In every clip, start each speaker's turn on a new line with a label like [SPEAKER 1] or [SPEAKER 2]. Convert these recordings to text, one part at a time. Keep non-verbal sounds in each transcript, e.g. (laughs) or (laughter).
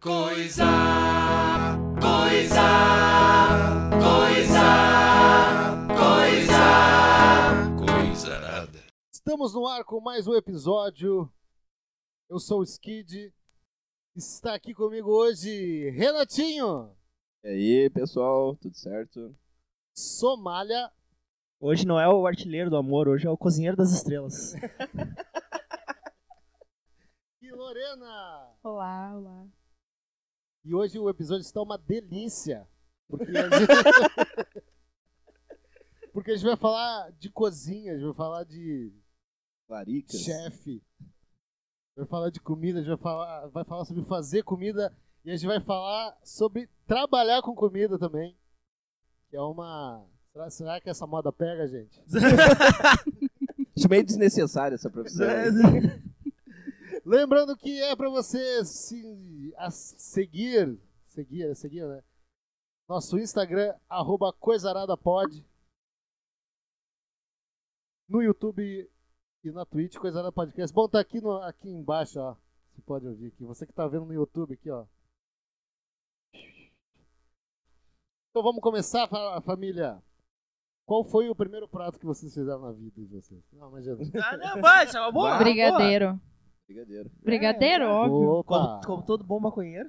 [SPEAKER 1] Coisa, coisa, coisa, coisa, coisa nada.
[SPEAKER 2] Estamos no ar com mais um episódio. Eu sou o Skid. Está aqui comigo hoje Renatinho,
[SPEAKER 3] E aí, pessoal, tudo certo?
[SPEAKER 2] Somália
[SPEAKER 4] Hoje não é o artilheiro do amor, hoje é o cozinheiro das estrelas.
[SPEAKER 2] e Lorena.
[SPEAKER 5] Olá, olá.
[SPEAKER 2] E hoje o episódio está uma delícia. Porque a gente, porque a gente vai falar de cozinha, a gente vai falar de
[SPEAKER 3] Laricas.
[SPEAKER 2] chefe. Vai falar de comida, a gente vai falar, vai falar sobre fazer comida e a gente vai falar sobre trabalhar com comida também. Que é uma. Será, será que essa moda pega, gente?
[SPEAKER 3] Acho meio desnecessária essa profissão.
[SPEAKER 2] Lembrando que é pra você se a seguir, seguir, é seguir, né? Nosso Instagram arroba coisaradapod. No YouTube e na Twitch Coisarada Podcast. Bom, tá aqui no aqui embaixo, ó. Você pode ouvir aqui. Você que tá vendo no YouTube aqui, ó. Então vamos começar, fa- família. Qual foi o primeiro prato que vocês fizeram na vida de vocês? Não, imagina.
[SPEAKER 4] ah, não, vai, chama boa. É,
[SPEAKER 5] Brigadeiro.
[SPEAKER 3] Brigadeiro.
[SPEAKER 5] Brigadeiro, óbvio.
[SPEAKER 2] Opa!
[SPEAKER 4] Como, como todo bom maconheiro.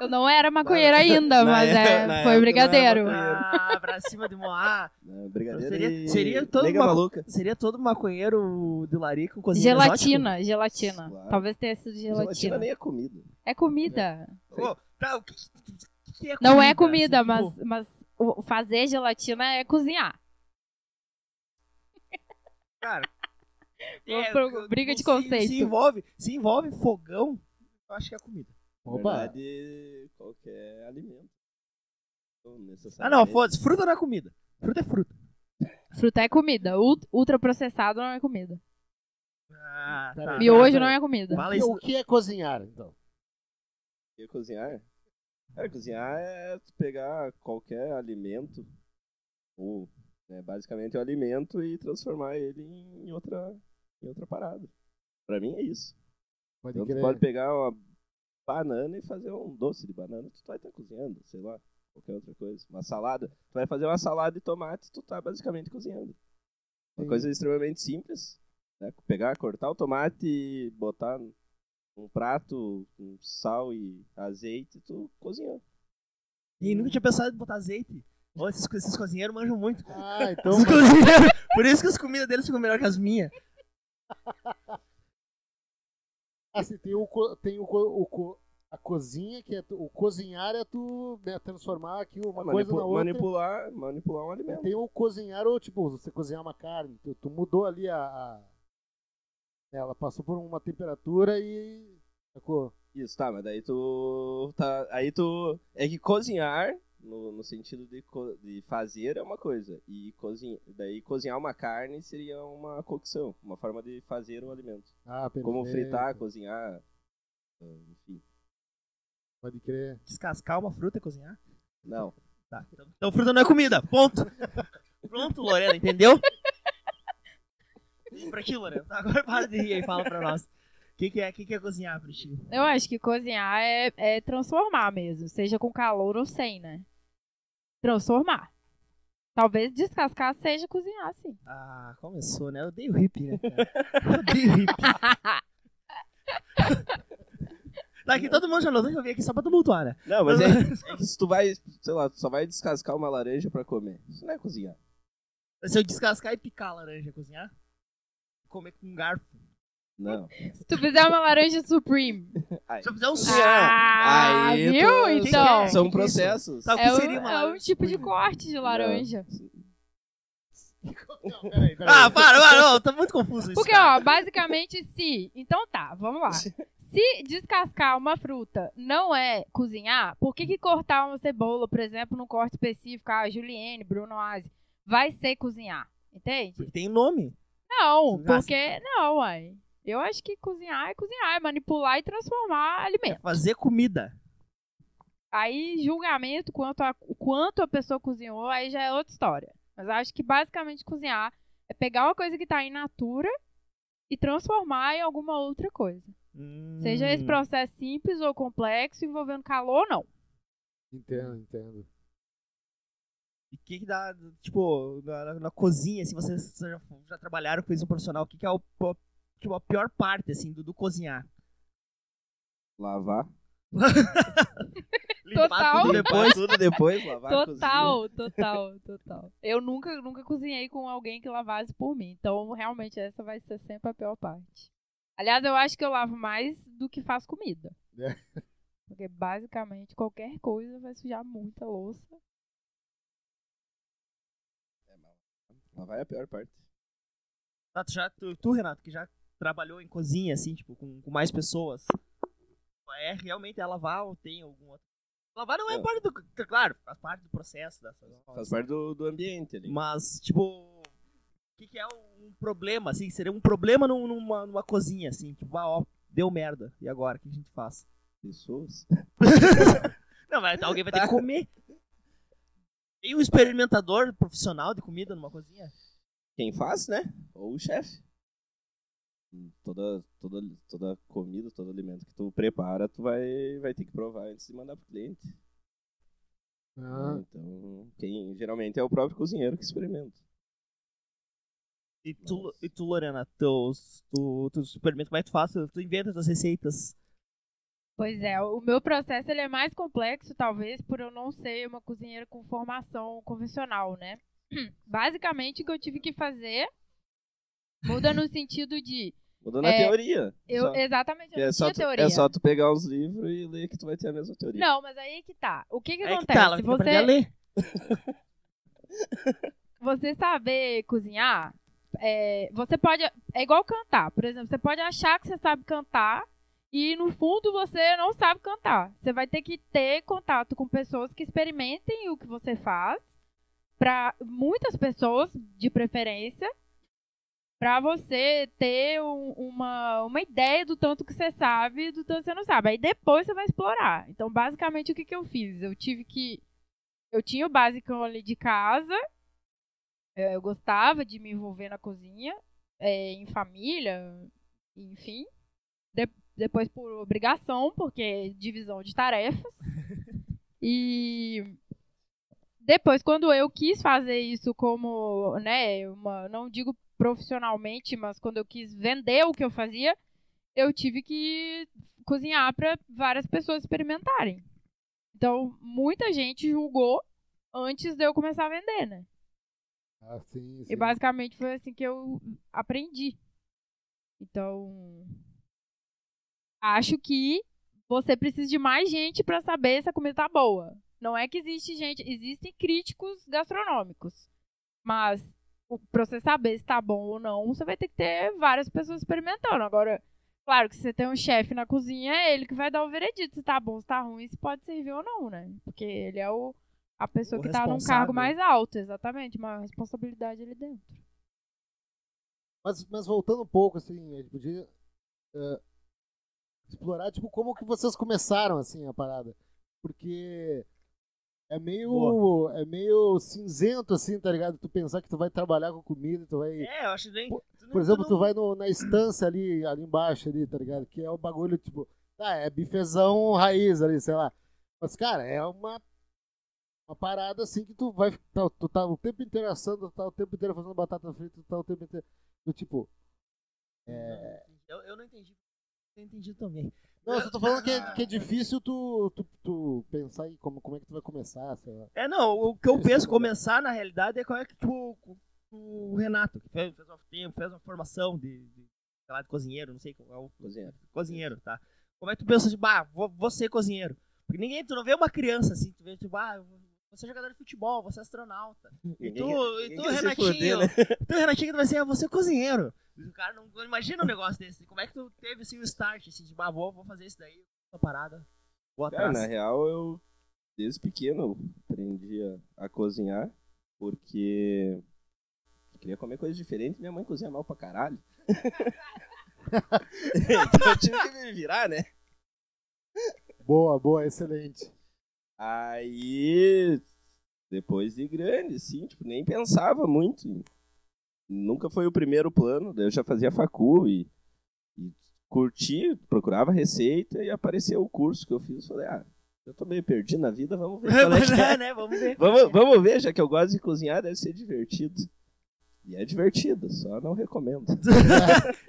[SPEAKER 5] Eu não era maconheira ainda,
[SPEAKER 4] Na
[SPEAKER 5] mas
[SPEAKER 4] época-
[SPEAKER 5] é,
[SPEAKER 4] na
[SPEAKER 5] foi
[SPEAKER 4] época
[SPEAKER 5] brigadeiro.
[SPEAKER 4] não era maconheiro. Ah, pra cima de Moá.
[SPEAKER 3] Não, brigadeiro
[SPEAKER 4] Seria-
[SPEAKER 3] e...
[SPEAKER 4] seria todo
[SPEAKER 3] Nega
[SPEAKER 4] uma-
[SPEAKER 3] maluca.
[SPEAKER 4] Seria todo maconheiro de larico cozinheiro exótico?
[SPEAKER 5] Gelatina,
[SPEAKER 4] é
[SPEAKER 5] gelatina.
[SPEAKER 3] Claro.
[SPEAKER 5] Talvez tenha sido
[SPEAKER 3] Gelatina.
[SPEAKER 5] gelatina.
[SPEAKER 3] nem é comida.
[SPEAKER 5] É comida.
[SPEAKER 4] Ô, tá, o que, o que é comida?
[SPEAKER 5] Não é comida,
[SPEAKER 4] assim,
[SPEAKER 5] mas,
[SPEAKER 4] tipo,
[SPEAKER 5] mas o- fazer gelatina é cozinhar.
[SPEAKER 4] cara,
[SPEAKER 5] Vamos é pro- briga
[SPEAKER 4] é, não
[SPEAKER 5] de
[SPEAKER 4] se-
[SPEAKER 5] conceito.
[SPEAKER 4] Se envolve, se envolve fogão, eu acho que é comida.
[SPEAKER 3] Na
[SPEAKER 2] Opa!
[SPEAKER 3] verdade, qualquer alimento. Não
[SPEAKER 4] Ah, não,
[SPEAKER 3] necessariamente.
[SPEAKER 4] foda-se, fruta não é comida. Fruta é fruta.
[SPEAKER 5] Fruta é comida. Ult- Ultraprocessado não é comida.
[SPEAKER 4] Ah,
[SPEAKER 2] tá.
[SPEAKER 5] E hoje não é comida.
[SPEAKER 4] Fala
[SPEAKER 2] E
[SPEAKER 4] isso.
[SPEAKER 2] o que é cozinhar, então?
[SPEAKER 3] E cozinhar? Cara, cozinhar é tu pegar qualquer alimento, ou né, basicamente o alimento, e transformar ele em outra, em outra parada. Pra mim é isso.
[SPEAKER 2] Pode
[SPEAKER 3] Então tu
[SPEAKER 2] crer.
[SPEAKER 3] pode pegar uma banana e fazer um doce de banana, tu vai estar cozinhando, sei lá, qualquer outra coisa. Uma salada, tu vai fazer uma salada de tomate, tu tá basicamente cozinhando. Uma
[SPEAKER 2] Sim.
[SPEAKER 3] coisa extremamente simples, né? Pegar, cortar o tomate e botar num prato com sal e azeite, tu cozinhou.
[SPEAKER 4] E nunca tinha pensado em botar azeite. Ô, esses, co- esses cozinheiros manjam muito.
[SPEAKER 2] Ah, então.
[SPEAKER 4] Esses cozinheiros- por isso que as comidas deles ficam melhor que as minhas.
[SPEAKER 2] Assim, tem o, co- tem o, co- o co- a cozinha, que é tu- o cozinhar é tu né, transformar aqui uma coisa
[SPEAKER 3] Manipu-
[SPEAKER 2] na outra.
[SPEAKER 3] manipular, manipular um alimento.
[SPEAKER 2] Tem o cozinhar, ou tipo, você cozinhar uma carne, tu, tu mudou ali a, a- né, Ela passou por uma temperatura e. Sacou?
[SPEAKER 3] Isso, tá, mas daí tu. Tá, aí tu. É que cozinhar, no, no sentido de, co- de fazer, é uma coisa. E cozinha, daí cozinhar uma carne seria uma cocção, uma forma de fazer o alimento.
[SPEAKER 2] Ah, perfeito.
[SPEAKER 3] Como fritar, cozinhar. ah, Enfim.
[SPEAKER 2] Pode crer.
[SPEAKER 4] Descascar uma fruta e cozinhar.
[SPEAKER 3] Não.
[SPEAKER 4] Tá. Então, então fruta não é comida. Ponto. Pronto, Lorena, entendeu? Pra ti, Lorena. Tá, Agora para de rir aí e fala pra nós. O que, que é, que, que é cozinhar pra ti?
[SPEAKER 5] Eu acho que cozinhar é, é transformar mesmo, seja com calor ou sem, né? Transformar. Talvez descascar seja cozinhar, sim.
[SPEAKER 4] Ah, começou, né? Eu odeio hippie, né, cara? Eu odeio hippie. Tá aqui, todo mundo já notou que eu vim aqui só pra tumultuar, né?
[SPEAKER 3] Não, mas é, é que se tu vai, sei lá, tu só vai descascar uma laranja pra comer. Isso não é cozinhar.
[SPEAKER 4] Se eu descascar e picar a laranja, cozinhar? Comer com um garfo.
[SPEAKER 3] Não.
[SPEAKER 5] Se tu fizer uma laranja Supreme.
[SPEAKER 3] Aí,
[SPEAKER 4] Se eu fizer um suco,
[SPEAKER 5] Ah,
[SPEAKER 3] Aí tu-
[SPEAKER 5] viu?
[SPEAKER 3] são-
[SPEAKER 5] Então.
[SPEAKER 3] São
[SPEAKER 4] Que que é isso?
[SPEAKER 3] processos.
[SPEAKER 4] Tá, o que
[SPEAKER 5] É um,
[SPEAKER 4] seria uma Hum.
[SPEAKER 5] é
[SPEAKER 4] É.
[SPEAKER 5] um
[SPEAKER 4] laranja
[SPEAKER 5] tipo de
[SPEAKER 4] Supreme?
[SPEAKER 5] corte de laranja.
[SPEAKER 2] Não, peraí, peraí.
[SPEAKER 4] Ah, para, para, não, tá muito confuso isso.
[SPEAKER 5] Porque,
[SPEAKER 4] cara.
[SPEAKER 5] ó, basicamente, se. Então tá, vamos lá. Se descascar uma fruta não é cozinhar, por que, que cortar uma cebola, por exemplo, num corte específico, a Julienne, Bruno Oase, vai ser cozinhar? Entende?
[SPEAKER 4] Porque tem nome.
[SPEAKER 5] Não,
[SPEAKER 4] Cozinhar,
[SPEAKER 5] porque. Não, uai. Eu acho que cozinhar é cozinhar, é manipular e transformar alimento.
[SPEAKER 4] é Fazer comida.
[SPEAKER 5] Aí, julgamento quanto a o quanto a pessoa cozinhou, aí já é outra história. Mas eu acho que basicamente cozinhar é pegar uma coisa que tá in natura e transformar em alguma outra coisa. Seja esse
[SPEAKER 4] Hum.
[SPEAKER 5] processo simples ou complexo, envolvendo calor ou não.
[SPEAKER 2] Entendo, entendo.
[SPEAKER 4] E o que, que dá, tipo, na, na- na cozinha, assim, vocês já, já trabalharam com isso um profissional, o que, que é o, po- tipo, a pior parte, assim, do, do cozinhar?
[SPEAKER 3] Lavar.
[SPEAKER 5] Total.
[SPEAKER 3] Limpar
[SPEAKER 4] tudo depois.
[SPEAKER 3] tudo depois, lavar a cozinha.
[SPEAKER 5] Total, total, total. Eu nunca, nunca cozinhei com alguém que lavasse por mim. Então, realmente, essa vai ser sempre a pior parte. Aliás, eu acho que eu lavo mais do que faço comida.
[SPEAKER 2] É.
[SPEAKER 5] Porque, basicamente, qualquer coisa vai sujar muita louça.
[SPEAKER 3] Lavar é a pior parte.
[SPEAKER 4] Renato, já, tu, tu, Renato, que já trabalhou em cozinha, assim, tipo, com, com mais pessoas, é realmente é lavar ou tem algum outro? Lavar não é
[SPEAKER 3] É.
[SPEAKER 4] parte do, claro, faz parte do processo dessas
[SPEAKER 3] Faz parte do, do ambiente ali.
[SPEAKER 4] Mas, tipo, o que, que é um problema, assim? Seria um problema num- numa, numa cozinha, assim, tipo, ah, ó, deu merda. E agora, o que a gente faz?
[SPEAKER 3] Pessoas.
[SPEAKER 4] Não, mas alguém vai ter que comer. Tem um experimentador profissional de comida numa cozinha?
[SPEAKER 3] Quem faz, né? Ou o chefe. Hum, Toda, toda, toda comida, todo alimento que tu prepara, tu vai, vai ter que provar antes de mandar pro cliente.
[SPEAKER 2] Ah,
[SPEAKER 3] Então, quem geralmente é o próprio cozinheiro que experimenta.
[SPEAKER 4] E tu,
[SPEAKER 3] Nossa.
[SPEAKER 4] e tu Lorena, teus, tu, tu experimenta mais fácil, tu inventa as receitas.
[SPEAKER 5] Pois é, o meu processo ele é mais complexo, talvez, por eu não ser uma cozinheira com formação convencional, né? (clears throat) Basicamente, o que eu tive que fazer muda no sentido de.
[SPEAKER 3] Mudando
[SPEAKER 5] É,
[SPEAKER 3] a teoria.
[SPEAKER 5] Eu,
[SPEAKER 3] só.
[SPEAKER 5] exatamente,
[SPEAKER 3] Que
[SPEAKER 5] eu
[SPEAKER 3] é,
[SPEAKER 5] não
[SPEAKER 3] só
[SPEAKER 5] tinha
[SPEAKER 3] tu,
[SPEAKER 5] teoria.
[SPEAKER 3] é só tu pegar os livros e ler que tu vai ter a mesma teoria.
[SPEAKER 5] Não, mas aí que tá. O que que
[SPEAKER 4] é que
[SPEAKER 5] acontece?
[SPEAKER 4] tá, ela tem que aprender a
[SPEAKER 5] você,
[SPEAKER 4] ler.
[SPEAKER 5] você saber cozinhar, é, você pode. É igual cantar, por exemplo. Você pode achar que você sabe cantar e no fundo você não sabe cantar. Você vai ter que ter contato com pessoas que experimentem o que você faz, para muitas pessoas de preferência, para você ter um- uma, uma ideia do tanto que você sabe e do tanto que você não sabe. Aí depois você vai explorar. Então, basicamente, o que, que eu fiz? Eu tive que. Eu tinha o básico ali de casa, eh, eu gostava de me envolver na cozinha, eh, em família, enfim. De- depois por obrigação, porque é divisão de tarefas. e depois, quando eu quis fazer isso como, né, uma, não digo profissionalmente, mas quando eu quis vender o que eu fazia, eu tive que cozinhar para várias pessoas experimentarem. Então, muita gente julgou antes de eu começar a vender, né?
[SPEAKER 2] ah, sim, sim.
[SPEAKER 5] E basicamente foi assim que eu aprendi. Então, acho que você precisa de mais gente pra saber se a comida tá boa. Não é que existe gente, existem críticos gastronômicos. Mas o- pra você saber se tá bom ou não, você vai ter que ter várias pessoas experimentando. Agora, claro que se você tem um chefe na cozinha, é ele que vai dar o veredito se tá bom, se tá ruim, se pode servir ou não, né? Porque ele é o a pessoa
[SPEAKER 4] O
[SPEAKER 5] que tá num
[SPEAKER 4] responsável.
[SPEAKER 5] cargo mais alto, exatamente, maior responsabilidade é ali dentro.
[SPEAKER 2] Mas, mas voltando um pouco, assim, a gente podia eh, explorar, tipo, como que vocês começaram, assim, a parada. Porque é meio, é meio cinzento, assim, tá ligado? Tu pensar que tu vai trabalhar com comida, tu vai...
[SPEAKER 4] É, eu acho que nem... tu não-
[SPEAKER 2] Por exemplo,
[SPEAKER 4] não-
[SPEAKER 2] tu vai no- na estância ali, ali embaixo, ali, tá ligado? Que é o bagulho, tipo, tá, é bifezão raiz ali, sei lá. Mas, cara, é uma, uma parada assim que tu vai. Tá, tu tá o tempo inteiro assando, tu tá o tempo inteiro fazendo batata frita, tu tá o tempo inteiro. Tu, tipo.
[SPEAKER 4] Eu, eu não entendi. Eu não entendi também.
[SPEAKER 2] Não, eu só tô falando que é, que é difícil tu, tu, tu pensar em como, como é que tu vai começar, sei lá.
[SPEAKER 4] É, não, o que eu penso começar, na realidade, é como é que tu, o Renato, que fez, fez, uma, tem- fez uma formação de, de, sei lá, de cozinheiro, não sei qual é o
[SPEAKER 3] Cozinheiro.
[SPEAKER 4] cozinheiro, tá? Como é que tu pensa, tipo, ah, vou, vou ser cozinheiro? Porque ninguém, tu não vê uma criança assim, tu vê, tipo, ah, eu vou vou ser jogador de futebol, vou ser astronauta. E tu, e
[SPEAKER 3] ninguém
[SPEAKER 4] tu
[SPEAKER 3] quer se
[SPEAKER 4] Renatinho,
[SPEAKER 3] fuder, né?
[SPEAKER 4] (laughs) tu, Renatinho, tu vai ser, ah, vou ser cozinheiro. O cara não não imagina um negócio desse. Como é que tu teve, assim, o start, assim, de, ah, vou, vou fazer isso daí, essa parada, vou
[SPEAKER 3] Cara,
[SPEAKER 4] atrás.
[SPEAKER 3] É, na real, eu desde pequeno aprendi a, a cozinhar porque eu queria comer coisa diferente e minha mãe cozinha mal pra caralho. (laughs) então eu tive que me virar, né?
[SPEAKER 2] Boa, boa, excelente.
[SPEAKER 3] Aí, depois de grande, assim, tipo, nem pensava muito. em- Nunca foi o primeiro plano, daí eu já fazia facu e, e curti, procurava receita e apareceu o curso que eu fiz. Falei, ah, eu tô meio perdido na vida, vamos ver qual é
[SPEAKER 4] Mas
[SPEAKER 3] que é.
[SPEAKER 4] (laughs) é, né? (laughs) Vamos ver.
[SPEAKER 3] Vamos, vamos ver, já que eu gosto de cozinhar, deve ser divertido. E é divertido, só não recomendo.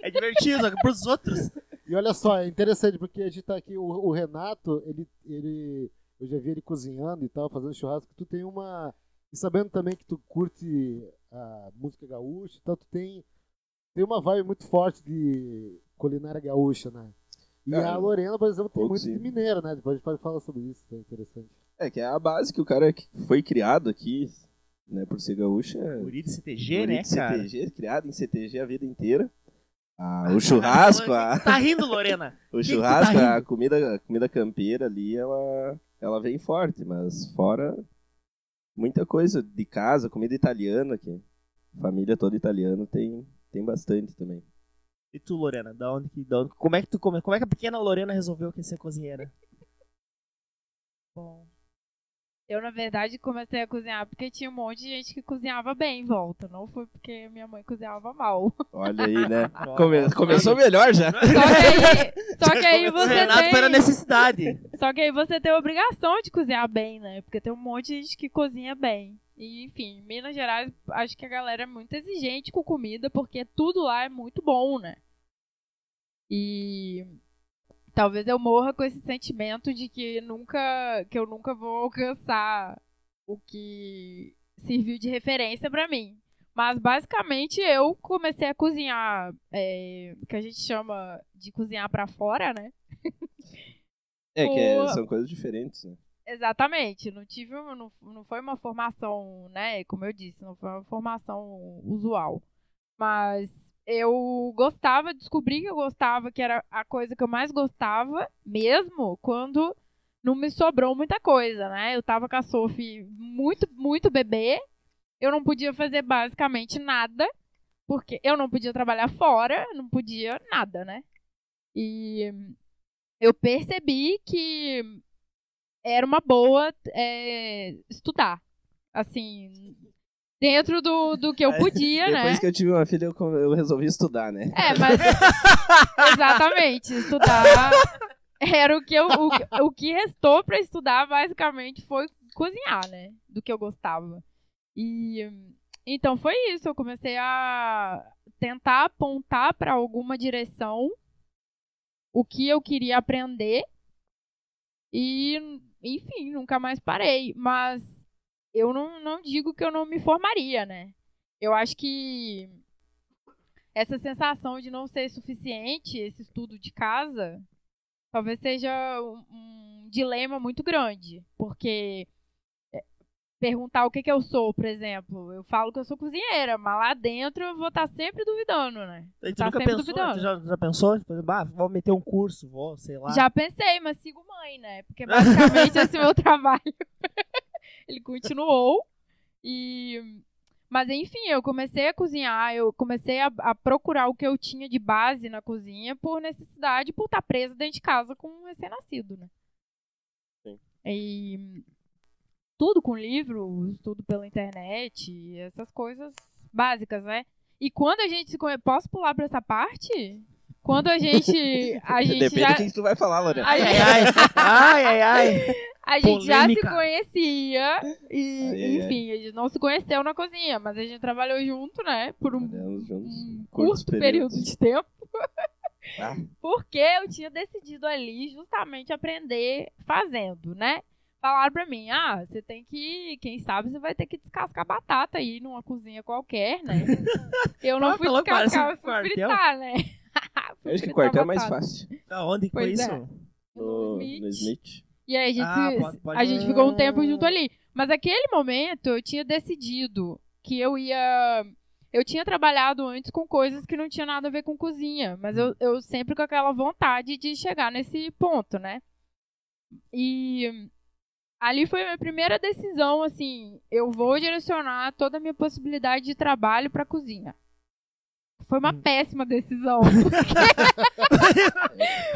[SPEAKER 4] É divertido, só que
[SPEAKER 3] (laughs)
[SPEAKER 4] pros outros.
[SPEAKER 2] E olha só, é interessante porque a gente tá aqui, o, o Renato, ele, ele. Eu já vi ele cozinhando e tal, fazendo churrasco. Tu tem uma. E sabendo também que tu curte a música gaúcha e tal, tu tem, tem uma vibe muito forte de culinária gaúcha, né? E
[SPEAKER 3] Cara,
[SPEAKER 2] a Lorena, por exemplo, tem
[SPEAKER 3] pouco
[SPEAKER 2] muito
[SPEAKER 3] sim.
[SPEAKER 2] de mineira, né? Depois a gente pode falar sobre isso, é interessante.
[SPEAKER 3] É que é a base que o cara que foi criado aqui, né, por ser gaúcho, é
[SPEAKER 4] Guri de CTG,
[SPEAKER 3] guri
[SPEAKER 4] né,
[SPEAKER 3] de
[SPEAKER 4] cara?
[SPEAKER 3] CTG, criado em CTG a vida inteira. Ah, o churrasco, a,
[SPEAKER 4] Tá rindo, Lorena?
[SPEAKER 3] o
[SPEAKER 4] que
[SPEAKER 3] churrasco,
[SPEAKER 4] tá rindo?
[SPEAKER 3] a comida, a comida campeira ali, ela, ela vem forte, mas fora muita coisa de casa, comida italiana que família toda italiana tem tem bastante também.
[SPEAKER 4] E tu, Lorena? Da onde que. Da onde, como é que tu come? Como é que a pequena Lorena resolveu que ia ser cozinheira?
[SPEAKER 5] Bom. Eu, na verdade, comecei a cozinhar porque tinha um monte de gente que cozinhava bem em volta. Não foi porque minha mãe cozinhava mal. (laughs)
[SPEAKER 3] Olha aí, né?
[SPEAKER 4] Nossa.
[SPEAKER 3] Come- começou melhor já.
[SPEAKER 5] Só que aí, só que aí
[SPEAKER 4] O
[SPEAKER 5] você
[SPEAKER 4] Renato
[SPEAKER 5] tem...
[SPEAKER 4] era necessidade.
[SPEAKER 5] Só que aí você tem a obrigação de cozinhar bem, né? Porque tem um monte de gente que cozinha bem. E, enfim, em Minas Gerais, acho que a galera é muito exigente com comida, porque tudo lá é muito bom, né? E talvez eu morra com esse sentimento de que nunca que eu nunca vou alcançar o que serviu de referência pra mim. Mas basicamente eu comecei a cozinhar, é, que a gente chama de cozinhar pra fora, né?
[SPEAKER 3] É que é-
[SPEAKER 5] Boa.
[SPEAKER 3] são coisas diferentes, né?
[SPEAKER 5] Exatamente, não tive, um- não, não foi uma formação, né, como eu disse, não foi uma formação usual. Mas eu gostava, descobri que eu gostava, que era a coisa que eu mais gostava mesmo, quando não me sobrou muita coisa, né? Eu tava com a Sophie muito, muito bebê, eu não podia fazer basicamente nada, porque eu não podia trabalhar fora, não podia nada, né? E eu percebi que era uma boa é, estudar. Assim, dentro do, do que eu
[SPEAKER 3] (laughs) É,
[SPEAKER 5] podia, né?
[SPEAKER 3] Depois que eu tive uma filha, eu com- eu resolvi estudar, né?
[SPEAKER 5] É, mas. Exatamente. Estudar era o que, eu, o, que- o que restou pra estudar, basicamente, foi cozinhar, né? Do que eu gostava. E. Então foi isso. Eu comecei a tentar apontar pra alguma direção o que eu queria aprender. E, enfim, nunca mais parei. Mas eu não, não digo que eu não me formaria, né? Eu acho que essa sensação de não ser suficiente, esse estudo de casa, talvez seja um, um dilema muito grande. Porque é, perguntar o que, que eu sou, por exemplo, eu falo que eu sou cozinheira, mas lá dentro eu vou estar sempre duvidando, né?
[SPEAKER 4] E tu
[SPEAKER 5] Tá
[SPEAKER 4] nunca
[SPEAKER 5] sempre
[SPEAKER 4] pensou?
[SPEAKER 5] duvidando.
[SPEAKER 4] Tu já, já pensou? Tipo, bah, vou meter um curso, vou, sei lá.
[SPEAKER 5] Já pensei, mas sigo mãe, né? Porque basicamente esse é o meu (laughs) trabalho. Ele continuou. E... Mas enfim, eu comecei a cozinhar, eu comecei a, a procurar o que eu tinha de base na cozinha por necessidade, por estar presa dentro de casa com um recém-nascido, né?
[SPEAKER 3] Sim.
[SPEAKER 5] E tudo com livro, tudo pela internet, essas coisas básicas, né? E quando a gente se conhece. Posso pular pra essa parte? Quando a gente.
[SPEAKER 3] (laughs)
[SPEAKER 5] A gente
[SPEAKER 3] Depende
[SPEAKER 5] já...
[SPEAKER 3] do que tu vai falar, Lorena.
[SPEAKER 5] A
[SPEAKER 4] Ai,
[SPEAKER 5] gente,
[SPEAKER 4] É, ai, ai. ai, ai, ai.
[SPEAKER 5] a gente já se
[SPEAKER 4] Polêmica.
[SPEAKER 5] conhecia e,
[SPEAKER 3] Ai, ai, ai.
[SPEAKER 5] enfim, a gente não se conheceu na cozinha, mas a gente trabalhou junto, né? Por um,
[SPEAKER 3] Trabalhamos juntos,
[SPEAKER 5] um
[SPEAKER 3] curtos
[SPEAKER 5] curto período
[SPEAKER 3] períodos.
[SPEAKER 5] de tempo.
[SPEAKER 3] Ah.
[SPEAKER 5] Porque eu tinha decidido ali justamente aprender fazendo, né? Falaram pra mim, ah, você tem que, quem sabe você vai ter que descascar batata aí numa cozinha qualquer, né? Eu não
[SPEAKER 4] Ah,
[SPEAKER 5] fui
[SPEAKER 4] falou que parece
[SPEAKER 5] descascar, eu
[SPEAKER 4] um
[SPEAKER 5] fui
[SPEAKER 4] quartel.
[SPEAKER 5] fritar, né? (laughs) Fui
[SPEAKER 3] Eu acho que
[SPEAKER 5] fritar
[SPEAKER 3] quartel é mais
[SPEAKER 5] batata.
[SPEAKER 3] fácil.
[SPEAKER 4] Da onde que foi
[SPEAKER 5] Pois
[SPEAKER 4] isso?
[SPEAKER 5] é.
[SPEAKER 3] No,
[SPEAKER 5] No
[SPEAKER 3] no
[SPEAKER 5] Smith.
[SPEAKER 3] Smith.
[SPEAKER 5] E aí a gente,
[SPEAKER 4] Ah, pode- pode-
[SPEAKER 5] a gente ficou um tempo junto ali. Mas naquele momento eu tinha decidido que eu ia. Eu tinha trabalhado antes com coisas que não tinha nada a ver com cozinha. Mas eu, eu sempre com aquela vontade de chegar nesse ponto, né? E ali foi a minha primeira decisão, assim, eu vou direcionar toda a minha possibilidade de trabalho pra cozinha. Foi uma
[SPEAKER 4] Hum.
[SPEAKER 5] péssima
[SPEAKER 4] (laughs)
[SPEAKER 5] decisão.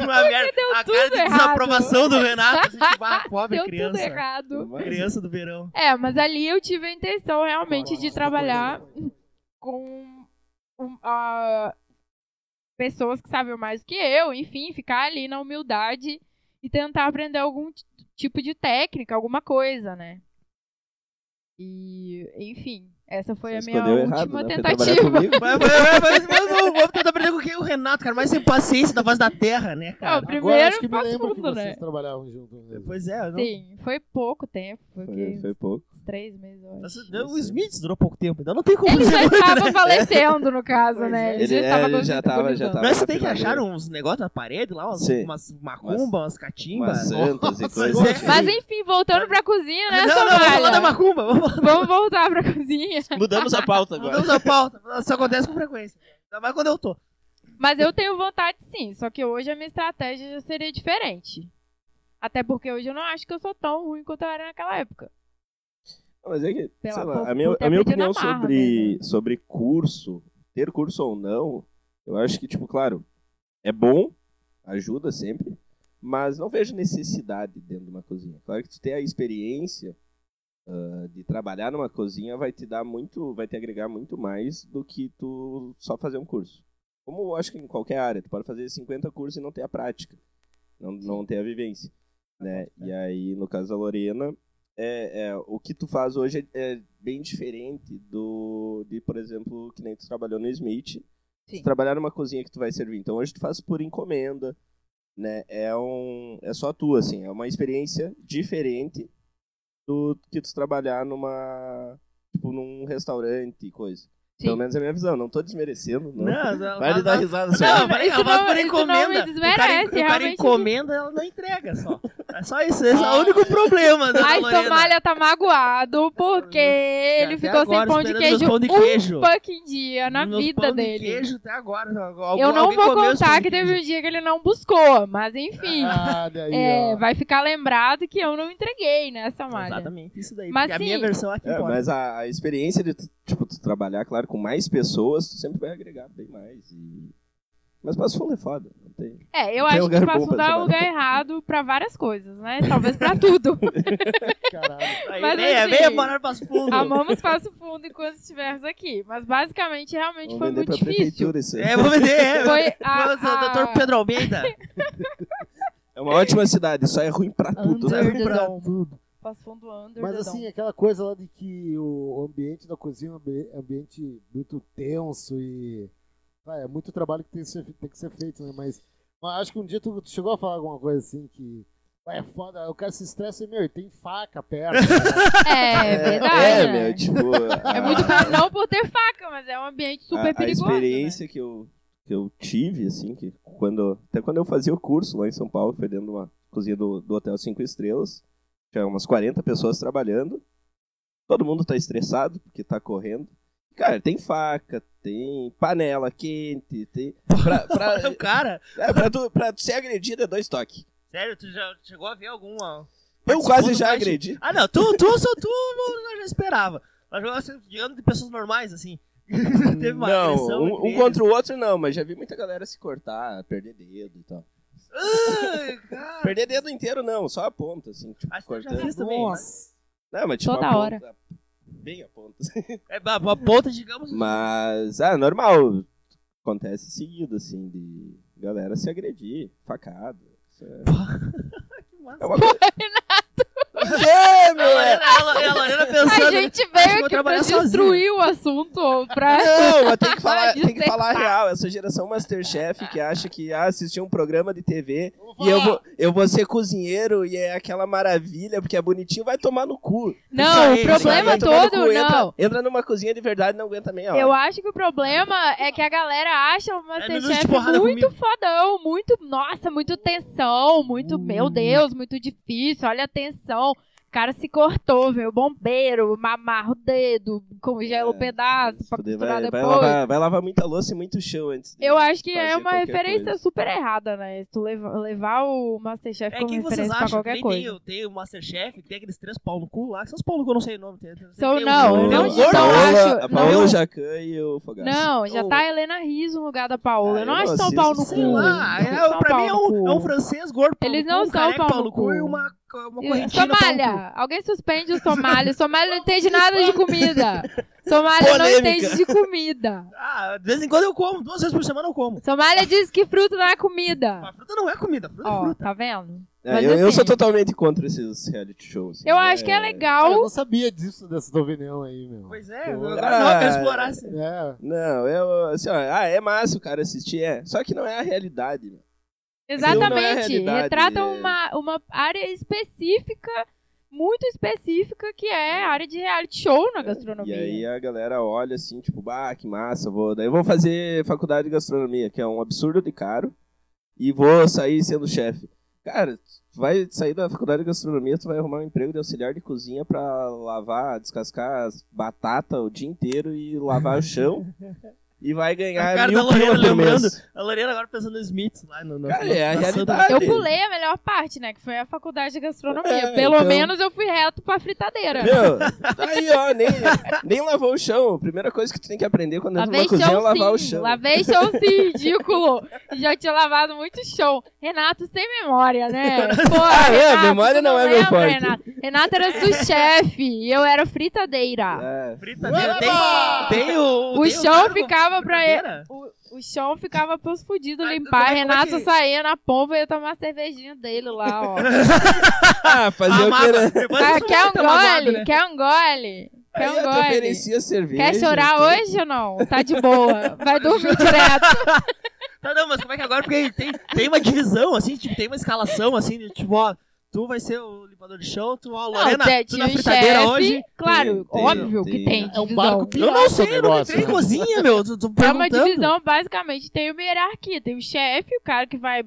[SPEAKER 4] Uma merda. A
[SPEAKER 5] tudo
[SPEAKER 4] cara de
[SPEAKER 5] errado.
[SPEAKER 4] desaprovação do Renato. assim, tipo, ah, pobre
[SPEAKER 5] Deu tudo
[SPEAKER 4] criança.
[SPEAKER 5] errado.
[SPEAKER 4] Criança do verão.
[SPEAKER 5] É, mas ali eu tive a intenção realmente de trabalhar com um- a- pessoas que sabiam mais do que eu, enfim, ficar ali na humildade e tentar aprender algum t- tipo de técnica, alguma coisa, né? E, enfim, essa foi a
[SPEAKER 3] Você
[SPEAKER 5] minha
[SPEAKER 3] escolheu
[SPEAKER 5] última
[SPEAKER 3] errado, né? Foi trabalhar
[SPEAKER 5] (laughs) tentativa.
[SPEAKER 3] comigo.
[SPEAKER 4] Mas, mas, mas, mas, mas, vamos tentar aprender com quem? O Renato, cara. Mais sem paciência da voz da terra, né,
[SPEAKER 5] Não,
[SPEAKER 4] cara?
[SPEAKER 2] Agora
[SPEAKER 5] primeiro
[SPEAKER 2] acho que me
[SPEAKER 5] passo
[SPEAKER 2] lembro que
[SPEAKER 5] fundo,
[SPEAKER 2] vocês
[SPEAKER 5] né?
[SPEAKER 2] trabalhavam juntos. mesmo.
[SPEAKER 4] Pois é, não.
[SPEAKER 5] Sim, foi pouco tempo, foi, o quê?
[SPEAKER 3] Foi, foi pouco.
[SPEAKER 5] uns três meses, eu acho.
[SPEAKER 4] Nossa, O Smith durou pouco tempo, então não tem como
[SPEAKER 5] Ele
[SPEAKER 3] (laughs)
[SPEAKER 4] dizer
[SPEAKER 5] já
[SPEAKER 4] muito,
[SPEAKER 5] estava
[SPEAKER 4] né?
[SPEAKER 5] falecendo, no caso, né?
[SPEAKER 3] É. Ele- é, ele já
[SPEAKER 5] gozi-
[SPEAKER 3] tava- já
[SPEAKER 5] gorizando.
[SPEAKER 3] tava.
[SPEAKER 4] (laughs) Mas você tem que
[SPEAKER 3] na
[SPEAKER 4] achar
[SPEAKER 3] filadeira.
[SPEAKER 4] uns negócios na parede lá, umas,
[SPEAKER 3] Sim.
[SPEAKER 4] umas macumba, umas
[SPEAKER 3] Umas
[SPEAKER 4] catimbas.
[SPEAKER 3] santas e
[SPEAKER 2] Nossa,
[SPEAKER 3] coisas.
[SPEAKER 4] agora-
[SPEAKER 3] assim.
[SPEAKER 5] Mas enfim, voltando pra cozinha, né,
[SPEAKER 4] não, não, vamos falar da
[SPEAKER 5] Somália?
[SPEAKER 4] macumba. Vamos falar-
[SPEAKER 5] Vamos voltar pra
[SPEAKER 4] (laughs)
[SPEAKER 5] cozinha.
[SPEAKER 6] Mudamos a pauta agora.
[SPEAKER 4] Mudamos a pauta. Isso acontece com frequência. Ainda mais quando eu tô.
[SPEAKER 5] Mas eu tenho vontade sim, só que hoje a minha estratégia já seria diferente. Até porque hoje eu não acho que eu sou tão ruim quanto eu era naquela época.
[SPEAKER 3] Mas é que,
[SPEAKER 5] Pela-
[SPEAKER 3] sei
[SPEAKER 5] por-
[SPEAKER 3] lá, a minha,
[SPEAKER 5] por ter
[SPEAKER 3] a minha
[SPEAKER 5] aprendido na né?
[SPEAKER 3] opinião
[SPEAKER 5] marra
[SPEAKER 3] sobre,
[SPEAKER 5] mesmo.
[SPEAKER 3] sobre curso, ter curso ou não, eu acho que, tipo, claro, é bom, ajuda sempre, mas não vejo necessidade dentro de uma cozinha. Claro que tu ter a experiência ah, de trabalhar numa cozinha vai te dar muito, vai te agregar muito mais do que tu só fazer um curso. Como eu acho que em qualquer área, tu pode fazer 50 cursos e não ter a prática, não, não ter a vivência. Né? E aí, no caso da Lorena, é, é, o que tu faz hoje é, é bem diferente do de, por exemplo, que nem tu trabalhou no Smith.
[SPEAKER 5] Sim.
[SPEAKER 3] Tu trabalhar numa cozinha que tu vai servir. Então hoje tu faz por encomenda, né? É um é só tu assim, é uma experiência diferente do que tu trabalhar numa tipo num restaurante e coisa.
[SPEAKER 5] Sim.
[SPEAKER 3] Pelo menos é a minha visão, não tô desmerecendo, não.
[SPEAKER 4] Não, não,
[SPEAKER 3] vai lhe
[SPEAKER 4] não,
[SPEAKER 3] dar
[SPEAKER 4] não.
[SPEAKER 3] risada,
[SPEAKER 4] Não,
[SPEAKER 3] senhora.
[SPEAKER 4] peraí,
[SPEAKER 5] isso
[SPEAKER 4] ela faz
[SPEAKER 5] não- isso não
[SPEAKER 4] por
[SPEAKER 5] me
[SPEAKER 4] encomenda. o cara,
[SPEAKER 5] desmerece,
[SPEAKER 4] o cara
[SPEAKER 5] realmente.
[SPEAKER 4] encomenda, ela não entrega só. É só isso, esse é o único problema da
[SPEAKER 5] Ai,
[SPEAKER 4] Lorena.
[SPEAKER 5] Somália tá magoado porque ele
[SPEAKER 4] Até
[SPEAKER 5] ficou sem
[SPEAKER 4] agora,
[SPEAKER 5] pão de
[SPEAKER 4] esperando
[SPEAKER 5] queijo
[SPEAKER 4] meus pão de
[SPEAKER 5] um
[SPEAKER 4] queijo.
[SPEAKER 5] fucking dia na
[SPEAKER 4] Meus
[SPEAKER 5] vida
[SPEAKER 4] pão de
[SPEAKER 5] dele.
[SPEAKER 4] queijo até agora. Algum-
[SPEAKER 5] eu não
[SPEAKER 4] alguém
[SPEAKER 5] vou
[SPEAKER 4] comeu esse pão
[SPEAKER 5] contar
[SPEAKER 4] de
[SPEAKER 5] que teve
[SPEAKER 4] queijo?
[SPEAKER 5] um dia que ele não buscou, mas enfim.
[SPEAKER 2] Ah, Olha aí,
[SPEAKER 5] é,
[SPEAKER 2] ó.
[SPEAKER 5] vai ficar lembrado que eu não entreguei, né, Somália?
[SPEAKER 4] Exatamente, isso daí.
[SPEAKER 5] Mas sim.
[SPEAKER 4] porque a minha versão aqui
[SPEAKER 3] É,
[SPEAKER 4] importa.
[SPEAKER 3] mas a, a experiência de tu, tipo, tu trabalhar, claro, com mais pessoas, tu sempre vai agregar bem mais. E... Mas Passo Fundo é foda, não tem.
[SPEAKER 5] É,
[SPEAKER 3] Tem
[SPEAKER 5] eu acho
[SPEAKER 3] lugar
[SPEAKER 5] que
[SPEAKER 3] bom
[SPEAKER 5] posso
[SPEAKER 3] pra
[SPEAKER 5] dar o
[SPEAKER 3] trabalhar.
[SPEAKER 5] lugar errado pra várias coisas, né? Talvez pra (laughs) tudo.
[SPEAKER 2] Caralho.
[SPEAKER 4] Aí,
[SPEAKER 5] mas
[SPEAKER 4] venha,
[SPEAKER 5] assim,
[SPEAKER 4] venha morar para fundo.
[SPEAKER 5] Amamos Passo Fundo enquanto estivermos aqui. Mas basicamente, realmente
[SPEAKER 3] Vamos
[SPEAKER 5] foi
[SPEAKER 3] vender
[SPEAKER 5] muito
[SPEAKER 3] pra
[SPEAKER 5] difícil.
[SPEAKER 3] prefeitura isso aí.
[SPEAKER 4] É, vou vender. É,
[SPEAKER 5] Foi
[SPEAKER 4] Mas,
[SPEAKER 5] a,
[SPEAKER 4] o doutor
[SPEAKER 5] a (laughs)
[SPEAKER 4] Pedro Almeida.
[SPEAKER 3] É uma ótima cidade, só é ruim pra tudo. (laughs)
[SPEAKER 4] André.
[SPEAKER 5] (laughs) Under the
[SPEAKER 4] Pra
[SPEAKER 5] Dome. Passo Fundo Under
[SPEAKER 2] Mas
[SPEAKER 5] the
[SPEAKER 2] assim,
[SPEAKER 5] Dome.
[SPEAKER 2] aquela coisa lá de que o ambiente da cozinha é um ambi- ambiente muito tenso e. Ah, é muito trabalho que tem que ser, tem que ser feito, né? Mas, mas acho que um dia tu, tu chegou a falar alguma coisa assim que. "Ah, É foda, o cara se estressa e, meu, e tem faca perto.
[SPEAKER 5] (laughs)
[SPEAKER 2] né?
[SPEAKER 5] É, verdade.
[SPEAKER 3] É,
[SPEAKER 5] né?
[SPEAKER 3] meu, tipo. A,
[SPEAKER 5] É muito bom, não por ter faca, mas é um ambiente super
[SPEAKER 3] a, a
[SPEAKER 5] perigoso. né?
[SPEAKER 3] experiência que, eu, que eu tive, assim, que quando. Até quando eu fazia o curso lá em São Paulo, foi dentro de uma cozinha do, do Hotel Cinco Estrelas. Tinha umas 40 pessoas trabalhando. Todo mundo tá estressado, porque tá correndo. Cara, tem faca, tem panela quente, tem. Pra,
[SPEAKER 4] (laughs)
[SPEAKER 3] pra,
[SPEAKER 4] o cara.
[SPEAKER 3] é, pra tu, pra tu ser agredido é dois toques.
[SPEAKER 4] Sério, tu já chegou a ver alguma.
[SPEAKER 3] Eu
[SPEAKER 4] Participando
[SPEAKER 3] quase já
[SPEAKER 4] mais-
[SPEAKER 3] agredi.
[SPEAKER 4] Ah, não, tu, tu, só tu, eu já esperava. Mas eu acho que digamos de pessoas normais, assim. (laughs) (laughs) Teve uma
[SPEAKER 3] não,
[SPEAKER 4] agressão
[SPEAKER 3] um,
[SPEAKER 4] entre
[SPEAKER 3] um
[SPEAKER 4] eles.
[SPEAKER 3] contra o outro não, mas já vi muita galera se cortar, perder dedo e tal.
[SPEAKER 4] Ai, cara.
[SPEAKER 3] Perder dedo inteiro não, só a ponta, assim, tipo,
[SPEAKER 4] Acho que eu Ah. então já
[SPEAKER 3] cortando.
[SPEAKER 4] fiz também.
[SPEAKER 2] Nossa.
[SPEAKER 3] Não, mas tipo
[SPEAKER 5] Toda
[SPEAKER 3] a
[SPEAKER 5] hora.
[SPEAKER 3] ponta. Bem a ponta.
[SPEAKER 4] É uma, uma ponta,
[SPEAKER 3] (laughs)
[SPEAKER 4] digamos.
[SPEAKER 3] Mas, ah, normal. Acontece seguido, assim, de galera se agredir, facada. Isso é- É uma coisa... É,
[SPEAKER 4] A
[SPEAKER 3] meu, é-
[SPEAKER 4] Lorena, a Lorena- a Lorena pensando.
[SPEAKER 5] A gente
[SPEAKER 4] acho que
[SPEAKER 5] veio
[SPEAKER 4] vou
[SPEAKER 5] aqui pra
[SPEAKER 4] trabalhar sozinho.
[SPEAKER 5] destruir o assunto, ou pra...
[SPEAKER 3] Não, mas tem que falar, tem que
[SPEAKER 5] Desculpa.
[SPEAKER 3] falar a real. Essa geração Masterchef que acha que ah, assistiu um programa de TV
[SPEAKER 2] Vamos
[SPEAKER 3] e eu
[SPEAKER 2] falar.
[SPEAKER 3] vou, eu vou ser cozinheiro e é aquela maravilha porque é bonitinho, vai tomar no cu.
[SPEAKER 5] Não,
[SPEAKER 4] aí,
[SPEAKER 5] o
[SPEAKER 4] isso aí,
[SPEAKER 5] problema
[SPEAKER 3] Vai tomar no
[SPEAKER 5] todo,
[SPEAKER 3] cu,
[SPEAKER 5] não.
[SPEAKER 3] Entra, entra numa cozinha de verdade e não aguenta meia hora.
[SPEAKER 5] Eu acho que o problema é que a galera acha
[SPEAKER 4] É,
[SPEAKER 5] o
[SPEAKER 4] minuto de
[SPEAKER 5] Masterchef
[SPEAKER 4] porrada
[SPEAKER 5] muito
[SPEAKER 4] comigo.
[SPEAKER 5] fodão, muito, nossa, muito tensão, muito, meu
[SPEAKER 3] Hum.
[SPEAKER 5] Deus, muito difícil, olha a tensão. O cara se cortou, veio o bombeiro, mamarra o dedo, congela o
[SPEAKER 3] É,
[SPEAKER 5] pedaço pra
[SPEAKER 3] Fuder,
[SPEAKER 5] costurar
[SPEAKER 3] vai, vai
[SPEAKER 5] depois.
[SPEAKER 3] lavar, vai lavar muita louça e muito chão antes. de
[SPEAKER 5] Eu acho que é
[SPEAKER 3] fazer
[SPEAKER 5] uma
[SPEAKER 3] qualquer
[SPEAKER 5] referência
[SPEAKER 3] coisa.
[SPEAKER 5] super errada, né? Tu leva- levar o Masterchef
[SPEAKER 4] É
[SPEAKER 5] como
[SPEAKER 4] quem vocês
[SPEAKER 5] referência pra
[SPEAKER 4] acham? que
[SPEAKER 5] qualquer
[SPEAKER 4] nem
[SPEAKER 5] coisa.
[SPEAKER 4] Tem, o- tem o Masterchef, que tem aqueles três pau no cu lá, que são os pau no cu, eu não sei o nome. Tem, tem,
[SPEAKER 5] São-
[SPEAKER 4] tem o-
[SPEAKER 5] não,
[SPEAKER 4] tem
[SPEAKER 5] não
[SPEAKER 4] o
[SPEAKER 3] a
[SPEAKER 5] digitam,
[SPEAKER 4] gordo,
[SPEAKER 5] acho.
[SPEAKER 3] Paola, a Paola
[SPEAKER 5] não.
[SPEAKER 3] Jacan e o Fogaço.
[SPEAKER 5] Não, já
[SPEAKER 4] Ô,
[SPEAKER 5] tá a Helena Riso no lugar da Paola.
[SPEAKER 3] Ah,
[SPEAKER 5] eu não
[SPEAKER 3] eu
[SPEAKER 5] acho
[SPEAKER 3] não
[SPEAKER 5] tão pau no
[SPEAKER 3] assisto,
[SPEAKER 5] cu.
[SPEAKER 4] Sei lá,
[SPEAKER 5] Não
[SPEAKER 4] é,
[SPEAKER 5] são
[SPEAKER 4] pra
[SPEAKER 5] pau
[SPEAKER 4] mim é
[SPEAKER 5] no
[SPEAKER 4] um,
[SPEAKER 5] cu.
[SPEAKER 4] é um francês gordo pau
[SPEAKER 5] Eles
[SPEAKER 4] no
[SPEAKER 5] não
[SPEAKER 4] cu, um
[SPEAKER 5] são
[SPEAKER 4] careca
[SPEAKER 5] pau
[SPEAKER 4] pau
[SPEAKER 5] no
[SPEAKER 4] no cu e
[SPEAKER 5] cu.
[SPEAKER 4] uma uma correntinha no pau no cu.
[SPEAKER 5] Somália! Alguém suspende o Somália. Somália não entende nada de comida. Somália não
[SPEAKER 4] Polêmica.
[SPEAKER 5] entende de comida.
[SPEAKER 4] Ah, de vez em quando eu como, duas vezes por semana eu como.
[SPEAKER 5] Somália diz que fruta não é comida.
[SPEAKER 4] Mas fruta não é comida, fruta é
[SPEAKER 5] Ó,
[SPEAKER 4] fruta.
[SPEAKER 5] tá vendo?
[SPEAKER 3] É,
[SPEAKER 5] Mas
[SPEAKER 3] eu, eu
[SPEAKER 5] assim-
[SPEAKER 3] sou totalmente contra esses reality shows. assim,
[SPEAKER 5] Eu acho que é
[SPEAKER 2] Cara, eu
[SPEAKER 5] legal.
[SPEAKER 2] não sabia disso, dessa tua opinião aí, meu.
[SPEAKER 4] Pois é,
[SPEAKER 2] Pô.
[SPEAKER 4] agora não, eu quero
[SPEAKER 3] Ah.
[SPEAKER 4] explorar assim.
[SPEAKER 2] É,
[SPEAKER 3] Não, eu, assim, ó, ah, é massa o cara assistir, é. Só que não é a realidade. meu.
[SPEAKER 5] Exatamente.
[SPEAKER 3] Aquilo não é
[SPEAKER 5] Retrata
[SPEAKER 3] realidade, é.
[SPEAKER 5] uma, uma área específica, muito específica, que é a área de reality show na
[SPEAKER 3] É, E
[SPEAKER 5] gastronomia.
[SPEAKER 3] aí a galera olha assim, tipo, bah, que massa, vou. Daí eu vou fazer faculdade de gastronomia, que é um absurdo de caro, e vou sair sendo chefe. Cara, tu vai sair da faculdade de gastronomia, tu vai arrumar um emprego de auxiliar de cozinha pra lavar, descascar as batata o dia inteiro e lavar o chão. E vai
[SPEAKER 4] A
[SPEAKER 3] ganhar
[SPEAKER 4] cara
[SPEAKER 3] mil
[SPEAKER 4] da Lorena
[SPEAKER 3] pila por
[SPEAKER 4] lembrando.
[SPEAKER 3] mês.
[SPEAKER 4] A Lorena agora pensando no Smith lá no. no
[SPEAKER 3] Cara,
[SPEAKER 4] no-
[SPEAKER 3] é a
[SPEAKER 4] na Santa-
[SPEAKER 3] realidade.
[SPEAKER 5] Eu pulei a melhor parte, né? Que foi a faculdade de gastronomia.
[SPEAKER 3] É,
[SPEAKER 5] Pelo
[SPEAKER 3] então-
[SPEAKER 5] menos eu fui reto pra fritadeira.
[SPEAKER 3] Meu, tá aí, ó, nem, nem lavou o chão. A primeira coisa que tu tem que aprender quando entra
[SPEAKER 5] Lavei
[SPEAKER 3] numa cozinha é lavar
[SPEAKER 5] chão
[SPEAKER 3] o
[SPEAKER 5] sim,
[SPEAKER 3] chão.
[SPEAKER 5] lavei chão sim, ridículo. Já tinha lavado muito chão. Renato sem memória, né? Pô,
[SPEAKER 3] Ah, é,
[SPEAKER 5] Renato,
[SPEAKER 3] memória
[SPEAKER 5] tu
[SPEAKER 3] não é meu
[SPEAKER 5] lembra,
[SPEAKER 3] forte.
[SPEAKER 5] Renato. Renato era sous-chefe e eu era fritadeira.
[SPEAKER 3] É.
[SPEAKER 4] Fritadeira
[SPEAKER 5] Opa!
[SPEAKER 4] tem, tem o.
[SPEAKER 5] O
[SPEAKER 4] tem
[SPEAKER 5] chão
[SPEAKER 4] cargo
[SPEAKER 5] ficava pra ele.
[SPEAKER 4] fritadeira?
[SPEAKER 5] O, o chão ficava pros fudidos
[SPEAKER 4] Ah,
[SPEAKER 5] limpar.
[SPEAKER 4] como é- como é
[SPEAKER 5] Renato
[SPEAKER 4] que-
[SPEAKER 5] saía na pompa e ia tomar a cervejinha dele lá,
[SPEAKER 4] (laughs)
[SPEAKER 5] ó.
[SPEAKER 3] Ah, fazer o que
[SPEAKER 4] Amava.
[SPEAKER 3] era.
[SPEAKER 4] Depois
[SPEAKER 5] Ah,
[SPEAKER 4] isso
[SPEAKER 5] quer um
[SPEAKER 4] muito amado,
[SPEAKER 5] gole?
[SPEAKER 4] né?
[SPEAKER 5] Quer um gole?
[SPEAKER 3] Aí
[SPEAKER 5] Quer um
[SPEAKER 3] eu te
[SPEAKER 5] gole?
[SPEAKER 3] oferecia cerveja.
[SPEAKER 5] Quer chorar
[SPEAKER 3] então.
[SPEAKER 5] hoje ou não? Tá de boa. Vai dormir direto.
[SPEAKER 4] Tá, não, mas como é que agora? Porque tem, tem uma divisão, assim, tipo, tem uma escalação, assim, de, tipo, ó, tu vai ser o limpador de chão, tu, ó, Lorena,
[SPEAKER 5] Não,
[SPEAKER 4] tu na
[SPEAKER 5] tinha um
[SPEAKER 4] fritadeira
[SPEAKER 5] chefe,
[SPEAKER 4] hoje.
[SPEAKER 3] Tem,
[SPEAKER 5] Claro,
[SPEAKER 3] tem,
[SPEAKER 5] óbvio
[SPEAKER 3] tem.
[SPEAKER 5] que tem.
[SPEAKER 2] é um
[SPEAKER 5] divisão.
[SPEAKER 2] barco
[SPEAKER 4] Eu
[SPEAKER 2] pirata
[SPEAKER 4] não
[SPEAKER 2] o
[SPEAKER 4] sei, eu não
[SPEAKER 2] negócio,
[SPEAKER 4] entrei em
[SPEAKER 2] né?
[SPEAKER 4] cozinha, meu, tu, tu
[SPEAKER 5] É uma
[SPEAKER 4] perguntando.
[SPEAKER 5] divisão, basicamente, tem uma hierarquia. Tem o chefe, o cara que vai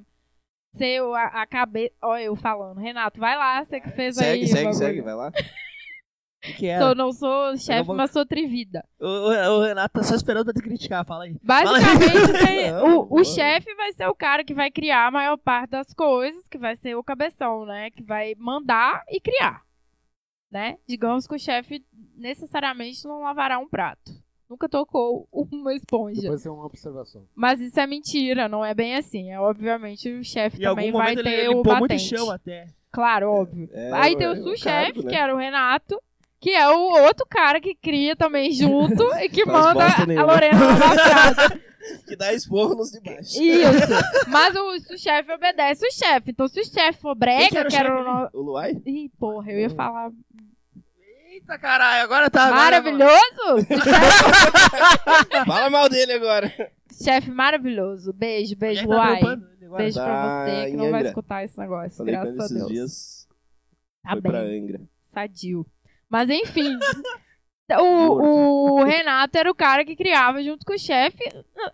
[SPEAKER 5] ser o- a, a cabeça. Olha, eu falando. Renato, vai lá, você que fez
[SPEAKER 3] Segue,
[SPEAKER 5] aí. o
[SPEAKER 3] segue,
[SPEAKER 5] bagulho.
[SPEAKER 3] segue, vai lá.
[SPEAKER 4] Que era.
[SPEAKER 5] Sou, não sou chefe,
[SPEAKER 4] vou-
[SPEAKER 5] mas sou trivida.
[SPEAKER 4] O, o- o Renato tá só esperando pra te criticar, fala aí.
[SPEAKER 5] Basicamente, tem-
[SPEAKER 3] Não,
[SPEAKER 5] o, o
[SPEAKER 3] não.
[SPEAKER 5] chefe vai ser o cara que vai criar a maior parte das coisas, que vai ser o cabeção, né? Que vai mandar e criar. Né? Digamos que o chefe necessariamente não lavará um prato. Nunca tocou (laughs) uma esponja.
[SPEAKER 2] Depois tem uma observação.
[SPEAKER 5] Mas isso é mentira, não é bem assim. É obviamente o chefe
[SPEAKER 4] Em algum
[SPEAKER 5] também vai
[SPEAKER 4] momento
[SPEAKER 5] ter
[SPEAKER 4] ele,
[SPEAKER 5] o
[SPEAKER 4] ele pô muito
[SPEAKER 5] batente.
[SPEAKER 4] chão né? até.
[SPEAKER 5] Claro, óbvio.
[SPEAKER 3] É,
[SPEAKER 5] Aí
[SPEAKER 3] é
[SPEAKER 5] tem o
[SPEAKER 3] um
[SPEAKER 5] sous-chefe,
[SPEAKER 3] cargo, né?
[SPEAKER 5] que era o Renato, que é o outro cara que cria também
[SPEAKER 3] (laughs)
[SPEAKER 5] junto e que
[SPEAKER 3] Faz
[SPEAKER 5] manda
[SPEAKER 3] bosta
[SPEAKER 5] a
[SPEAKER 3] nenhuma.
[SPEAKER 5] Lorena lavar prato. é-
[SPEAKER 3] Que dá esporro nos de baixo.
[SPEAKER 5] Isso. (laughs) Mas o sous-chefe obedece o chefe. Então se o chefe for
[SPEAKER 4] Quem
[SPEAKER 5] brega,
[SPEAKER 4] que era o
[SPEAKER 5] que era
[SPEAKER 4] chefe
[SPEAKER 5] o no...
[SPEAKER 3] O Hum.
[SPEAKER 5] (laughs)
[SPEAKER 3] Luai?
[SPEAKER 5] Ih, porra, eu ia falar
[SPEAKER 4] Eita caralho, agora
[SPEAKER 3] Ah,
[SPEAKER 4] tá. agora-
[SPEAKER 5] maravilhoso. (laughs) Se o chefe-
[SPEAKER 3] Fala mal dele agora.
[SPEAKER 5] chefe maravilhoso. Beijo, beijo,
[SPEAKER 4] Quem tá
[SPEAKER 5] Luai.
[SPEAKER 4] trampando ele agora?
[SPEAKER 5] Beijo pra
[SPEAKER 3] Tá
[SPEAKER 5] você que
[SPEAKER 3] em
[SPEAKER 5] não vai
[SPEAKER 3] Angra.
[SPEAKER 5] escutar esse negócio,
[SPEAKER 3] Falei pra
[SPEAKER 5] graças
[SPEAKER 3] ele
[SPEAKER 5] a
[SPEAKER 3] esses
[SPEAKER 5] Deus.
[SPEAKER 3] dias.
[SPEAKER 5] tá
[SPEAKER 3] Foi
[SPEAKER 5] bem.
[SPEAKER 3] pra Angra.
[SPEAKER 5] sadio.
[SPEAKER 3] (laughs)
[SPEAKER 5] Mas enfim. O, o Renato era o cara que criava junto com o chefe.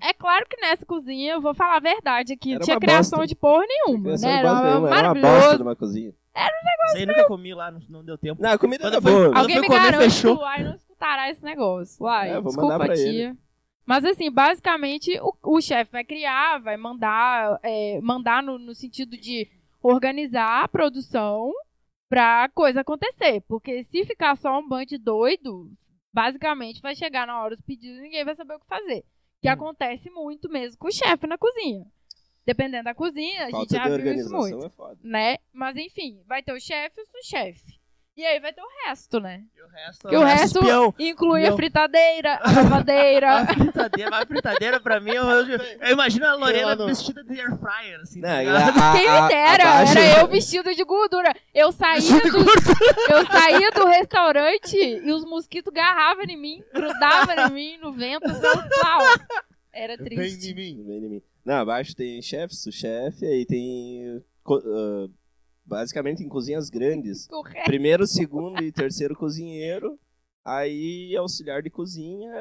[SPEAKER 5] É claro que nessa cozinha, eu vou falar a verdade aqui, não
[SPEAKER 3] Era
[SPEAKER 5] tinha
[SPEAKER 3] uma
[SPEAKER 5] criação
[SPEAKER 3] bosta.
[SPEAKER 5] de porra nenhuma,
[SPEAKER 3] Criação
[SPEAKER 5] né?
[SPEAKER 3] de bosta
[SPEAKER 5] Era
[SPEAKER 3] nenhuma, Era é uma
[SPEAKER 5] maravilhoso.
[SPEAKER 3] bosta numa cozinha.
[SPEAKER 4] Isso aí nunca comi lá, não, não deu tempo.
[SPEAKER 3] Não, a comida
[SPEAKER 4] Quando
[SPEAKER 3] era
[SPEAKER 4] foi-
[SPEAKER 3] boa.
[SPEAKER 4] Quando
[SPEAKER 5] Alguém
[SPEAKER 4] foi
[SPEAKER 5] me
[SPEAKER 4] comer,
[SPEAKER 5] garante
[SPEAKER 4] fechou.
[SPEAKER 5] que o Uai não escutará esse negócio. Uai,
[SPEAKER 3] É, vou mandar
[SPEAKER 5] desculpa,
[SPEAKER 3] pra
[SPEAKER 5] tia.
[SPEAKER 3] ele.
[SPEAKER 5] Mas assim, basicamente, o, o chefe vai criar, vai mandar, é, mandar no, no sentido de organizar a produção pra coisa acontecer. Porque se ficar só um bando de doido, basicamente vai chegar na hora dos pedidos e ninguém vai saber o que fazer. Que
[SPEAKER 3] Hum.
[SPEAKER 5] acontece muito mesmo com o chefe na cozinha. Dependendo da cozinha, a gente
[SPEAKER 3] Falta
[SPEAKER 5] já
[SPEAKER 3] de
[SPEAKER 5] viu isso muito
[SPEAKER 3] organização é foda.
[SPEAKER 5] né? Mas enfim, vai ter o chefe e o sous-chefe. E aí vai ter o resto, né?
[SPEAKER 4] E o resto.
[SPEAKER 5] E o resto (laughs)
[SPEAKER 4] espião.
[SPEAKER 5] inclui a
[SPEAKER 4] Não.
[SPEAKER 5] fritadeira,
[SPEAKER 3] (laughs)
[SPEAKER 5] a lavadeira.
[SPEAKER 4] A fritadeira, mas a fritadeira pra mim, eu, eu- eu imagino a Lorena
[SPEAKER 2] Eu não-
[SPEAKER 4] vestida de air fryer, assim.
[SPEAKER 3] Não,
[SPEAKER 4] tá
[SPEAKER 3] e
[SPEAKER 4] ligado?
[SPEAKER 3] a- a-
[SPEAKER 5] Quem
[SPEAKER 3] a-
[SPEAKER 5] me dera,
[SPEAKER 3] abaixo-
[SPEAKER 5] era eu vestido de gordura. Eu saía do, eu saía do restaurante e os mosquitos garravam em mim, grudavam em mim, no vento, no pau. Era
[SPEAKER 2] Vem
[SPEAKER 5] triste.
[SPEAKER 2] de É mim.
[SPEAKER 3] (laughs) Vem em mim. Não, abaixo tem chefe, sous-chefe, aí tem. co- ah, basicamente em cozinhas grandes.
[SPEAKER 5] O resto-
[SPEAKER 3] Primeiro, segundo e terceiro cozinheiro. Aí auxiliar de cozinha.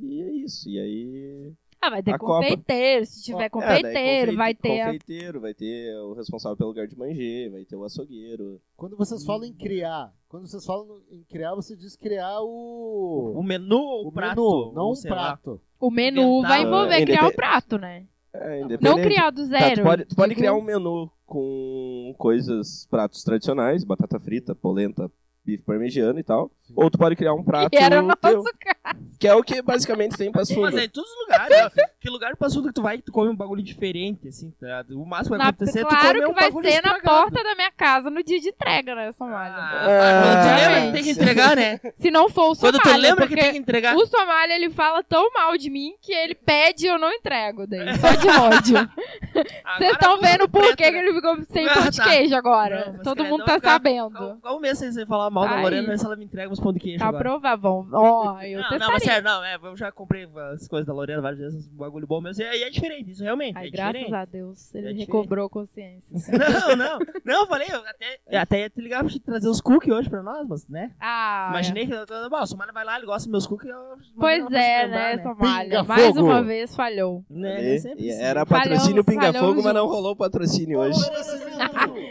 [SPEAKER 3] E é isso. E aí.
[SPEAKER 5] Ah, vai ter
[SPEAKER 3] A Copa.
[SPEAKER 5] confeiteiro, se tiver
[SPEAKER 3] É, daí
[SPEAKER 5] confeiteiro,
[SPEAKER 3] confe-
[SPEAKER 5] vai ter a
[SPEAKER 3] Confeiteiro, vai ter o responsável pelo lugar de manger, vai ter o açougueiro.
[SPEAKER 2] Quando vocês falam em criar, quando vocês falam em criar, você diz criar o.
[SPEAKER 4] O menu, o,
[SPEAKER 2] o
[SPEAKER 4] prato.
[SPEAKER 2] menu, não
[SPEAKER 4] ou
[SPEAKER 2] um
[SPEAKER 4] sei lá.
[SPEAKER 2] prato.
[SPEAKER 5] o menu,
[SPEAKER 4] Inventar-
[SPEAKER 5] vai envolver
[SPEAKER 3] Ah,
[SPEAKER 5] criar o
[SPEAKER 3] independ-
[SPEAKER 5] prato, né?
[SPEAKER 3] É,
[SPEAKER 5] Não
[SPEAKER 3] independente.
[SPEAKER 5] criar do
[SPEAKER 3] Tá, tu
[SPEAKER 5] zero.
[SPEAKER 3] pode, tu pode
[SPEAKER 5] digo-
[SPEAKER 3] criar um menu com coisas, pratos tradicionais, batata frita, polenta, bife parmegiano e tal. Ou tu pode criar um prato.
[SPEAKER 5] E era
[SPEAKER 3] teu.
[SPEAKER 5] nosso caso.
[SPEAKER 3] Que é o que basicamente tem em Passo
[SPEAKER 4] Mas
[SPEAKER 3] Fundo.
[SPEAKER 4] é em todos os lugares, ó. (laughs) Que lugar passou que tu vai que tu come um bagulho diferente, assim, tá? O máximo que vai
[SPEAKER 5] Na-
[SPEAKER 4] acontecer é tu
[SPEAKER 5] claro
[SPEAKER 4] comer
[SPEAKER 5] que
[SPEAKER 4] um
[SPEAKER 5] vai
[SPEAKER 4] bagulho
[SPEAKER 5] ser na
[SPEAKER 4] estragado.
[SPEAKER 5] porta da minha casa no dia de entrega, né, Somália?
[SPEAKER 4] Ah,
[SPEAKER 3] Ah,
[SPEAKER 2] É,
[SPEAKER 4] quando tu lembra que
[SPEAKER 5] sim.
[SPEAKER 4] tem que entregar, né?
[SPEAKER 5] (laughs) Se não for o
[SPEAKER 4] Quando
[SPEAKER 5] Somália,
[SPEAKER 4] tu lembra que
[SPEAKER 5] porque
[SPEAKER 4] tem que entregar.
[SPEAKER 5] o Somália, ele fala tão mal de mim que ele pede e eu não entrego daí, só
[SPEAKER 4] (laughs)
[SPEAKER 5] de ódio.
[SPEAKER 4] Agora
[SPEAKER 5] Vocês estão
[SPEAKER 4] a música
[SPEAKER 5] vendo por
[SPEAKER 4] preta,
[SPEAKER 5] que que
[SPEAKER 4] né?
[SPEAKER 5] ele ficou sem
[SPEAKER 4] Ah,
[SPEAKER 5] pão de
[SPEAKER 4] tá.
[SPEAKER 5] queijo agora.
[SPEAKER 4] Não, mas
[SPEAKER 5] Todo
[SPEAKER 4] credo,
[SPEAKER 5] mundo
[SPEAKER 4] eu
[SPEAKER 5] tá
[SPEAKER 4] vou ficar-
[SPEAKER 5] sabendo.
[SPEAKER 4] Qual, qual mês você falar mal da
[SPEAKER 5] Ai.
[SPEAKER 4] Lorena, mas ela me entrega uns pão de queijo
[SPEAKER 5] Tá
[SPEAKER 4] agora.
[SPEAKER 5] provável. Ó, eu
[SPEAKER 4] não, não, mas
[SPEAKER 5] testaria.
[SPEAKER 4] sério, não, é, eu já comprei as coisas da Lorena várias vezes, um bagulho bom mesmo, e é, e é diferente, isso realmente,
[SPEAKER 5] Ai,
[SPEAKER 4] é
[SPEAKER 5] graças
[SPEAKER 4] (laughs) diferente.
[SPEAKER 5] a Deus, ele
[SPEAKER 4] É diferente.
[SPEAKER 5] recobrou a consciência.
[SPEAKER 4] Não, não, não, eu falei, eu até, eu até ia te ligar pra te trazer os cookies hoje pra nós, mas, né?
[SPEAKER 5] Ah,
[SPEAKER 4] Imaginei que, bom, a Somália vai lá, ele gosta dos meus cookies, eu...
[SPEAKER 5] Pois é,
[SPEAKER 4] ela vai se lembrar,
[SPEAKER 5] né,
[SPEAKER 4] Né?
[SPEAKER 5] Somália?
[SPEAKER 2] Pinga
[SPEAKER 5] Mais
[SPEAKER 2] fogo.
[SPEAKER 5] uma vez falhou.
[SPEAKER 4] Né, é sempre
[SPEAKER 3] e
[SPEAKER 4] assim.
[SPEAKER 3] era patrocínio
[SPEAKER 5] Falhamos,
[SPEAKER 3] Pinga Fogo,
[SPEAKER 5] falhamos
[SPEAKER 3] mas não
[SPEAKER 5] juntos.
[SPEAKER 3] rolou patrocínio hoje.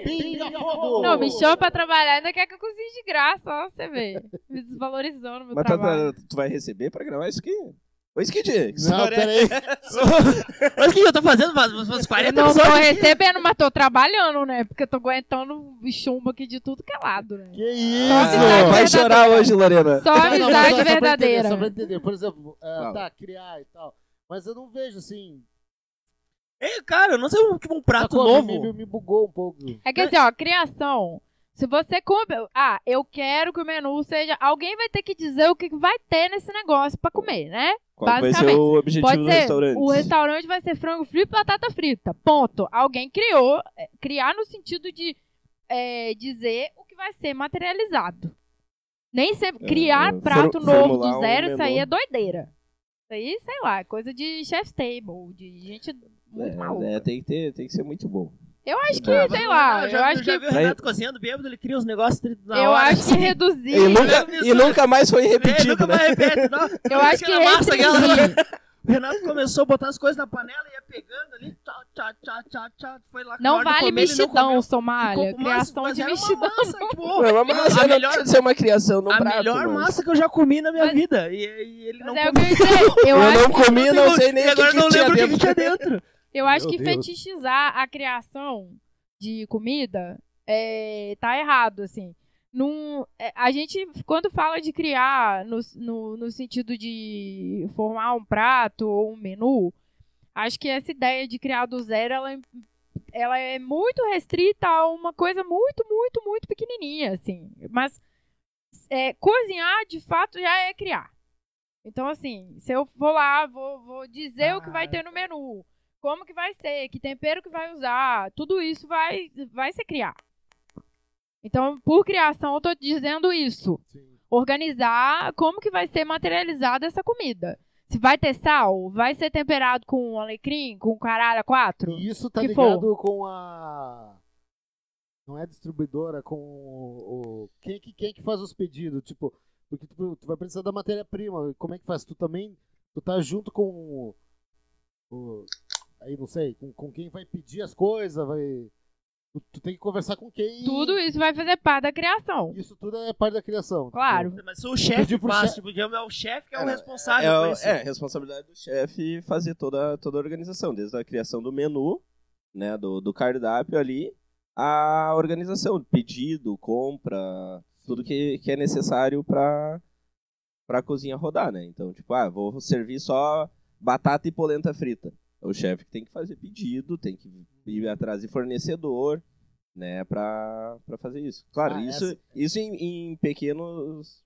[SPEAKER 2] Pinga fogo!
[SPEAKER 5] Não, me chama pra trabalhar, ainda quer que eu cozinhe de graça, ó, você vê. Me desvalorizando meu
[SPEAKER 3] Mas tá-
[SPEAKER 5] trabalho.
[SPEAKER 3] tá- tu vai receber pra gravar isso aqui? Ô, Skid!
[SPEAKER 2] Não, tá peraí.
[SPEAKER 4] um Mas o que eu tô fazendo? Faz faz uns
[SPEAKER 5] Eu
[SPEAKER 4] 40
[SPEAKER 5] não tô
[SPEAKER 4] episódios.
[SPEAKER 5] recebendo, mas tô trabalhando, né? Porque eu tô aguentando chumbo aqui de tudo que é lado, né?
[SPEAKER 2] Que isso?
[SPEAKER 5] Só amizade
[SPEAKER 3] vai chorar
[SPEAKER 5] verdadeira.
[SPEAKER 3] hoje, Lorena.
[SPEAKER 5] Só
[SPEAKER 2] Não, não, mas
[SPEAKER 5] amizade
[SPEAKER 2] só- só pra
[SPEAKER 5] verdadeira.
[SPEAKER 2] entender, Só pra entender, por exemplo, é,
[SPEAKER 3] Fala.
[SPEAKER 2] tá, criar e tal. Mas eu não vejo assim. tá
[SPEAKER 4] Ei, cara, eu não sei um, tipo, um
[SPEAKER 5] Tá
[SPEAKER 4] prato
[SPEAKER 2] sacou? Me-
[SPEAKER 4] novo.
[SPEAKER 2] Me, me bugou um pouco.
[SPEAKER 5] É que assim, ó, criação. Se você come. Ah, eu quero que o menu seja. Alguém vai ter que dizer o que vai ter nesse negócio pra comer, né?
[SPEAKER 3] Qual vai ser
[SPEAKER 5] basicamente,
[SPEAKER 3] o (laughs) objetivo
[SPEAKER 5] Pode
[SPEAKER 3] do
[SPEAKER 5] ser.
[SPEAKER 3] Tipo, restaurante?
[SPEAKER 5] O restaurante vai ser frango frito e batata frita. Ponto. Alguém criou. é, Criar no sentido de é, dizer o que vai ser materializado. Nem sempre.
[SPEAKER 3] É,
[SPEAKER 5] Criar
[SPEAKER 3] é,
[SPEAKER 5] prato
[SPEAKER 3] for-
[SPEAKER 5] novo
[SPEAKER 3] formular
[SPEAKER 5] do
[SPEAKER 3] um
[SPEAKER 5] zero, isso
[SPEAKER 3] menu.
[SPEAKER 5] aí é doideira. Isso aí, sei lá, é coisa de chef's table, de gente muito maluca.
[SPEAKER 3] É, é, tem, que ter, tem que ser muito bom.
[SPEAKER 5] Eu acho que,
[SPEAKER 3] Ah,
[SPEAKER 5] sei lá, eu acho
[SPEAKER 4] já
[SPEAKER 5] que.
[SPEAKER 4] vi o Renato cozinhando bêbado, ele cria uns negócios tri- na
[SPEAKER 5] Eu
[SPEAKER 4] hora.
[SPEAKER 5] acho que
[SPEAKER 4] assim.
[SPEAKER 5] reduzir.
[SPEAKER 3] E nunca,
[SPEAKER 4] isso-
[SPEAKER 3] e nunca mais foi
[SPEAKER 4] É,
[SPEAKER 3] repetido,
[SPEAKER 4] nunca
[SPEAKER 3] né?
[SPEAKER 4] mais repete, não.
[SPEAKER 5] (laughs) Eu acho que
[SPEAKER 4] Aquela massa, aquela-
[SPEAKER 5] restringir.
[SPEAKER 4] (laughs) O Renato começou a botar as coisas na panela e ia pegando ali, tchau, tchau, tchau, tchau, tchau, foi lá. na
[SPEAKER 5] Não
[SPEAKER 4] hora de
[SPEAKER 5] vale
[SPEAKER 4] comer, ele não comeu.
[SPEAKER 5] mexidão,
[SPEAKER 4] Ficou
[SPEAKER 5] Somália.
[SPEAKER 4] com massa,
[SPEAKER 5] Criação
[SPEAKER 4] mas
[SPEAKER 5] de
[SPEAKER 4] era uma
[SPEAKER 5] mexidão.
[SPEAKER 4] massa, tipo,
[SPEAKER 3] Não, é uma massa,
[SPEAKER 4] a
[SPEAKER 3] não
[SPEAKER 4] melhor-
[SPEAKER 3] precisa ser uma criação num
[SPEAKER 4] a
[SPEAKER 3] um prato.
[SPEAKER 4] melhor
[SPEAKER 3] mas-
[SPEAKER 4] massa que eu já comi na minha
[SPEAKER 5] Mas- é
[SPEAKER 4] vida. E, e ele não
[SPEAKER 5] Mas é o que eu ia
[SPEAKER 4] comeu.
[SPEAKER 5] dizer, eu
[SPEAKER 3] Eu,
[SPEAKER 5] acho-
[SPEAKER 3] não comi, não sei nem
[SPEAKER 4] E
[SPEAKER 3] o que,
[SPEAKER 4] agora eu não
[SPEAKER 3] que tinha
[SPEAKER 4] lembro o que, que
[SPEAKER 3] dentro.
[SPEAKER 4] tinha dentro.
[SPEAKER 5] Eu acho
[SPEAKER 2] Meu
[SPEAKER 5] que
[SPEAKER 2] Deus.
[SPEAKER 5] fetichizar a criação de comida é, tá errado, assim. Num, é, a gente, quando fala de criar no, no, no sentido de formar um prato ou um menu, acho que essa ideia de criar do zero, ela, é- ela é muito restrita a uma coisa muito, muito, muito pequenininha, assim. Mas é, cozinhar, de fato, já é criar. Então, assim, se eu vou lá, vou, vou dizer o que vai
[SPEAKER 4] Ah,
[SPEAKER 5] ter no menu, como que vai ser, que tempero que vai usar, tudo isso vai, vai se criar. Então, por criação, eu tô dizendo isso. Organizar como que vai ser materializada essa comida. Se vai ter sal, vai ser temperado com alecrim, com caralho a quatro?
[SPEAKER 2] E isso tá
[SPEAKER 5] Que
[SPEAKER 2] ligado com a. Não é distribuidora, com o. o- Quem, é que, quem é que faz os pedidos? Tipo, porque tu, tu vai precisar da matéria-prima. Como é que faz? Tu também. Tu tá junto com. o- o- aí não sei, com, com quem vai pedir as coisas, vai. Tu, tu tem que conversar com quem.
[SPEAKER 5] Tudo isso vai fazer parte da criação.
[SPEAKER 2] Isso tudo é parte da criação.
[SPEAKER 5] Claro.
[SPEAKER 4] Mas o chefe
[SPEAKER 2] Pedi pro
[SPEAKER 4] faz,
[SPEAKER 2] chefe-
[SPEAKER 4] tipo, digamos, é o chefe que é o
[SPEAKER 3] Cara,
[SPEAKER 4] responsável
[SPEAKER 3] É,
[SPEAKER 4] por
[SPEAKER 3] o-
[SPEAKER 4] isso.
[SPEAKER 3] é, responsabilidade do chefe fazer toda, toda a organização, desde a criação do menu, né, do, do cardápio ali, a organização, pedido, compra, tudo que, que é necessário pra, pra cozinha rodar, né? Então, tipo, ah, vou servir só batata e polenta frita. É o chefe que tem que fazer pedido, tem que ir atrás de fornecedor, né, pra, pra fazer isso. Claro,
[SPEAKER 2] Ah,
[SPEAKER 3] isso,
[SPEAKER 2] essa-
[SPEAKER 3] isso em, em pequenos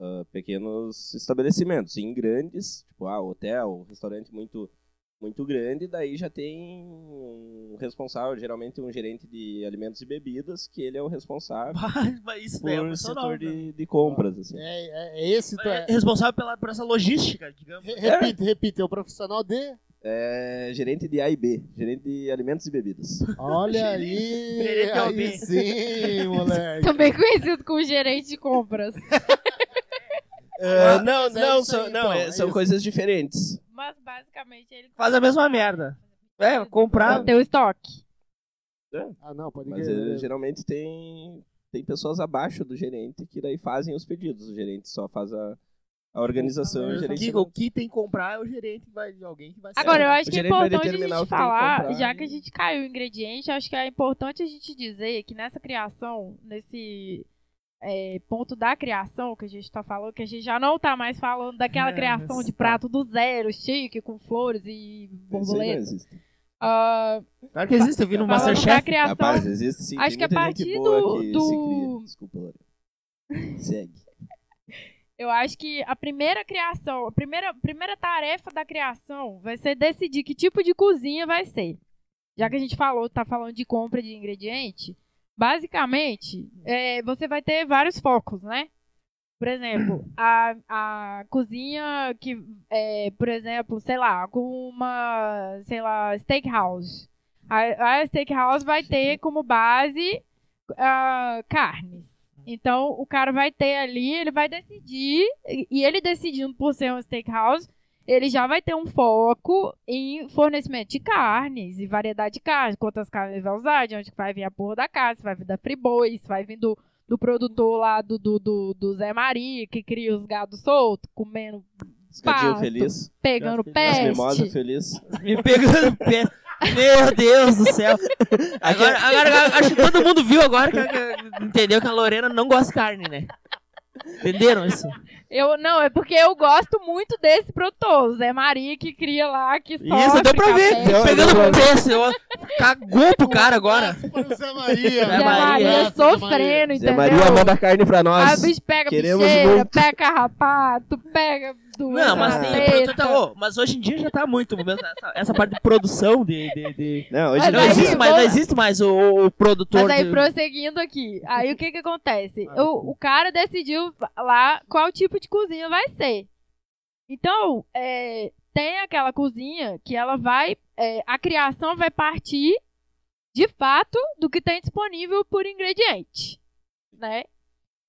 [SPEAKER 3] ah, pequenos estabelecimentos. Em grandes, tipo, ah, hotel, restaurante muito muito grande, daí já tem um responsável, geralmente um gerente de alimentos e bebidas, que ele é
[SPEAKER 2] (laughs)
[SPEAKER 3] o responsável
[SPEAKER 4] Mas- Mas isso daí é
[SPEAKER 3] por
[SPEAKER 4] opcional,
[SPEAKER 3] setor
[SPEAKER 4] né?
[SPEAKER 3] de, de compras, assim.
[SPEAKER 2] É, é, é esse. Tu é-
[SPEAKER 4] É responsável pela, por essa logística, digamos.
[SPEAKER 2] Re- Repita, repita, é o profissional de.
[SPEAKER 3] É, gerente de A e B, gerente de alimentos e bebidas.
[SPEAKER 2] Olha
[SPEAKER 4] Gerente
[SPEAKER 2] aí!
[SPEAKER 4] é o
[SPEAKER 2] Aí
[SPEAKER 4] bem.
[SPEAKER 2] sim, moleque!
[SPEAKER 5] Também (laughs) conhecido como gerente de compras.
[SPEAKER 3] É,
[SPEAKER 2] Ah,
[SPEAKER 3] não,
[SPEAKER 2] mas é
[SPEAKER 3] não,
[SPEAKER 2] isso
[SPEAKER 3] são,
[SPEAKER 2] aí,
[SPEAKER 3] não,
[SPEAKER 2] então,
[SPEAKER 3] é-
[SPEAKER 2] é
[SPEAKER 3] são
[SPEAKER 2] isso.
[SPEAKER 3] coisas diferentes.
[SPEAKER 5] Mas basicamente ele
[SPEAKER 4] Faz a mesma merda. É, comprar.
[SPEAKER 5] Tem o estoque.
[SPEAKER 2] Ah, não, pode
[SPEAKER 3] Mas
[SPEAKER 4] é,
[SPEAKER 2] crer.
[SPEAKER 3] eh, geralmente tem, tem pessoas abaixo do gerente que daí fazem os pedidos. O gerente só faz a, a organização e o
[SPEAKER 4] O
[SPEAKER 3] gerente.
[SPEAKER 4] que, o que tem que comprar é o gerente que vai, alguém que vai ser.
[SPEAKER 5] Agora, eu acho
[SPEAKER 3] o
[SPEAKER 5] que é
[SPEAKER 3] gerente vai
[SPEAKER 5] importante a
[SPEAKER 3] determinar o
[SPEAKER 5] gente
[SPEAKER 3] que tem que
[SPEAKER 5] falar,
[SPEAKER 3] comprar
[SPEAKER 5] já
[SPEAKER 3] e-
[SPEAKER 5] que a gente caiu o ingrediente, acho que é importante a gente dizer que nessa criação, nesse é, ponto da criação que a gente tá falando, que a gente já não tá mais falando daquela
[SPEAKER 4] É,
[SPEAKER 5] criação
[SPEAKER 4] mas
[SPEAKER 5] de
[SPEAKER 4] tá.
[SPEAKER 5] prato do zero, chique, com flores e
[SPEAKER 3] Isso aí não
[SPEAKER 5] borboletas.
[SPEAKER 3] existe.
[SPEAKER 5] Ah,
[SPEAKER 4] Claro que existe, eu vi no
[SPEAKER 3] Falando
[SPEAKER 5] falando da
[SPEAKER 4] Masterchef.
[SPEAKER 5] criação
[SPEAKER 3] Rapaz, existe sim.
[SPEAKER 5] É Acho
[SPEAKER 3] tem
[SPEAKER 5] que a
[SPEAKER 3] muita gente
[SPEAKER 5] partir
[SPEAKER 3] boa
[SPEAKER 5] do-
[SPEAKER 3] que
[SPEAKER 5] do-
[SPEAKER 3] se cria. Desculpa, Lorena. Segue.
[SPEAKER 5] Eu acho que a primeira criação, a primeira, primeira tarefa da criação vai ser decidir que tipo de cozinha vai ser. Já que a gente falou, tá falando de compra de ingrediente, basicamente é, você vai ter vários focos, né? Por exemplo, a, a cozinha que, é, por exemplo, sei lá, com uma, sei lá, steakhouse. A, a steakhouse vai ter como base ah, carnes. Então, o cara vai ter ali, ele vai decidir, e- e ele decidindo por ser um steakhouse, ele já vai ter um foco em fornecimento de carnes e variedade de carnes, quantas carnes ele vai usar, de onde que vai vir a porra da carne, se vai vir da Friboi, se vai vir do, do produtor lá do, do, do, do Zé Maria, que cria os gados soltos, comendo,
[SPEAKER 3] Escadinho
[SPEAKER 5] Pato.
[SPEAKER 3] feliz.
[SPEAKER 5] pegando
[SPEAKER 4] Gato
[SPEAKER 3] As
[SPEAKER 5] peste.
[SPEAKER 3] mimosas feliz.
[SPEAKER 4] Me pegando o pé. Meu Deus do (laughs) céu. Agora, agora, acho que todo mundo viu agora que, que- entendeu que a Lorena não gosta de carne, né? Entenderam isso?
[SPEAKER 5] Eu, não, é porque eu gosto muito desse produtor, o Zé Maria, que cria lá, que
[SPEAKER 4] isso, deu pra
[SPEAKER 5] sofre
[SPEAKER 4] ver.
[SPEAKER 5] com a peste.
[SPEAKER 3] Deu-
[SPEAKER 4] pegando
[SPEAKER 3] deu pra
[SPEAKER 4] o pé. seu- Cagou pro cara agora.
[SPEAKER 2] Para o Zé Maria.
[SPEAKER 4] Zé
[SPEAKER 5] Zé
[SPEAKER 4] Maria,
[SPEAKER 5] Maria sofrendo,
[SPEAKER 3] Zé
[SPEAKER 5] entendeu?
[SPEAKER 3] Maria manda carne pra
[SPEAKER 5] Aí
[SPEAKER 3] nós.
[SPEAKER 5] o bicho pega
[SPEAKER 3] queremos
[SPEAKER 5] bicheira,
[SPEAKER 3] muito.
[SPEAKER 5] pega carrapato, pega doença
[SPEAKER 4] Não, mas
[SPEAKER 5] na
[SPEAKER 4] tem.
[SPEAKER 5] teta.
[SPEAKER 4] produto- tá- ô, mas hoje em dia já tá muito. mesmo Essa, essa parte de produção de. de- de-
[SPEAKER 3] Não, hoje
[SPEAKER 5] Mas
[SPEAKER 4] Não
[SPEAKER 5] aí,
[SPEAKER 4] existe mais, não
[SPEAKER 5] vamos-
[SPEAKER 4] existe mais o, o produtor.
[SPEAKER 5] Mas aí,
[SPEAKER 4] de-
[SPEAKER 5] prosseguindo aqui, aí o que que acontece?
[SPEAKER 3] Ah.
[SPEAKER 5] O, o cara decidiu lá qual tipo de cozinha vai ser. Então, é, tem aquela cozinha que ela vai. é, a criação vai partir, de fato, do que tem disponível por ingrediente. Né?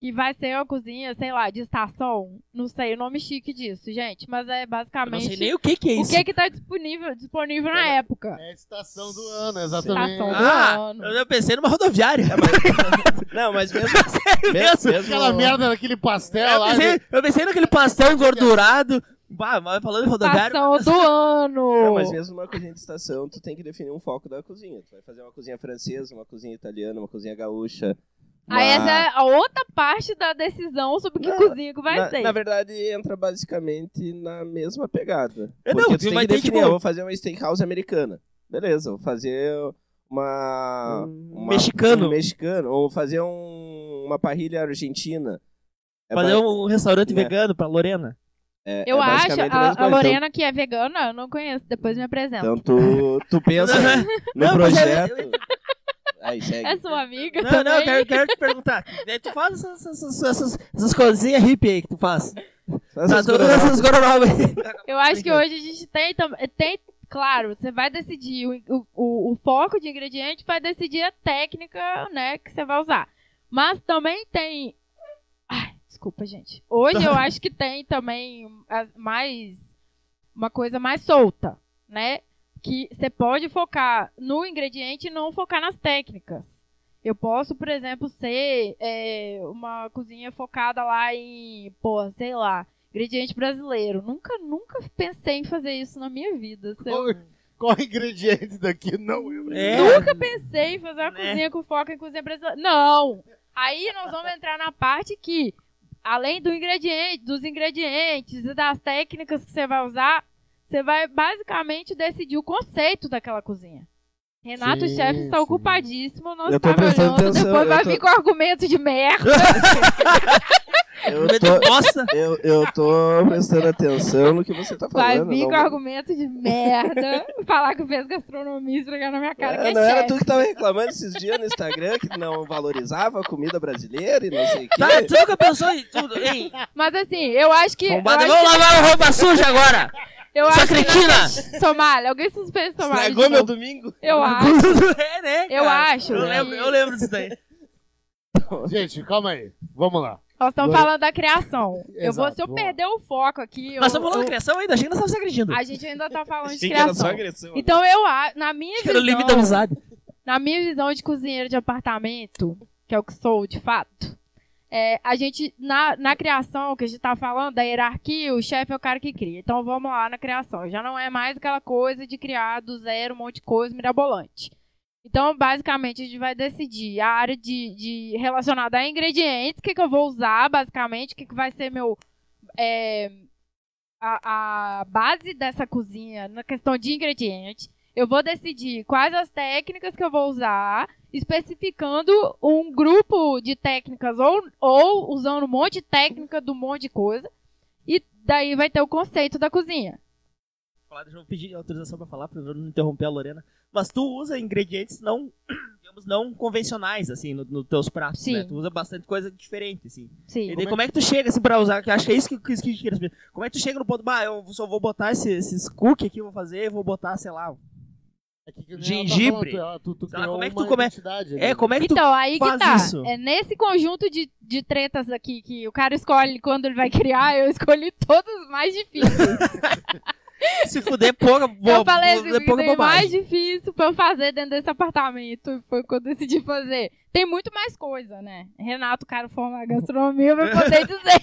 [SPEAKER 5] E vai ser uma cozinha, sei lá, de estação. Não sei o nome chique disso, gente. Mas é
[SPEAKER 4] Eu não
[SPEAKER 5] basicamente.
[SPEAKER 4] sei nem o que, que é
[SPEAKER 5] O
[SPEAKER 4] isso.
[SPEAKER 5] que é que tá disponível, disponível na época?
[SPEAKER 2] É a estação do ano, exatamente.
[SPEAKER 5] Estação.
[SPEAKER 4] Ah,
[SPEAKER 5] Mano.
[SPEAKER 4] eu eu pensei numa rodoviária.
[SPEAKER 5] É,
[SPEAKER 3] Não, mas (laughs)
[SPEAKER 5] (laughs)
[SPEAKER 3] mesmo.
[SPEAKER 4] Sério mesmo? É,
[SPEAKER 3] mesmo, mesmo
[SPEAKER 2] Aquela merda daquele pastel
[SPEAKER 4] Eu
[SPEAKER 2] lá.
[SPEAKER 4] pensei, eu pensei naquele pastel engordurado. Bah, mas falando em rodoviário.
[SPEAKER 5] Estação do
[SPEAKER 3] Não,
[SPEAKER 5] ano!
[SPEAKER 3] É, mas mesmo uma cozinha de estação, tu tem que definir um foco da cozinha. Tu vai fazer uma cozinha francesa, uma cozinha italiana, uma cozinha gaúcha.
[SPEAKER 5] Aí
[SPEAKER 3] uma-
[SPEAKER 5] essa é a outra parte da decisão sobre que
[SPEAKER 3] Não,
[SPEAKER 5] cozinha que vai
[SPEAKER 3] na,
[SPEAKER 5] ser.
[SPEAKER 3] na verdade, entra basicamente na mesma pegada.
[SPEAKER 4] É, não,
[SPEAKER 3] Porque tu
[SPEAKER 4] tu
[SPEAKER 3] tem
[SPEAKER 4] vai
[SPEAKER 3] que
[SPEAKER 4] ter,
[SPEAKER 3] definir,
[SPEAKER 4] tipo-
[SPEAKER 3] eu vou fazer uma steakhouse americana. Beleza, vou fazer uma...
[SPEAKER 5] Hum.
[SPEAKER 3] uma-
[SPEAKER 4] mexicano.
[SPEAKER 3] Um mexicano, ou fazer um- uma parrilha argentina. É
[SPEAKER 4] Fazer
[SPEAKER 3] ba-
[SPEAKER 4] um restaurante
[SPEAKER 3] É.
[SPEAKER 4] vegano pra Lorena.
[SPEAKER 3] é-
[SPEAKER 5] eu
[SPEAKER 3] é
[SPEAKER 5] acho,
[SPEAKER 3] basicamente mesma
[SPEAKER 5] a, a
[SPEAKER 3] coisa.
[SPEAKER 5] Lorena que é vegana, eu não conheço, depois me apresenta.
[SPEAKER 3] Então, então tu, tu pensa no
[SPEAKER 4] Não, mas é-
[SPEAKER 3] projeto... Aí, segue.
[SPEAKER 5] (laughs) é sua amiga
[SPEAKER 4] Não,
[SPEAKER 5] também?
[SPEAKER 4] não, eu quero, quero te perguntar. Daí tu faz essas, essas, essas, essas coisinhas hippie aí que tu faz.
[SPEAKER 3] Faz as
[SPEAKER 4] Tá, todas
[SPEAKER 3] coronavírus.
[SPEAKER 4] essas gororoba aí.
[SPEAKER 5] Eu acho que hoje a gente tem, tam- tem claro, você vai decidir o, o- o, o foco de ingrediente, vai decidir a técnica, né, que você vai usar. Mas também tem. Ai, desculpa, gente. Hoje eu acho que tem também a- mais uma coisa mais solta, né? Que você pode focar no ingrediente e não focar nas técnicas. Eu posso, por exemplo, ser é, uma cozinha focada lá em, pô, sei lá, ingrediente brasileiro. Nunca, nunca pensei em fazer isso na minha vida. Se eu-
[SPEAKER 2] Qual, qual ingrediente daqui? Não, eu.
[SPEAKER 4] É.
[SPEAKER 5] Nunca pensei em fazer uma
[SPEAKER 4] Né?
[SPEAKER 5] cozinha com foco em cozinha brasileira. Não! Aí nós vamos entrar na parte que, além do ingrediente, dos ingredientes e das técnicas que você vai usar, você vai basicamente decidir o conceito daquela cozinha. Renato
[SPEAKER 2] Sim,
[SPEAKER 5] Chefe está
[SPEAKER 2] sim.
[SPEAKER 5] ocupadíssimo, não
[SPEAKER 3] Eu tô
[SPEAKER 5] está me
[SPEAKER 3] prestando
[SPEAKER 5] olhando.
[SPEAKER 3] atenção,
[SPEAKER 5] Depois
[SPEAKER 3] eu
[SPEAKER 5] vai
[SPEAKER 3] tô-
[SPEAKER 5] vir com argumento de merda.
[SPEAKER 3] Eu
[SPEAKER 4] Medo
[SPEAKER 3] tô-
[SPEAKER 4] bosta.
[SPEAKER 3] Eu, eu tô prestando atenção no que você tá
[SPEAKER 5] Vai
[SPEAKER 3] falando.
[SPEAKER 5] vir
[SPEAKER 3] não-
[SPEAKER 5] com argumento de merda. (laughs) falar que fez gastronomia e esfregar na minha cara
[SPEAKER 3] É,
[SPEAKER 5] que é
[SPEAKER 3] não era
[SPEAKER 5] chefe.
[SPEAKER 3] tu que tava reclamando esses dias no Instagram que não valorizava a comida brasileira e não sei o quê.
[SPEAKER 4] Tá, tu nunca pensou em tudo, hein?
[SPEAKER 5] Mas assim, eu acho que. Eu
[SPEAKER 4] Bombada,
[SPEAKER 5] acho,
[SPEAKER 4] vamos lavar a roupa suja
[SPEAKER 5] (laughs)
[SPEAKER 4] agora!
[SPEAKER 5] eu
[SPEAKER 4] Sua
[SPEAKER 5] acho que-
[SPEAKER 4] cretina!
[SPEAKER 5] Somália, alguém suspeita Somália.
[SPEAKER 3] Estragou
[SPEAKER 5] de novo.
[SPEAKER 3] meu domingo.
[SPEAKER 5] Eu acho.
[SPEAKER 4] É, né,
[SPEAKER 5] Eu
[SPEAKER 4] cara?
[SPEAKER 5] acho,
[SPEAKER 4] Eu
[SPEAKER 5] né?
[SPEAKER 4] lembro, eu lembro disso daí.
[SPEAKER 2] Gente, calma aí. Vamos lá.
[SPEAKER 5] Nós estamos
[SPEAKER 2] Lore-
[SPEAKER 5] falando da criação. eu vou,
[SPEAKER 2] Exato,
[SPEAKER 5] se eu
[SPEAKER 2] vamos lá.
[SPEAKER 5] perder o foco aqui.
[SPEAKER 4] Nós
[SPEAKER 5] eu-
[SPEAKER 4] estamos falando de
[SPEAKER 5] eu-
[SPEAKER 4] criação ainda, a gente não sabe se agredindo.
[SPEAKER 5] A gente ainda tá falando de
[SPEAKER 3] Achei que era só
[SPEAKER 5] criação.
[SPEAKER 3] agressão.
[SPEAKER 5] Então eu acho, na minha
[SPEAKER 4] Acho que era o limite da
[SPEAKER 5] visão,
[SPEAKER 4] amizade.
[SPEAKER 5] na minha visão de cozinheiro de apartamento, que é o que sou de fato, é, a gente, na, na criação que a gente tá falando, da hierarquia, o chefe é o cara que cria. Então vamos lá na criação. Já não é mais aquela coisa de criar do zero um monte de coisa mirabolante. Então, basicamente, a gente vai decidir a área de, de relacionada a ingredientes, o que, que eu vou usar, basicamente, o que, que vai ser meu. é, a, a base dessa cozinha na questão de ingredientes. Eu vou decidir quais as técnicas que eu vou usar, especificando um grupo de técnicas ou, ou usando um monte de técnica do monte de coisa. E daí vai ter o conceito da cozinha.
[SPEAKER 4] falar, deixa eu pedir autorização pra falar, pra eu não interromper a Lorena. Mas tu usa ingredientes não, (clears throat) digamos, não convencionais, assim, nos no nos teus pratos,
[SPEAKER 5] Sim.
[SPEAKER 4] né? Tu usa bastante coisa diferente, assim.
[SPEAKER 5] Sim.
[SPEAKER 4] E daí, como é que tu chega, assim, pra usar, que eu acho que é isso que, que, isso que a gente queria saber. Como é que tu chega no ponto, bah, eu só vou botar esse- esses cookies aqui, eu vou fazer, eu vou botar, sei lá... um-"
[SPEAKER 2] É que que nem
[SPEAKER 4] Gengibre.
[SPEAKER 2] ela tá falando, tu- ela- Tu, tu
[SPEAKER 4] Sei lá,
[SPEAKER 2] criou
[SPEAKER 4] como é que
[SPEAKER 2] uma
[SPEAKER 4] tu come-
[SPEAKER 2] identidade ali.
[SPEAKER 4] É, como é que tu...
[SPEAKER 5] Então, aí que
[SPEAKER 4] faz
[SPEAKER 5] tá.
[SPEAKER 4] isso?
[SPEAKER 5] É nesse conjunto de, de tretas aqui que o cara escolhe quando ele vai (laughs) criar, eu escolhi todos os mais difíceis.
[SPEAKER 4] Se fuder, pouca,
[SPEAKER 5] (laughs)
[SPEAKER 4] bo...
[SPEAKER 5] eu
[SPEAKER 3] é
[SPEAKER 5] falei assim,
[SPEAKER 4] fuder,
[SPEAKER 5] o
[SPEAKER 4] pouca
[SPEAKER 5] que tem mais
[SPEAKER 4] bobagem.
[SPEAKER 5] difícil pra eu fazer dentro desse apartamento. Foi o que eu decidi fazer. Tem muito mais coisa, né? Renato, cara formado em
[SPEAKER 3] (laughs)
[SPEAKER 5] gastronomia, vai poder dizer.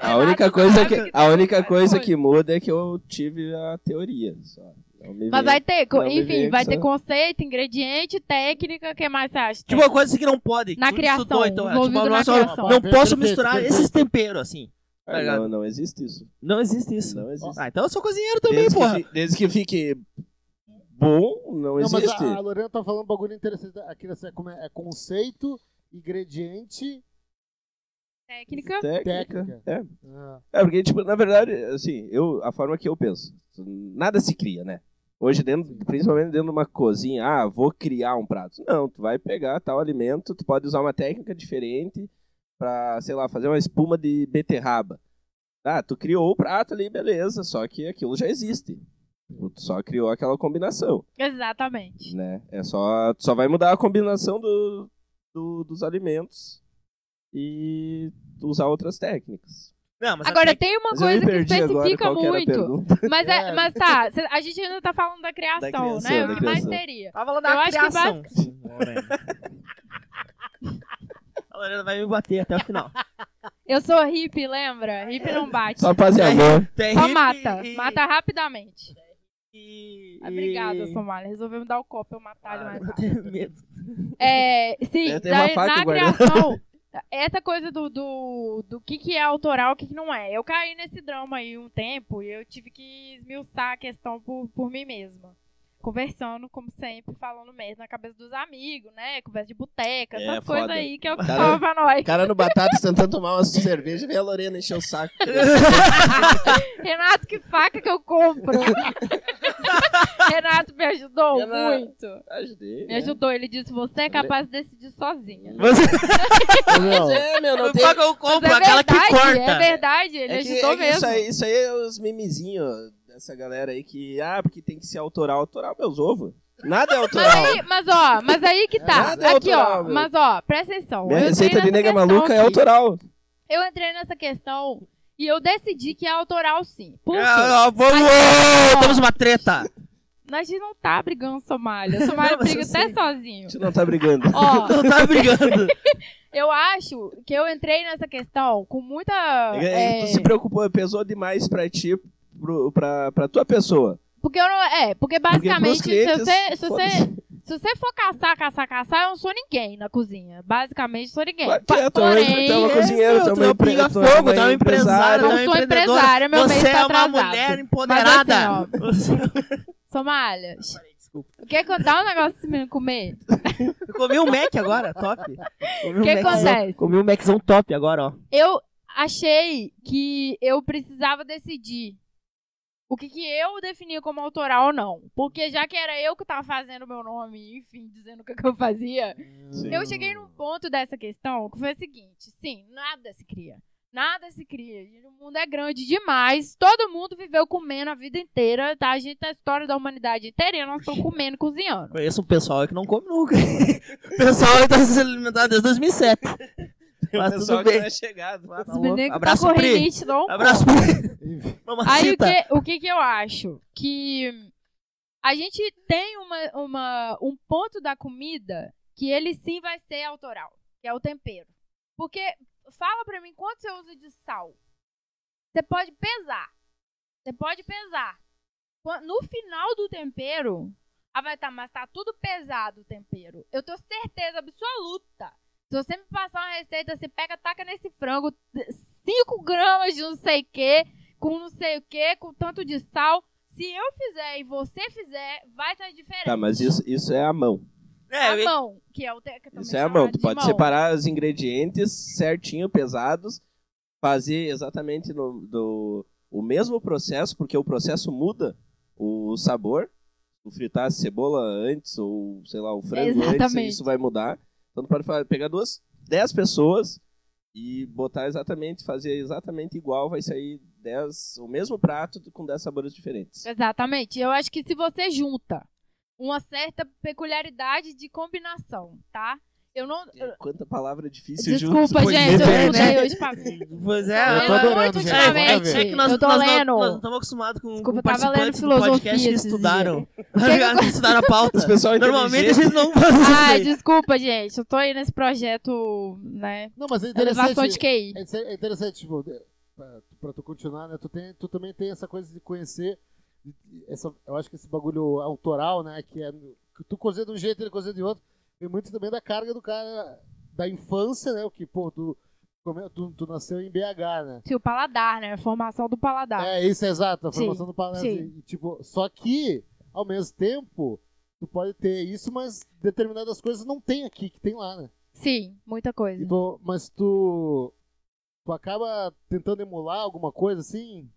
[SPEAKER 3] A única coisa que, a única
[SPEAKER 5] Várias
[SPEAKER 3] coisa
[SPEAKER 5] coisas.
[SPEAKER 3] que muda é que eu tive a teoria, só. Não me
[SPEAKER 5] Mas
[SPEAKER 3] vem-
[SPEAKER 5] vai ter, co-
[SPEAKER 3] Não,
[SPEAKER 5] enfim,
[SPEAKER 3] beleza.
[SPEAKER 5] vai ter conceito, ingrediente, técnica, o que mais você acha?
[SPEAKER 4] Tipo, uma coisa assim que não pode. que
[SPEAKER 5] Na
[SPEAKER 4] tu
[SPEAKER 5] criação,
[SPEAKER 4] estudou, então, é, tipo,
[SPEAKER 5] envolvido
[SPEAKER 4] não
[SPEAKER 5] na
[SPEAKER 4] é só-
[SPEAKER 5] criação.
[SPEAKER 4] Não
[SPEAKER 2] Perfeito,
[SPEAKER 4] posso misturar
[SPEAKER 2] perfeito.
[SPEAKER 4] esses temperos, assim.
[SPEAKER 3] Ah, não, não existe isso.
[SPEAKER 4] Não existe isso.
[SPEAKER 3] Não existe.
[SPEAKER 4] Ah, então eu sou cozinheiro também,
[SPEAKER 3] desde,
[SPEAKER 4] porra.
[SPEAKER 3] que, fi- desde que fique bom, não,
[SPEAKER 2] Não, mas
[SPEAKER 3] existe.
[SPEAKER 2] a, a Lorena tá falando um bagulho interessante. Aqui assim, é, como é, é conceito, ingrediente,
[SPEAKER 5] técnica.
[SPEAKER 3] Técnica. É.
[SPEAKER 2] ah,
[SPEAKER 3] É, porque, tipo, na verdade, assim, eu, a forma que eu penso, nada se cria, né? Hoje, dentro, principalmente dentro de uma cozinha, ah, vou criar um prato. Não, tu vai pegar tal alimento, tu pode usar uma técnica diferente pra, sei lá, fazer uma espuma de beterraba. Ah, tu criou o prato ali, beleza, só que aquilo já existe. Tu só criou aquela combinação,
[SPEAKER 5] Exatamente.
[SPEAKER 3] né? É só, tu só vai mudar a combinação do, do- dos alimentos e usar outras técnicas.
[SPEAKER 4] Não, mas é
[SPEAKER 5] Agora,
[SPEAKER 4] até
[SPEAKER 5] tem uma
[SPEAKER 3] Mas eu
[SPEAKER 5] coisa
[SPEAKER 3] me
[SPEAKER 5] que
[SPEAKER 3] perdi agora
[SPEAKER 5] especifica
[SPEAKER 3] qual que era a
[SPEAKER 5] muito.
[SPEAKER 3] pergunta.
[SPEAKER 5] Mas, é-
[SPEAKER 2] É.
[SPEAKER 5] mas tá, cê- a gente ainda tá falando da criação,
[SPEAKER 3] Da criação,
[SPEAKER 5] né?
[SPEAKER 3] da
[SPEAKER 5] O que mais
[SPEAKER 3] criação.
[SPEAKER 5] teria?
[SPEAKER 4] Tava falando
[SPEAKER 5] Eu
[SPEAKER 4] da
[SPEAKER 5] acho que
[SPEAKER 4] criação. (laughs) A Lorena vai me bater até o final.
[SPEAKER 5] Eu sou hippie, lembra? Hippie não bate.
[SPEAKER 3] Só
[SPEAKER 5] Só,
[SPEAKER 3] paz e amor.
[SPEAKER 4] Tem hippie
[SPEAKER 5] mata.
[SPEAKER 4] e-
[SPEAKER 5] Mata rapidamente.
[SPEAKER 4] e-
[SPEAKER 5] Obrigada, um
[SPEAKER 4] e-
[SPEAKER 5] Somália. Resolveu me dar o copo, eu matar ele
[SPEAKER 4] Ah,
[SPEAKER 5] mais
[SPEAKER 4] eu
[SPEAKER 5] rápido.
[SPEAKER 4] tenho medo.
[SPEAKER 5] É, sim,
[SPEAKER 3] Eu tenho uma
[SPEAKER 5] daí,
[SPEAKER 3] faca
[SPEAKER 5] na
[SPEAKER 3] guardada. (laughs)
[SPEAKER 5] criação, essa coisa do, do, do que, que é autoral e o que, que não é. Eu caí nesse drama aí um tempo e eu tive que esmiuçar a questão por, por mim mesma. Conversando, como sempre, falando mesmo na cabeça dos amigos, né? Conversa de boteca,
[SPEAKER 3] É,
[SPEAKER 5] essas
[SPEAKER 3] foda.
[SPEAKER 5] coisas aí que é o que
[SPEAKER 3] Cara-
[SPEAKER 5] salva
[SPEAKER 3] (laughs)
[SPEAKER 5] nós.
[SPEAKER 3] Cara no batata tentando tomar uma cerveja, vem a Lorena encher o
[SPEAKER 5] (laughs)
[SPEAKER 3] saco.
[SPEAKER 5] Renato, que faca que
[SPEAKER 3] (laughs)
[SPEAKER 5] eu compro? Renato me ajudou
[SPEAKER 3] Renato.
[SPEAKER 5] muito.
[SPEAKER 3] Ajudei.
[SPEAKER 5] Me ajudou. Ele disse: você é capaz de decidir sozinha.
[SPEAKER 4] Você
[SPEAKER 2] não,
[SPEAKER 3] É, meu, não tem.
[SPEAKER 4] paga o compro,
[SPEAKER 5] Mas é
[SPEAKER 4] aquela
[SPEAKER 5] verdade,
[SPEAKER 4] que corta.
[SPEAKER 5] É verdade, ele
[SPEAKER 3] É que,
[SPEAKER 5] ajudou
[SPEAKER 3] é que
[SPEAKER 5] mesmo.
[SPEAKER 3] isso, aí, isso aí é os memezinhos dessa galera aí que, ah, porque tem que ser autoral. Autoral, meus ovos. Nada é
[SPEAKER 5] Mas
[SPEAKER 3] autoral.
[SPEAKER 5] aí, mas ó, mas aí que tá.
[SPEAKER 3] Nada é
[SPEAKER 5] aqui, ó.
[SPEAKER 3] autoral, meu.
[SPEAKER 5] Mas ó, presta atenção.
[SPEAKER 3] Minha
[SPEAKER 5] Eu entrei
[SPEAKER 3] receita de
[SPEAKER 5] nessa
[SPEAKER 3] nega
[SPEAKER 5] questão
[SPEAKER 3] maluca é
[SPEAKER 5] aqui.
[SPEAKER 3] autoral.
[SPEAKER 5] Eu entrei nessa questão e eu decidi que é autoral sim. Por quê?
[SPEAKER 4] Ah, ah, vamos,
[SPEAKER 5] é Aqui, ó.
[SPEAKER 4] temos uma treta.
[SPEAKER 5] Nós não tá brigando
[SPEAKER 3] (laughs)
[SPEAKER 5] Somália. Somália
[SPEAKER 4] Não, mas
[SPEAKER 5] briga
[SPEAKER 4] eu
[SPEAKER 5] até
[SPEAKER 4] sei.
[SPEAKER 5] sozinho.
[SPEAKER 3] A gente não tá brigando.
[SPEAKER 5] Ó,
[SPEAKER 4] Não tá brigando.
[SPEAKER 5] eu acho que eu entrei nessa questão com muita.
[SPEAKER 3] É que- é que
[SPEAKER 5] é,
[SPEAKER 3] Tu se preocupou, pesou demais pra ti, pro, pra, pra tua pessoa.
[SPEAKER 5] Porque eu não. É,
[SPEAKER 3] Porque
[SPEAKER 5] porque
[SPEAKER 3] pros
[SPEAKER 5] basicamente,
[SPEAKER 3] clientes,
[SPEAKER 5] se, você, se, você,
[SPEAKER 3] foda-se.
[SPEAKER 5] se você for caçar, caçar, caçar, eu não sou ninguém na cozinha. Basicamente, sou ninguém.
[SPEAKER 3] Claro que
[SPEAKER 5] Pa-
[SPEAKER 3] é, tu é uma-
[SPEAKER 5] Porém,
[SPEAKER 3] tu é uma cozinheira, tu é
[SPEAKER 4] Tu
[SPEAKER 3] uma
[SPEAKER 4] é
[SPEAKER 3] empre-
[SPEAKER 4] pinga
[SPEAKER 3] tu é
[SPEAKER 4] fogo,
[SPEAKER 3] uma
[SPEAKER 4] tu é uma empresária, tu
[SPEAKER 5] não
[SPEAKER 4] é
[SPEAKER 3] empresária.
[SPEAKER 5] sou
[SPEAKER 4] uma empreendedora.
[SPEAKER 5] empresária, meu mês tá
[SPEAKER 4] Você é uma
[SPEAKER 5] atrasado.
[SPEAKER 4] mulher
[SPEAKER 5] Mas
[SPEAKER 4] empoderada.
[SPEAKER 5] assim, ó, Somália,
[SPEAKER 4] Desculpa.
[SPEAKER 5] o que acontece? Dá um negócio pra esse menino comer.
[SPEAKER 4] Eu comi um Mac agora, top. Comi um
[SPEAKER 5] O que
[SPEAKER 4] Maczão-
[SPEAKER 5] acontece?
[SPEAKER 4] Comi um Maczão top agora, ó.
[SPEAKER 5] Eu achei que eu precisava decidir o que, que eu definia como autoral ou não. Porque já que era eu que tava fazendo o meu nome, enfim, dizendo o que, que eu fazia, eu cheguei num ponto dessa questão que foi o seguinte: sim, nada se cria. Nada se cria. gente. O mundo é grande demais. Todo mundo viveu comendo a vida inteira, tá? A gente tá a história da humanidade inteira, nós estamos comendo, e cozinhando.
[SPEAKER 4] Conheço um pessoal aí que não come nunca. (laughs) O pessoal aí tá se alimentando desde 2007. Mas tudo
[SPEAKER 3] que
[SPEAKER 4] bem.
[SPEAKER 3] não é chegado.
[SPEAKER 4] Tá
[SPEAKER 5] Os
[SPEAKER 4] louco.
[SPEAKER 5] meninos que
[SPEAKER 4] Abraço
[SPEAKER 5] tá com
[SPEAKER 4] Pri.
[SPEAKER 5] rinite, não
[SPEAKER 4] Abraço Pri.
[SPEAKER 2] enfim,
[SPEAKER 5] Aí o
[SPEAKER 4] Mamacita.
[SPEAKER 5] que, o que que eu acho? Que a gente tem uma, uma- um ponto da comida que ele sim vai ser autoral, que é o tempero. Porque fala pra mim quanto você usa de sal. Você pode pesar. Você pode pesar. Qua- No final do tempero, Ah, vai tá, mas tá tudo pesado o tempero. Eu tenho certeza absoluta. Se você me passar uma receita, você pega, taca nesse frango 5 gramas de não sei o que, com não sei o que, com tanto de sal. Se eu fizer e você fizer, vai sair diferente.
[SPEAKER 3] Tá, mas isso, isso é a mão.
[SPEAKER 4] É,
[SPEAKER 5] A
[SPEAKER 4] eu-
[SPEAKER 5] mão, que é o te... que eu também tá
[SPEAKER 3] Isso é a
[SPEAKER 5] chamava
[SPEAKER 3] mão. Tu
[SPEAKER 5] de
[SPEAKER 3] pode
[SPEAKER 5] mão.
[SPEAKER 3] separar os ingredientes certinho, pesados, fazer exatamente no, do, o mesmo processo, porque o processo muda o sabor. Tu fritar a cebola antes, ou sei lá, o frango
[SPEAKER 5] Exatamente.
[SPEAKER 3] antes, isso vai mudar. Então tu pode fa- pegar duas, dez pessoas e botar exatamente, fazer exatamente igual, vai sair dez, o mesmo prato com dez sabores diferentes.
[SPEAKER 5] Exatamente. Eu acho que se você junta uma certa peculiaridade de combinação, tá? Eu não.
[SPEAKER 3] Quanta palavra difícil
[SPEAKER 5] Desculpa,
[SPEAKER 3] junto.
[SPEAKER 4] pois
[SPEAKER 5] gente, eu
[SPEAKER 4] é,
[SPEAKER 5] estudei
[SPEAKER 4] né?
[SPEAKER 5] hoje pra mim.
[SPEAKER 4] Pois é,
[SPEAKER 2] Eu tô
[SPEAKER 4] é,
[SPEAKER 2] adorando,
[SPEAKER 5] muito
[SPEAKER 2] gente.
[SPEAKER 5] ultimamente.
[SPEAKER 2] É
[SPEAKER 4] nós,
[SPEAKER 5] eu tô
[SPEAKER 4] nós
[SPEAKER 5] lendo.
[SPEAKER 4] Não, nós não estamos acostumados com,
[SPEAKER 5] Desculpa,
[SPEAKER 4] com
[SPEAKER 5] eu tava lendo
[SPEAKER 4] participantes do podcast
[SPEAKER 5] filosofia
[SPEAKER 4] que
[SPEAKER 5] esses
[SPEAKER 4] estudaram.
[SPEAKER 5] que
[SPEAKER 4] (laughs)
[SPEAKER 5] eu-
[SPEAKER 4] estudaram a
[SPEAKER 3] Esse
[SPEAKER 4] pauta.
[SPEAKER 3] pessoal é
[SPEAKER 4] Normalmente a
[SPEAKER 3] inteligente.
[SPEAKER 4] gente (laughs) não faz isso
[SPEAKER 5] Ah,
[SPEAKER 4] aí.
[SPEAKER 5] desculpa, gente. Eu tô aí nesse projeto, né?
[SPEAKER 2] Não, mas é
[SPEAKER 5] Elevação de
[SPEAKER 2] interessante.
[SPEAKER 5] QI.
[SPEAKER 2] É inter- é interessante, tipo, de- pra, pra tu continuar, né? Tu, tem, tu também tem essa coisa de conhecer. de- de- Essa, eu acho que esse bagulho autoral, né? Que é. no- Que tu cozinha de um jeito, ele cozinha de outro. Vem muito também da carga do cara da infância, né? O que, pô, tu, come- tu, tu nasceu em BH, né?
[SPEAKER 5] Sim, o paladar, né? A formação do paladar.
[SPEAKER 2] É, isso é exato, a
[SPEAKER 5] Tá. Sim,
[SPEAKER 2] formação do paladar.
[SPEAKER 5] sim.
[SPEAKER 2] E, tipo, só que, ao mesmo tempo, tu pode ter isso, mas determinadas coisas não tem aqui, que tem lá, né?
[SPEAKER 5] Sim, muita coisa.
[SPEAKER 2] Tipo, mas tu. Tu acaba tentando emular alguma coisa assim?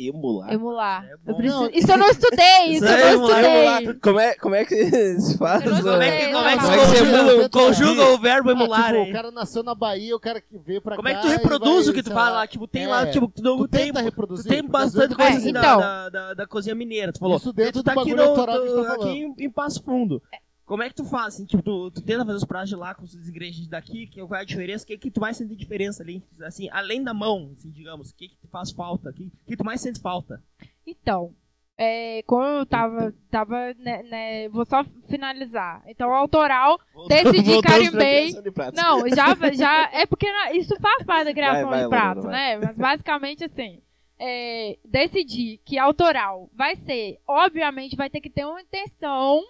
[SPEAKER 3] Emular.
[SPEAKER 5] Emular.
[SPEAKER 4] É bom.
[SPEAKER 5] eu preciso...
[SPEAKER 2] Não,
[SPEAKER 5] Isso eu
[SPEAKER 4] (laughs)
[SPEAKER 5] não estudei, isso,
[SPEAKER 4] Isso é
[SPEAKER 5] eu não
[SPEAKER 4] emular,
[SPEAKER 5] estudei.
[SPEAKER 3] Como é, como é que (laughs) se faz?
[SPEAKER 5] Eu não
[SPEAKER 4] Como é que,
[SPEAKER 5] sei,
[SPEAKER 4] como é
[SPEAKER 5] não.
[SPEAKER 4] que se conjuga,
[SPEAKER 2] Não.
[SPEAKER 4] conjuga o verbo emular
[SPEAKER 2] ah, tipo,
[SPEAKER 4] aí?
[SPEAKER 2] o cara nasceu na Bahia, o cara que veio pra
[SPEAKER 4] Como
[SPEAKER 2] cá.
[SPEAKER 4] é que tu
[SPEAKER 2] e
[SPEAKER 4] reproduz
[SPEAKER 2] vai,
[SPEAKER 4] o que tu
[SPEAKER 2] sei
[SPEAKER 4] fala lá? Tipo, tem lá,
[SPEAKER 2] É.
[SPEAKER 4] tipo,
[SPEAKER 2] Tu
[SPEAKER 4] tu tem,
[SPEAKER 2] tenta
[SPEAKER 4] tu
[SPEAKER 2] reproduzir.
[SPEAKER 4] tem
[SPEAKER 2] porque às vezes-
[SPEAKER 4] bastante coisa
[SPEAKER 5] É,
[SPEAKER 4] assim da-
[SPEAKER 5] então.
[SPEAKER 4] da, da, da cozinha mineira, tu falou.
[SPEAKER 2] Isso dentro
[SPEAKER 4] tu
[SPEAKER 2] do
[SPEAKER 4] tá aqui,
[SPEAKER 2] bagulho
[SPEAKER 4] no,
[SPEAKER 2] autoral que tu tá
[SPEAKER 4] aqui
[SPEAKER 2] falando.
[SPEAKER 4] em, em Passo Fundo. Como é que tu faz, assim, tipo, tu, tu tenta fazer os pratos de lá com os ingredientes daqui, que, qual é a diferença, o que que tu mais sente de diferença ali, assim, além da mão, assim, digamos, o que que te faz falta, o que, que tu mais sente falta?
[SPEAKER 5] Então, é, como eu tava. tava né, né, vou só finalizar. Então, o autoral. Decidi,
[SPEAKER 3] Voltamos pra
[SPEAKER 5] carimbei.
[SPEAKER 3] criação de pratos. (laughs)
[SPEAKER 5] Não, já. já é porque na- isso faz parte da criação
[SPEAKER 3] vai,
[SPEAKER 5] de
[SPEAKER 3] Lorena,
[SPEAKER 5] prato,
[SPEAKER 3] vai.
[SPEAKER 5] né? Mas basicamente assim. É, decidi que autoral vai ser. Obviamente, vai ter que ter uma intenção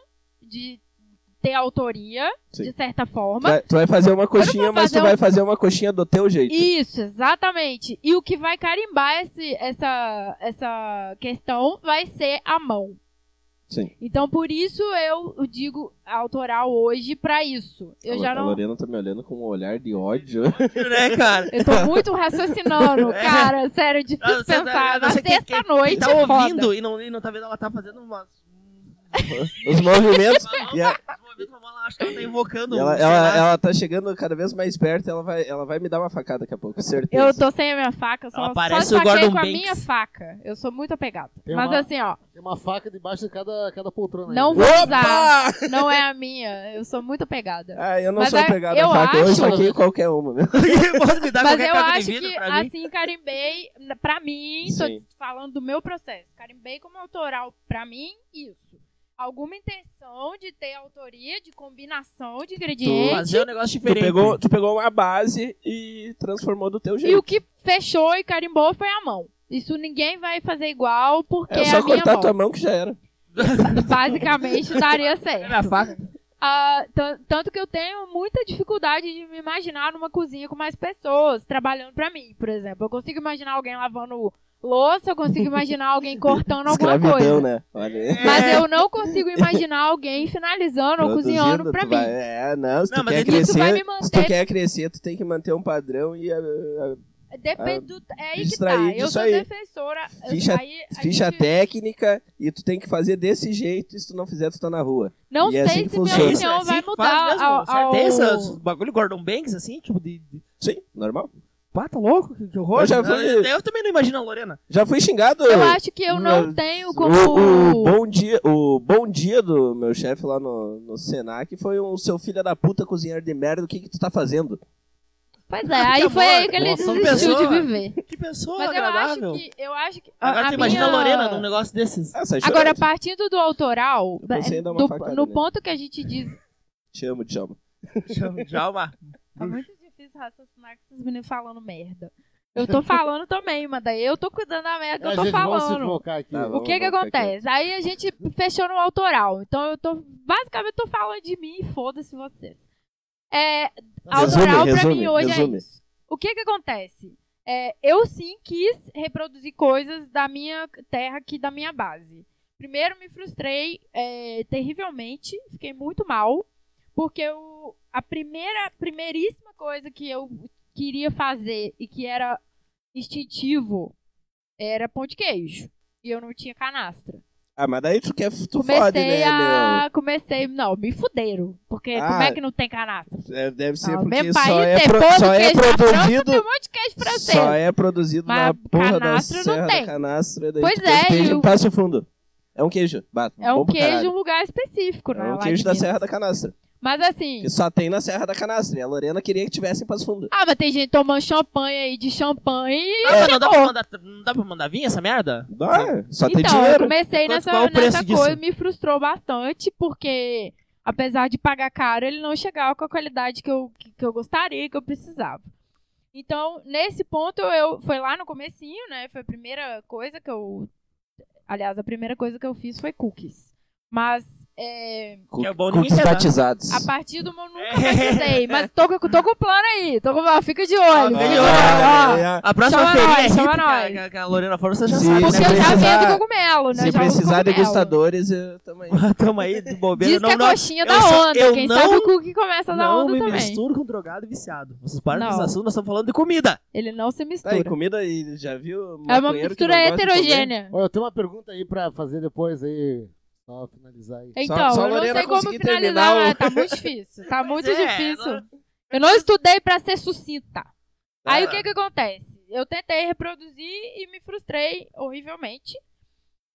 [SPEAKER 5] de ter autoria,
[SPEAKER 3] Sim.
[SPEAKER 5] de certa
[SPEAKER 3] Tu
[SPEAKER 5] forma.
[SPEAKER 3] vai- tu vai fazer uma coxinha,
[SPEAKER 5] vou
[SPEAKER 3] mas
[SPEAKER 5] fazer
[SPEAKER 3] tu
[SPEAKER 5] um-
[SPEAKER 3] vai fazer uma coxinha do teu jeito.
[SPEAKER 5] Isso, exatamente. E o que vai carimbar esse, essa, essa questão vai ser a mão.
[SPEAKER 3] Sim.
[SPEAKER 5] Então, por isso eu digo autoral hoje pra isso. Eu
[SPEAKER 3] a,
[SPEAKER 5] já
[SPEAKER 3] a
[SPEAKER 5] não.
[SPEAKER 3] Lorena tá me olhando com um olhar de ódio.
[SPEAKER 4] (laughs) né, cara?
[SPEAKER 5] Eu tô muito raciocinando,
[SPEAKER 4] É.
[SPEAKER 5] cara. Sério, difícil
[SPEAKER 4] Ah, você tá-
[SPEAKER 5] pensar.
[SPEAKER 4] eu
[SPEAKER 5] Na
[SPEAKER 4] sei que-
[SPEAKER 5] sexta-noite.
[SPEAKER 4] Quem tá
[SPEAKER 5] é foda.
[SPEAKER 4] ouvindo e não, e não tá vendo, ela tá fazendo umas...
[SPEAKER 3] (laughs) Os
[SPEAKER 5] (laughs)
[SPEAKER 3] movimentos. e a-
[SPEAKER 4] Ela acho que ela tá invocando um,
[SPEAKER 3] ela,
[SPEAKER 4] sei lá.
[SPEAKER 3] ela, ela tá chegando cada vez mais perto, ela vai, ela vai me dar uma facada daqui a pouco, certeza.
[SPEAKER 5] Eu tô sem a minha faca, eu
[SPEAKER 4] Ela
[SPEAKER 5] só, só
[SPEAKER 4] parece o
[SPEAKER 5] saquei
[SPEAKER 4] Gordon
[SPEAKER 5] com a
[SPEAKER 4] Banks.
[SPEAKER 5] minha faca. Eu sou muito apegada.
[SPEAKER 2] Tem
[SPEAKER 5] Mas
[SPEAKER 2] uma-
[SPEAKER 5] assim, ó,
[SPEAKER 2] Tem uma faca debaixo de cada, cada poltrona. aí.
[SPEAKER 5] não vou usar.
[SPEAKER 3] Opa!
[SPEAKER 5] Não é a minha. Eu sou muito apegada.
[SPEAKER 3] Ah, eu não
[SPEAKER 5] Mas
[SPEAKER 3] sou
[SPEAKER 5] a-
[SPEAKER 3] apegado
[SPEAKER 5] eu
[SPEAKER 3] à faca, eu
[SPEAKER 5] acho-
[SPEAKER 3] saquei qualquer uma, né?
[SPEAKER 4] (laughs) Pode me dar
[SPEAKER 5] Mas
[SPEAKER 4] qualquer
[SPEAKER 5] eu
[SPEAKER 4] caldo de
[SPEAKER 5] acho
[SPEAKER 4] vidro
[SPEAKER 5] que,
[SPEAKER 4] pra mim?
[SPEAKER 5] assim, carimbei, na- pra mim,
[SPEAKER 3] Sim.
[SPEAKER 5] tô falando do meu processo, carimbei como autoral, pra mim, isso. Alguma intenção de ter autoria, de combinação de ingredientes,
[SPEAKER 4] Fazer um negócio
[SPEAKER 3] Tu
[SPEAKER 4] diferente.
[SPEAKER 3] pegou, tu pegou uma base e transformou do teu
[SPEAKER 5] e
[SPEAKER 3] jeito.
[SPEAKER 5] o que fechou e carimbou foi a mão. Isso ninguém vai fazer igual, porque é,
[SPEAKER 3] é só
[SPEAKER 5] a minha
[SPEAKER 3] cortar
[SPEAKER 5] mão.
[SPEAKER 3] tua mão que já era. (laughs)
[SPEAKER 5] Basicamente, daria certo.
[SPEAKER 4] Minha faca.
[SPEAKER 5] Ah, tan- tanto que eu tenho muita dificuldade de me imaginar numa cozinha com mais pessoas trabalhando pra mim, por exemplo. Eu consigo imaginar alguém lavando louça, eu consigo imaginar alguém cortando alguma
[SPEAKER 3] Escravidão,
[SPEAKER 5] coisa.
[SPEAKER 3] né? Olha aí.
[SPEAKER 5] Mas eu não consigo imaginar alguém finalizando ou
[SPEAKER 3] Produzindo,
[SPEAKER 5] cozinhando pra
[SPEAKER 3] tu
[SPEAKER 5] mim.
[SPEAKER 3] vai- É, não, se tu
[SPEAKER 4] Não, mas
[SPEAKER 3] quer
[SPEAKER 4] é que tu
[SPEAKER 3] crescer,
[SPEAKER 5] vai me manter-
[SPEAKER 3] se tu quer crescer, tu tem que manter um padrão e a, a-
[SPEAKER 5] Depende do. É aí que tá.
[SPEAKER 3] distrair
[SPEAKER 5] Eu
[SPEAKER 3] disso
[SPEAKER 5] sou
[SPEAKER 3] aí.
[SPEAKER 5] defensora. eu-
[SPEAKER 3] Ficha-
[SPEAKER 5] aí, a
[SPEAKER 3] ficha
[SPEAKER 5] gente-
[SPEAKER 3] técnica e tu tem que fazer desse jeito, e se tu não fizer, tu tá na rua.
[SPEAKER 5] Não
[SPEAKER 3] e
[SPEAKER 5] sei
[SPEAKER 3] é assim que
[SPEAKER 5] se
[SPEAKER 3] funciona. É
[SPEAKER 5] minha opinião vai mudar.
[SPEAKER 4] Faz mesmo,
[SPEAKER 5] ao- ao-
[SPEAKER 4] Tem esse- esse bagulho Gordon Banks, assim, tipo de... de...
[SPEAKER 3] Sim, normal.
[SPEAKER 4] Pá, tá louco? Que, que horror.
[SPEAKER 3] Eu já
[SPEAKER 4] Eu,
[SPEAKER 3] fui-
[SPEAKER 4] eu- eu também não imagino a Lorena.
[SPEAKER 3] Já fui xingado.
[SPEAKER 5] Eu acho que eu não
[SPEAKER 3] Mas
[SPEAKER 5] tenho
[SPEAKER 3] O, o
[SPEAKER 5] como.
[SPEAKER 3] bom dia, o bom dia do meu chefe lá no, no Senac foi um seu filho da puta cozinheiro de merda, o que que tu tá fazendo?
[SPEAKER 5] Pois é, aí foi aí que ele
[SPEAKER 4] Nossa,
[SPEAKER 5] desistiu de
[SPEAKER 4] pessoa.
[SPEAKER 5] viver.
[SPEAKER 4] Que pessoa
[SPEAKER 5] Mas eu acho
[SPEAKER 4] agradável.
[SPEAKER 5] que. Eu acho que a-
[SPEAKER 4] Agora
[SPEAKER 5] a
[SPEAKER 4] tu imagina
[SPEAKER 5] minha-
[SPEAKER 4] a Lorena num
[SPEAKER 3] (laughs)
[SPEAKER 4] negócio desses.
[SPEAKER 3] Ah, sai
[SPEAKER 5] Agora,
[SPEAKER 3] chorando.
[SPEAKER 5] partindo do autoral,
[SPEAKER 3] Eu pensei em dar uma
[SPEAKER 5] do-
[SPEAKER 3] facada
[SPEAKER 5] no
[SPEAKER 3] nele.
[SPEAKER 5] ponto que a gente diz.
[SPEAKER 3] Te amo, te amo.
[SPEAKER 4] Djalma.
[SPEAKER 3] Tá
[SPEAKER 5] (laughs) É muito difícil raciocinar com esses meninos falando merda. Eu tô falando também, mas daí eu tô cuidando da merda
[SPEAKER 4] É,
[SPEAKER 5] que eu
[SPEAKER 2] a
[SPEAKER 5] tô
[SPEAKER 2] gente vamos se
[SPEAKER 5] falando.
[SPEAKER 2] focar aqui.
[SPEAKER 3] Tá,
[SPEAKER 5] O que
[SPEAKER 3] Vamos,
[SPEAKER 5] que
[SPEAKER 3] vamos,
[SPEAKER 5] acontece? Aí a gente fechou no autoral. Então eu tô. Basicamente, eu tô falando de mim e foda-se vocês. É,
[SPEAKER 2] Tá
[SPEAKER 5] autoral pra mim hoje é
[SPEAKER 3] resume.
[SPEAKER 5] isso. O que que acontece? É, eu sim quis reproduzir coisas da minha terra aqui, da minha base. Primeiro me frustrei é, terrivelmente, fiquei muito mal, porque eu, a primeira, primeiríssima coisa que eu queria fazer e que era instintivo era pão de queijo. E eu não tinha canastra.
[SPEAKER 3] Ah, mas daí tu quer. Tu
[SPEAKER 5] comecei
[SPEAKER 3] fode, né,
[SPEAKER 5] a. Comecei. Não, me fuderam. Porque
[SPEAKER 3] Ah,
[SPEAKER 5] como é que não tem canastra?
[SPEAKER 3] meu? É, deve ser
[SPEAKER 5] Não,
[SPEAKER 3] porque
[SPEAKER 5] meu
[SPEAKER 3] só
[SPEAKER 5] país
[SPEAKER 3] é,
[SPEAKER 5] tem
[SPEAKER 3] pro-
[SPEAKER 5] pão de
[SPEAKER 3] só é
[SPEAKER 5] queijo na França, tem
[SPEAKER 3] produzido.
[SPEAKER 5] um monte de queijo francês.
[SPEAKER 3] Só é produzido
[SPEAKER 5] Mas
[SPEAKER 3] na porra da
[SPEAKER 5] canastra não
[SPEAKER 3] Serra da
[SPEAKER 5] tem.
[SPEAKER 3] Canastra. Daí
[SPEAKER 5] Pois
[SPEAKER 3] tu
[SPEAKER 5] é,
[SPEAKER 3] queijo,
[SPEAKER 5] e o-
[SPEAKER 3] Passa o fundo. É um queijo. Bah,
[SPEAKER 5] É um
[SPEAKER 3] bom pra
[SPEAKER 5] queijo em
[SPEAKER 3] caralho.
[SPEAKER 5] um lugar específico,
[SPEAKER 3] É
[SPEAKER 5] né?
[SPEAKER 3] um
[SPEAKER 5] lá
[SPEAKER 3] queijo
[SPEAKER 5] de
[SPEAKER 3] da
[SPEAKER 5] Minas.
[SPEAKER 3] Serra da Canastra.
[SPEAKER 5] Mas assim.
[SPEAKER 3] Que só tem na Serra da Canastra. E a Lorena queria que tivesse em Passo Fundo.
[SPEAKER 5] Ah, mas tem gente tomando champanhe aí de champanhe.
[SPEAKER 4] Ah, mas não dá pra mandar, não dá pra mandar vir essa merda?
[SPEAKER 3] Ah, só tem
[SPEAKER 5] então, eu
[SPEAKER 3] dinheiro.
[SPEAKER 5] comecei
[SPEAKER 4] Quanto-
[SPEAKER 5] nessa,
[SPEAKER 4] qual o preço
[SPEAKER 5] nessa
[SPEAKER 4] disso?
[SPEAKER 5] coisa, me frustrou bastante, porque apesar de pagar caro, ele não chegava com a qualidade que eu, que, que eu gostaria, que eu precisava. Então, nesse ponto, eu foi lá no comecinho, né? Foi a primeira coisa que eu. Aliás, a primeira coisa que eu fiz foi cookies. Mas é,
[SPEAKER 3] Cu-
[SPEAKER 4] Que é bom
[SPEAKER 3] Cookies
[SPEAKER 4] ninguém quer, né?
[SPEAKER 3] batizados.
[SPEAKER 5] A partir do momento nunca
[SPEAKER 4] É.
[SPEAKER 5] mais usei, mas tô, com- tô com o plano aí. Tô com, ó, fica de
[SPEAKER 3] Tá
[SPEAKER 5] olho,
[SPEAKER 4] Ah,
[SPEAKER 5] fica de olho.
[SPEAKER 4] olha,
[SPEAKER 5] ó.
[SPEAKER 3] Ah,
[SPEAKER 4] A próxima
[SPEAKER 5] Chama
[SPEAKER 4] feria
[SPEAKER 5] nós,
[SPEAKER 4] é
[SPEAKER 5] chama
[SPEAKER 4] hippie,
[SPEAKER 5] nós.
[SPEAKER 4] que a- que a Lorena falou, você já
[SPEAKER 3] Se
[SPEAKER 4] sabe, né?
[SPEAKER 5] Porque eu já
[SPEAKER 3] precisar-
[SPEAKER 5] vendo cogumelo, né?
[SPEAKER 3] Se
[SPEAKER 5] Já uso
[SPEAKER 3] precisar de
[SPEAKER 5] cogumelo.
[SPEAKER 3] gostadores, eu também.
[SPEAKER 4] Tamo aí de bobeira.
[SPEAKER 5] Diz
[SPEAKER 4] não,
[SPEAKER 5] que é
[SPEAKER 4] não,
[SPEAKER 5] coxinha
[SPEAKER 4] eu
[SPEAKER 5] da
[SPEAKER 4] só-
[SPEAKER 5] onda.
[SPEAKER 4] eu
[SPEAKER 5] Quem
[SPEAKER 4] não-
[SPEAKER 5] sabe o cookie começa da
[SPEAKER 4] não
[SPEAKER 5] tá onda
[SPEAKER 4] me
[SPEAKER 5] também.
[SPEAKER 4] misturo com drogado e viciado. Vocês param
[SPEAKER 5] Não.
[SPEAKER 4] desse assunto, nós estamos falando de comida.
[SPEAKER 5] Ele não se
[SPEAKER 3] Tá aí,
[SPEAKER 5] mistura.
[SPEAKER 3] comida e já viu?
[SPEAKER 5] é uma
[SPEAKER 3] maconheiro que
[SPEAKER 5] mistura
[SPEAKER 3] não gosta de comer?
[SPEAKER 5] heterogênea.
[SPEAKER 2] Ó, eu tenho uma pergunta aí pra fazer depois aí. Só finalizar aí.
[SPEAKER 5] Então,
[SPEAKER 3] só a
[SPEAKER 5] eu não
[SPEAKER 3] Lorena
[SPEAKER 5] sei como
[SPEAKER 3] conseguir
[SPEAKER 5] finalizar,
[SPEAKER 3] terminar o-
[SPEAKER 5] né? tá muito difícil. Tá muito
[SPEAKER 4] é,
[SPEAKER 5] difícil.
[SPEAKER 4] ela-
[SPEAKER 5] Eu não estudei pra ser sucinta.
[SPEAKER 3] Tá.
[SPEAKER 5] Aí o que que acontece? Eu tentei reproduzir e me frustrei horrivelmente.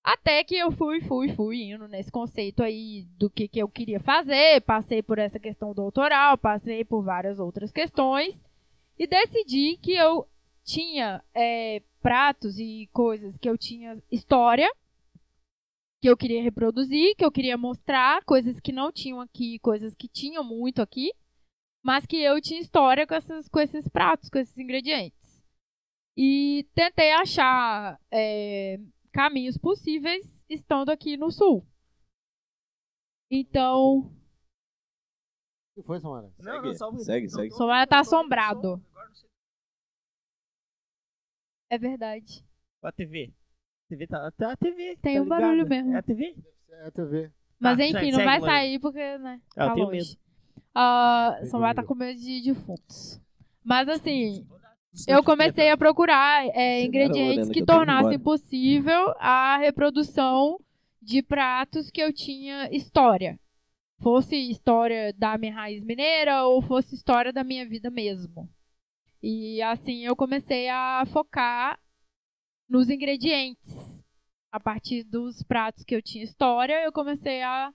[SPEAKER 5] Até que eu fui, fui, fui indo nesse conceito aí do que, que eu queria fazer. Passei por essa questão do autoral, passei por várias outras questões. E decidi que eu tinha é, pratos e coisas que eu tinha história, que eu queria reproduzir, que eu queria mostrar, coisas que não tinham aqui, coisas que tinham muito aqui mas que eu tinha história com, essas, com esses pratos, com esses ingredientes. E tentei achar é, caminhos possíveis estando aqui no sul. Então,
[SPEAKER 2] O que foi, Samara?
[SPEAKER 4] Não,
[SPEAKER 3] Segue,
[SPEAKER 4] não, só um-
[SPEAKER 3] segue,
[SPEAKER 4] não,
[SPEAKER 3] segue.
[SPEAKER 4] tô-
[SPEAKER 5] Somara tá
[SPEAKER 4] tô- tô-
[SPEAKER 5] assombrado.
[SPEAKER 4] agora não sei.
[SPEAKER 5] é verdade.
[SPEAKER 4] Ó, A TV. TV tá, tá a TV.
[SPEAKER 5] Tem
[SPEAKER 4] tá
[SPEAKER 5] um barulho
[SPEAKER 4] ligada.
[SPEAKER 5] mesmo.
[SPEAKER 4] É a TV?
[SPEAKER 2] É a TV.
[SPEAKER 5] Mas
[SPEAKER 4] Tá,
[SPEAKER 5] enfim,
[SPEAKER 4] segue,
[SPEAKER 5] não vai
[SPEAKER 4] segue,
[SPEAKER 5] sair porque, né?
[SPEAKER 4] Ah, eu
[SPEAKER 5] tá
[SPEAKER 4] tenho
[SPEAKER 5] longe.
[SPEAKER 4] medo.
[SPEAKER 5] Ah,
[SPEAKER 2] Peguei
[SPEAKER 5] Somara tá
[SPEAKER 2] eu.
[SPEAKER 5] com medo de defuntos. Mas assim, Eu comecei a procurar é,
[SPEAKER 3] Você era morena,
[SPEAKER 5] ingredientes que,
[SPEAKER 3] que eu tô indo
[SPEAKER 5] tornassem
[SPEAKER 3] embora.
[SPEAKER 5] possível a reprodução de pratos que eu tinha história. Fosse história da minha raiz mineira ou fosse história da minha vida mesmo. E assim eu comecei a focar nos ingredientes. A partir dos pratos que eu tinha história, eu comecei a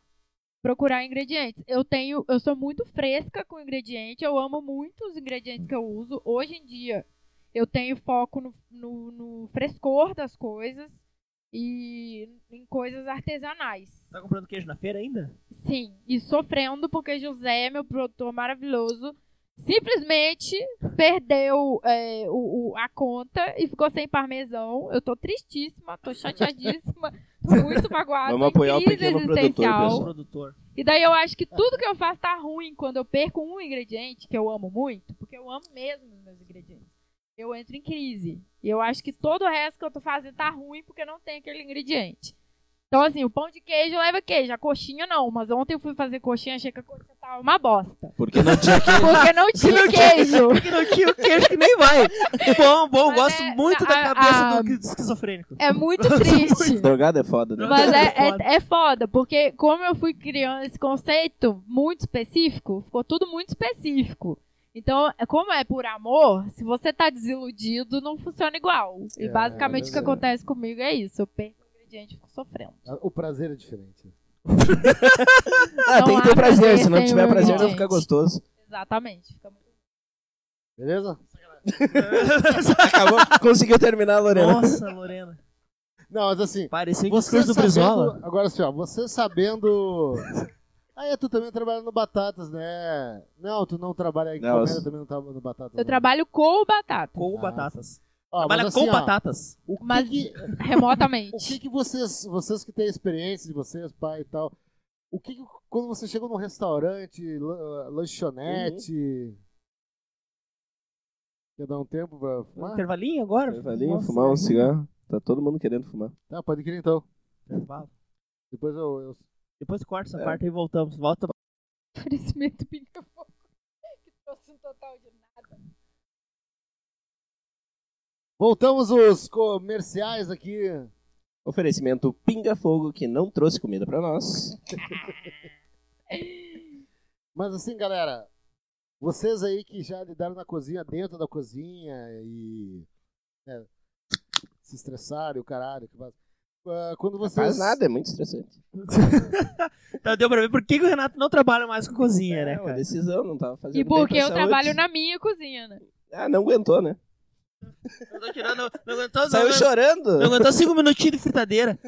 [SPEAKER 5] procurar ingredientes. Eu tenho, eu sou muito fresca com ingrediente, eu amo muito os ingredientes que eu uso. Hoje em dia, eu tenho foco no, no- no frescor das coisas e em coisas artesanais.
[SPEAKER 4] Tá comprando queijo na feira ainda?
[SPEAKER 5] Sim, e sofrendo porque José, é meu produtor maravilhoso, simplesmente perdeu é, o- o- a conta e ficou sem parmesão. Eu tô tristíssima, tô
[SPEAKER 3] (laughs)
[SPEAKER 5] chateadíssima, tô muito magoada,
[SPEAKER 3] Vamos
[SPEAKER 5] em
[SPEAKER 3] apoiar o
[SPEAKER 5] crise
[SPEAKER 3] pequeno produtor,
[SPEAKER 5] existencial.
[SPEAKER 3] pessoal.
[SPEAKER 4] Produtor.
[SPEAKER 5] E daí eu acho que tudo que eu faço tá ruim quando eu perco um ingrediente, que eu amo muito, porque eu amo mesmo os meus ingredientes. Eu entro em crise. E eu acho que todo o resto que eu tô fazendo tá ruim porque não tem aquele ingrediente. Então, assim, o pão de queijo leva queijo, a coxinha não. Mas ontem eu fui fazer coxinha, achei que a coxinha tava uma (laughs) bosta.
[SPEAKER 3] Porque não tinha que.
[SPEAKER 5] Porque não tinha queijo.
[SPEAKER 4] Porque não tinha o queijo (laughs) que nem vai. Bom, bom,
[SPEAKER 5] Mas
[SPEAKER 4] gosto
[SPEAKER 5] é-
[SPEAKER 4] muito da
[SPEAKER 5] a-
[SPEAKER 4] cabeça
[SPEAKER 5] a-
[SPEAKER 4] do (laughs) esquizofrênico.
[SPEAKER 5] É (laughs) muito triste.
[SPEAKER 3] Drogado é foda, né?
[SPEAKER 5] Mas é,
[SPEAKER 4] Foda.
[SPEAKER 5] é, é foda, porque como eu fui criando esse conceito muito específico, ficou tudo muito específico. Então, é- como é por amor, se você tá desiludido, não funciona igual. E
[SPEAKER 2] É,
[SPEAKER 5] basicamente o que
[SPEAKER 2] é.
[SPEAKER 5] acontece comigo é isso. Eu perco o ingrediente e fico sofrendo.
[SPEAKER 2] O prazer é diferente.
[SPEAKER 3] Ah, tem
[SPEAKER 5] não
[SPEAKER 3] que ter prazer.
[SPEAKER 5] há prazer um
[SPEAKER 3] Se não
[SPEAKER 5] sem
[SPEAKER 3] tiver
[SPEAKER 5] o
[SPEAKER 3] prazer, não
[SPEAKER 5] ingrediente.
[SPEAKER 3] fica gostoso.
[SPEAKER 5] Exatamente. Fica
[SPEAKER 2] Tá
[SPEAKER 5] muito-
[SPEAKER 2] Beleza?
[SPEAKER 3] Acabou. Conseguiu terminar, Lorena.
[SPEAKER 4] Nossa, Lorena.
[SPEAKER 2] Não, mas assim.
[SPEAKER 4] Parecia que tá o
[SPEAKER 2] Você
[SPEAKER 4] discurso do Brizola.
[SPEAKER 2] sabendo, agora assim, ó, você sabendo. (laughs) Ah, é, tu também trabalha no Batatas, né? Não, tu não trabalha em
[SPEAKER 3] Não,
[SPEAKER 2] Comenda,
[SPEAKER 3] eu-
[SPEAKER 2] também não trabalha no Batatas.
[SPEAKER 5] Eu
[SPEAKER 2] né?
[SPEAKER 5] trabalho com o batata.
[SPEAKER 4] Com
[SPEAKER 2] Ah,
[SPEAKER 4] batatas.
[SPEAKER 2] Ó,
[SPEAKER 4] Trabalha
[SPEAKER 2] mas
[SPEAKER 4] com
[SPEAKER 2] assim, ó,
[SPEAKER 4] batatas.
[SPEAKER 2] o que
[SPEAKER 5] Mas-
[SPEAKER 2] que-
[SPEAKER 5] remotamente.
[SPEAKER 2] O (laughs) que, que vocês, vocês que têm a experiência de vocês, pai e tal, o que, que quando você chega num restaurante, lan- ah, lanchonete, quer dar um tempo pra
[SPEAKER 4] Um
[SPEAKER 2] fumar?
[SPEAKER 4] intervalinho agora?
[SPEAKER 3] Valinho,
[SPEAKER 4] Nossa,
[SPEAKER 3] fumar um cigarro. Tá todo mundo querendo fumar.
[SPEAKER 2] Tá, pode querer então.
[SPEAKER 4] intervalo.
[SPEAKER 2] Depois eu, eu-
[SPEAKER 4] Depois corta essa
[SPEAKER 3] É.
[SPEAKER 4] parte e voltamos. Volta.
[SPEAKER 5] (laughs) Oferecimento pinga fogo. Que trouxe um total de nada.
[SPEAKER 2] Voltamos os comerciais aqui.
[SPEAKER 3] Oferecimento Pinga Fogo, que não trouxe comida pra nós.
[SPEAKER 2] Mas assim, galera, vocês aí que já lidaram na cozinha, dentro da cozinha e né, se estressaram, e o caralho, que mais. Ah, quando vocês
[SPEAKER 3] Faz nada, é muito estressante.
[SPEAKER 4] Então deu pra ver por que, que o Renato não trabalha mais com cozinha, né,
[SPEAKER 3] É uma
[SPEAKER 4] cara?
[SPEAKER 3] decisão, não tava fazendo
[SPEAKER 5] E
[SPEAKER 3] bem
[SPEAKER 5] porque
[SPEAKER 3] pra
[SPEAKER 5] eu
[SPEAKER 3] saúde.
[SPEAKER 5] trabalho na minha cozinha, né?
[SPEAKER 3] Ah, não aguentou, né?
[SPEAKER 4] Eu tô tirando. Não aguentou, não,
[SPEAKER 3] Saiu
[SPEAKER 4] aguentou- não
[SPEAKER 3] chorando.
[SPEAKER 4] aguentou cinco minutinhos de fritadeira.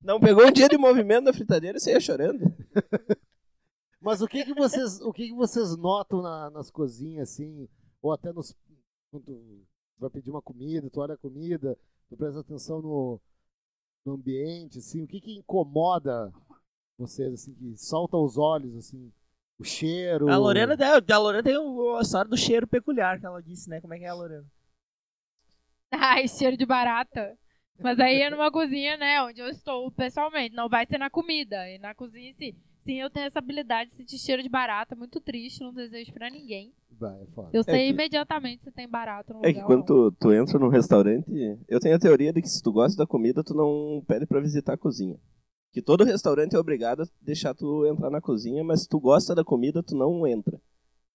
[SPEAKER 3] Não pegou um dia de movimento na fritadeira e saiu chorando.
[SPEAKER 2] Mas o que que vocês, o que que vocês notam na- nas cozinhas assim, ou até nos quando tu vai pedir uma comida, tu olha a comida, tu presta atenção no, no ambiente assim, o que que incomoda vocês assim que solta os olhos assim, o cheiro.
[SPEAKER 4] A Lorena, tem- a Lorena tem o- a história do cheiro peculiar que ela disse, né? Como é que é a Lorena?
[SPEAKER 5] Ai, cheiro de barata. Mas aí é numa cozinha, né? Onde eu estou pessoalmente. Não vai ser na comida. E na cozinha em si. Sim, eu tenho essa habilidade de sentir cheiro de barata. Muito triste, não desejo pra ninguém.
[SPEAKER 2] Vai, é foda.
[SPEAKER 5] Eu sei
[SPEAKER 3] que-
[SPEAKER 5] imediatamente se tem barata no
[SPEAKER 3] É
[SPEAKER 5] lugar.
[SPEAKER 3] que
[SPEAKER 5] ou
[SPEAKER 3] quando
[SPEAKER 5] não.
[SPEAKER 3] tu, tu entra num restaurante, eu tenho a teoria de que se tu gosta da comida, tu não pede pra visitar a cozinha. Que todo restaurante é obrigado a deixar tu entrar na cozinha, mas se tu gosta da comida, tu não entra.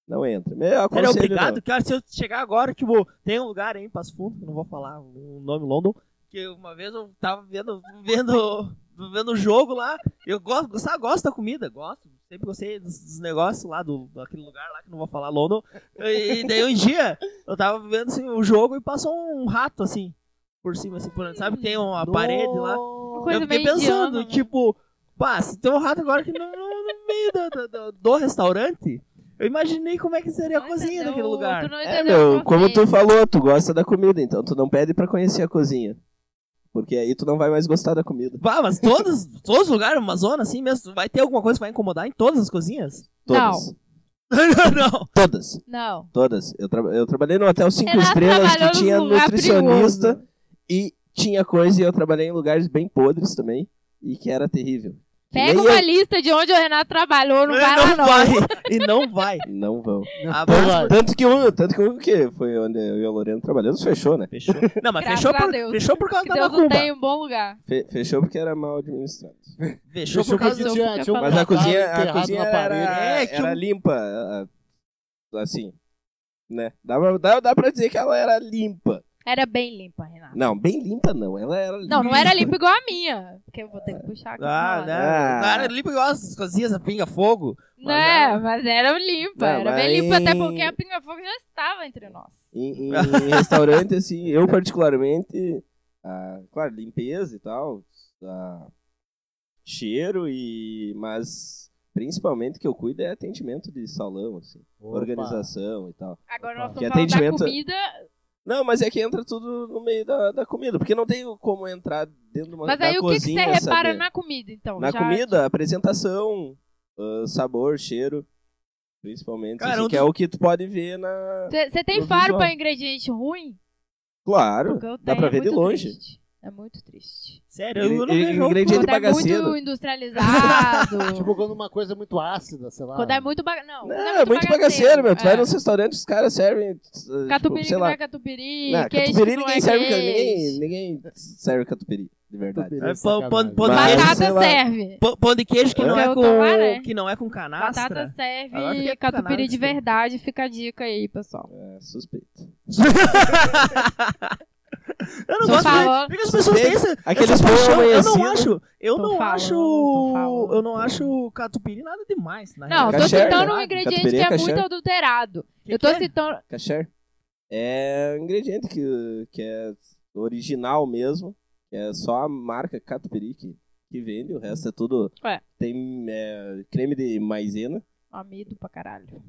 [SPEAKER 3] Não entra. Mas eu
[SPEAKER 4] Cara,
[SPEAKER 3] aconselho,
[SPEAKER 4] obrigado,
[SPEAKER 3] não.
[SPEAKER 4] cara. Se eu chegar agora, tipo, tem um lugar aí em Passo Fundo, que eu não vou falar o nome London, que uma vez eu tava vendo vendo vendo o jogo lá. Eu gosto, gosto, gosto da comida, gosto. Sempre gostei dos, dos negócios lá do daquele lugar lá que eu não vou falar London. E, e daí um dia eu tava vendo assim, o jogo e passou um rato assim por cima assim, por sabe? Tem uma parede lá.
[SPEAKER 5] Uma
[SPEAKER 4] Eu
[SPEAKER 5] coisa
[SPEAKER 4] fiquei
[SPEAKER 5] meio
[SPEAKER 4] pensando,
[SPEAKER 5] indiana, né?
[SPEAKER 4] tipo, pá, se tem um rato agora que no, no- no meio do, do- do- do restaurante, eu imaginei como é que seria a
[SPEAKER 5] Não
[SPEAKER 4] cozinha
[SPEAKER 5] entendeu,
[SPEAKER 4] daquele
[SPEAKER 5] tu
[SPEAKER 4] lugar.
[SPEAKER 5] não
[SPEAKER 3] É,
[SPEAKER 5] entendeu o
[SPEAKER 3] meu, como tu
[SPEAKER 5] conceito.
[SPEAKER 3] falou, tu gosta da comida, então tu não pede pra conhecer a cozinha. Porque aí tu não vai mais gostar da comida.
[SPEAKER 4] Vá, mas todos, todos os lugares, uma zona assim mesmo, vai ter alguma coisa que vai incomodar em todas as cozinhas? (laughs)
[SPEAKER 3] Todas.
[SPEAKER 4] não, não.
[SPEAKER 3] Todas.
[SPEAKER 5] Não.
[SPEAKER 3] Todas. Eu, tra- eu trabalhei no hotel 5
[SPEAKER 5] Renato
[SPEAKER 3] estrelas
[SPEAKER 5] trabalhou
[SPEAKER 3] que tinha
[SPEAKER 5] num lugar
[SPEAKER 3] nutricionista e tinha coisa, e eu trabalhei em lugares bem podres também, e que era terrível. Que
[SPEAKER 5] Pega
[SPEAKER 3] nem
[SPEAKER 5] uma lista de onde o Renato trabalhou, não vai lá
[SPEAKER 4] não
[SPEAKER 5] não.
[SPEAKER 4] vai. E não vai.
[SPEAKER 3] eu- Não vão.
[SPEAKER 2] Não,
[SPEAKER 4] Ah,
[SPEAKER 2] então
[SPEAKER 4] mas-
[SPEAKER 2] vai.
[SPEAKER 3] Tanto que um, tanto que um que foi onde eu e a Lorena trabalhamos, fechou, né?
[SPEAKER 4] Fechou. Não, mas
[SPEAKER 5] Graças
[SPEAKER 4] fechou
[SPEAKER 5] a
[SPEAKER 4] por,
[SPEAKER 5] Deus.
[SPEAKER 4] fechou por causa
[SPEAKER 5] Que
[SPEAKER 4] da
[SPEAKER 5] Deus não
[SPEAKER 4] macumba.
[SPEAKER 5] tem um bom lugar.
[SPEAKER 3] Fe- fechou porque era mal administrado.
[SPEAKER 4] Fechou,
[SPEAKER 2] Fechou
[SPEAKER 4] por causa
[SPEAKER 2] porque
[SPEAKER 5] do-
[SPEAKER 2] tinha- tinha um
[SPEAKER 3] Mas a
[SPEAKER 2] cartaz
[SPEAKER 3] cozinha, a
[SPEAKER 2] enterrado
[SPEAKER 3] cozinha
[SPEAKER 2] na
[SPEAKER 3] era,
[SPEAKER 2] parede.
[SPEAKER 4] É, tinha
[SPEAKER 3] era
[SPEAKER 4] um-
[SPEAKER 3] limpa, a- a- assim, né? Dá pra, dá, dá pra dizer que ela era limpa.
[SPEAKER 5] Era bem limpa, Renato.
[SPEAKER 3] Não, bem limpa não, ela era limpa.
[SPEAKER 5] Não, não era limpa igual a minha. Porque eu vou ter que puxar aqui. pra
[SPEAKER 4] Ah,
[SPEAKER 5] lá,
[SPEAKER 4] né?
[SPEAKER 5] né?
[SPEAKER 3] Ah.
[SPEAKER 4] O cara limpa igual as cozinhas, pinga fogo.
[SPEAKER 5] Não,
[SPEAKER 4] Mas era-
[SPEAKER 5] Né? mas era limpa.
[SPEAKER 3] Não,
[SPEAKER 5] era
[SPEAKER 3] mas-
[SPEAKER 5] bem limpa, até porque a Pinga Fogo já estava entre nós.
[SPEAKER 3] em, em- em
[SPEAKER 5] (laughs)
[SPEAKER 3] restaurante, assim, eu particularmente, ah, claro, limpeza e tal, ah, cheiro e, mas principalmente o que eu cuido é atendimento de salão, assim,
[SPEAKER 2] Opa.
[SPEAKER 3] organização e tal.
[SPEAKER 5] Agora
[SPEAKER 2] Opa.
[SPEAKER 5] nós
[SPEAKER 3] Que
[SPEAKER 5] vamos falar da
[SPEAKER 3] atendimento-
[SPEAKER 5] comida.
[SPEAKER 3] Não, mas é que entra tudo no meio da, da comida, porque não tem como entrar dentro de uma
[SPEAKER 5] Mas
[SPEAKER 3] da
[SPEAKER 5] aí o que, que você
[SPEAKER 3] cozinha,
[SPEAKER 5] repara
[SPEAKER 3] sabe?
[SPEAKER 5] na comida, então?
[SPEAKER 3] Na
[SPEAKER 5] Já-
[SPEAKER 3] comida, apresentação, ah, sabor, cheiro, principalmente,
[SPEAKER 4] Cara,
[SPEAKER 3] assim,
[SPEAKER 4] um
[SPEAKER 3] que é
[SPEAKER 4] dos-
[SPEAKER 3] o que tu pode ver na...
[SPEAKER 5] Você você tem
[SPEAKER 3] No
[SPEAKER 5] faro
[SPEAKER 3] visual.
[SPEAKER 5] pra ingrediente ruim?
[SPEAKER 3] Claro,
[SPEAKER 5] Porque eu
[SPEAKER 3] dá
[SPEAKER 5] tenho,
[SPEAKER 3] pra
[SPEAKER 5] é
[SPEAKER 3] ver de
[SPEAKER 5] muito
[SPEAKER 3] longe.
[SPEAKER 5] triste. É muito triste.
[SPEAKER 4] Sério, eu, eu não
[SPEAKER 3] E- e-
[SPEAKER 4] vejo
[SPEAKER 3] ingrediente-
[SPEAKER 5] Quando
[SPEAKER 3] Gente
[SPEAKER 5] é
[SPEAKER 3] bagaceiro.
[SPEAKER 5] muito
[SPEAKER 3] (laughs)
[SPEAKER 5] industrializado.
[SPEAKER 2] Tipo, quando uma coisa é muito ácida, sei lá.
[SPEAKER 5] quando é muito bagaceiro. Não,
[SPEAKER 3] Não,
[SPEAKER 5] quando
[SPEAKER 3] é muito bagaceiro, meu. Tu
[SPEAKER 5] é.
[SPEAKER 3] vai nos restaurantes, os caras servem. eh,
[SPEAKER 5] Catupiry
[SPEAKER 3] tipo, sei
[SPEAKER 5] que não
[SPEAKER 3] lá.
[SPEAKER 5] é catupiry.
[SPEAKER 3] Não,
[SPEAKER 5] queijo
[SPEAKER 3] catupiry
[SPEAKER 5] que não
[SPEAKER 3] ninguém
[SPEAKER 5] é
[SPEAKER 3] serve. Ninguém,
[SPEAKER 5] queijo.
[SPEAKER 3] ninguém serve catupiry, de verdade.
[SPEAKER 2] Catupiry.
[SPEAKER 4] É,
[SPEAKER 2] Sacanagem.
[SPEAKER 4] pão- pão-
[SPEAKER 3] Mas- sei
[SPEAKER 5] Batata
[SPEAKER 3] lá.
[SPEAKER 5] serve.
[SPEAKER 4] Pão, pão de queijo que não, é
[SPEAKER 5] Eu
[SPEAKER 4] com,
[SPEAKER 5] tomar, né?
[SPEAKER 4] que não é com canastra.
[SPEAKER 5] Batata serve
[SPEAKER 4] Agora fiquei com
[SPEAKER 5] catupiry de
[SPEAKER 4] canastra.
[SPEAKER 5] verdade. Fica a dica aí, pessoal.
[SPEAKER 3] É, suspeito.
[SPEAKER 4] Eu não
[SPEAKER 5] Tô
[SPEAKER 4] gosto
[SPEAKER 5] falando.
[SPEAKER 4] porque as pessoas têm essa,
[SPEAKER 3] Aqueles
[SPEAKER 4] essa
[SPEAKER 3] pão
[SPEAKER 4] paixão. Eu não
[SPEAKER 3] amanhecido.
[SPEAKER 4] acho, eu
[SPEAKER 5] Tô
[SPEAKER 4] não
[SPEAKER 5] falando, tô
[SPEAKER 4] acho,
[SPEAKER 5] falando.
[SPEAKER 4] eu não acho catupiry nada demais. Na
[SPEAKER 5] Não, eu tô
[SPEAKER 4] realidade.
[SPEAKER 3] Caché,
[SPEAKER 7] Ah,
[SPEAKER 5] citando um
[SPEAKER 4] né?
[SPEAKER 5] ingrediente
[SPEAKER 3] Catupiry
[SPEAKER 5] que
[SPEAKER 3] é
[SPEAKER 5] é
[SPEAKER 3] caché.
[SPEAKER 5] muito adulterado.
[SPEAKER 4] Que
[SPEAKER 5] eu tô
[SPEAKER 4] que é?
[SPEAKER 5] citando.
[SPEAKER 3] Kasher é um ingrediente que, que é original mesmo. que É só a marca catupiry que, que vende. O resto é tudo.
[SPEAKER 5] Ué.
[SPEAKER 3] Tem eh, creme de maisena.
[SPEAKER 5] Amido pra caralho.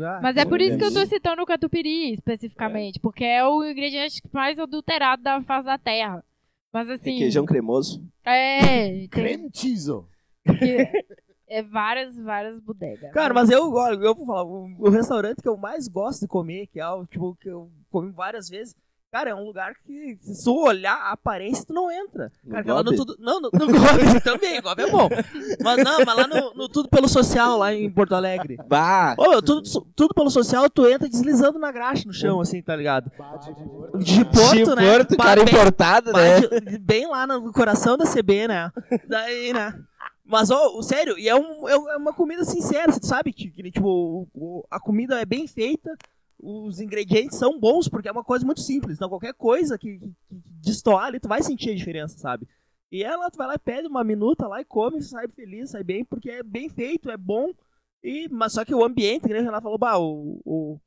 [SPEAKER 4] Ah.
[SPEAKER 5] Mas é por isso que eu tô
[SPEAKER 3] Entendi.
[SPEAKER 5] citando o catupiry especificamente, porque é o ingrediente mais adulterado da face da terra. Mas assim.
[SPEAKER 3] Requeijão cremoso.
[SPEAKER 4] (laughs)
[SPEAKER 5] É, tem
[SPEAKER 2] Creme cheeso.
[SPEAKER 5] que- é várias, várias bodegas.
[SPEAKER 4] Cara, mas eu gosto, eu vou falar, o, o restaurante que eu mais gosto de comer, que é o tipo, que eu comi várias vezes, cara, é um lugar que se tu olhar a aparência, tu não entra.
[SPEAKER 3] No
[SPEAKER 4] Cara, que lá no
[SPEAKER 3] Gob?
[SPEAKER 4] tudo. Não, no, no Gob (laughs) também, Gob é bom. Mas não, mas lá no, no Tudo pelo Social, lá em Porto Alegre.
[SPEAKER 3] Bah!
[SPEAKER 4] Ô, meu, tudo, tudo pelo social, tu entra deslizando na graxa no chão, assim, tá ligado?
[SPEAKER 2] Bate de gordo.
[SPEAKER 4] De Porto,
[SPEAKER 7] De
[SPEAKER 4] né?
[SPEAKER 7] Porto, cara
[SPEAKER 4] Bate-
[SPEAKER 7] importado, né?
[SPEAKER 4] Bate bem lá no coração da CB, né? Daí, né? Mas, ó, sério, e é, um, é um- é uma comida sincera, você sabe? Que, que, tipo, o- o- a comida é bem feita, os ingredientes são bons, porque é uma coisa muito simples. Então, qualquer coisa que, que, que destoar ali, tu vai sentir a diferença, sabe? E ela, tu vai lá e pede uma minuta lá e come, sai feliz, sai bem, porque é bem feito, é bom. E, mas só que o ambiente, que nem ela falou, bah, o- o,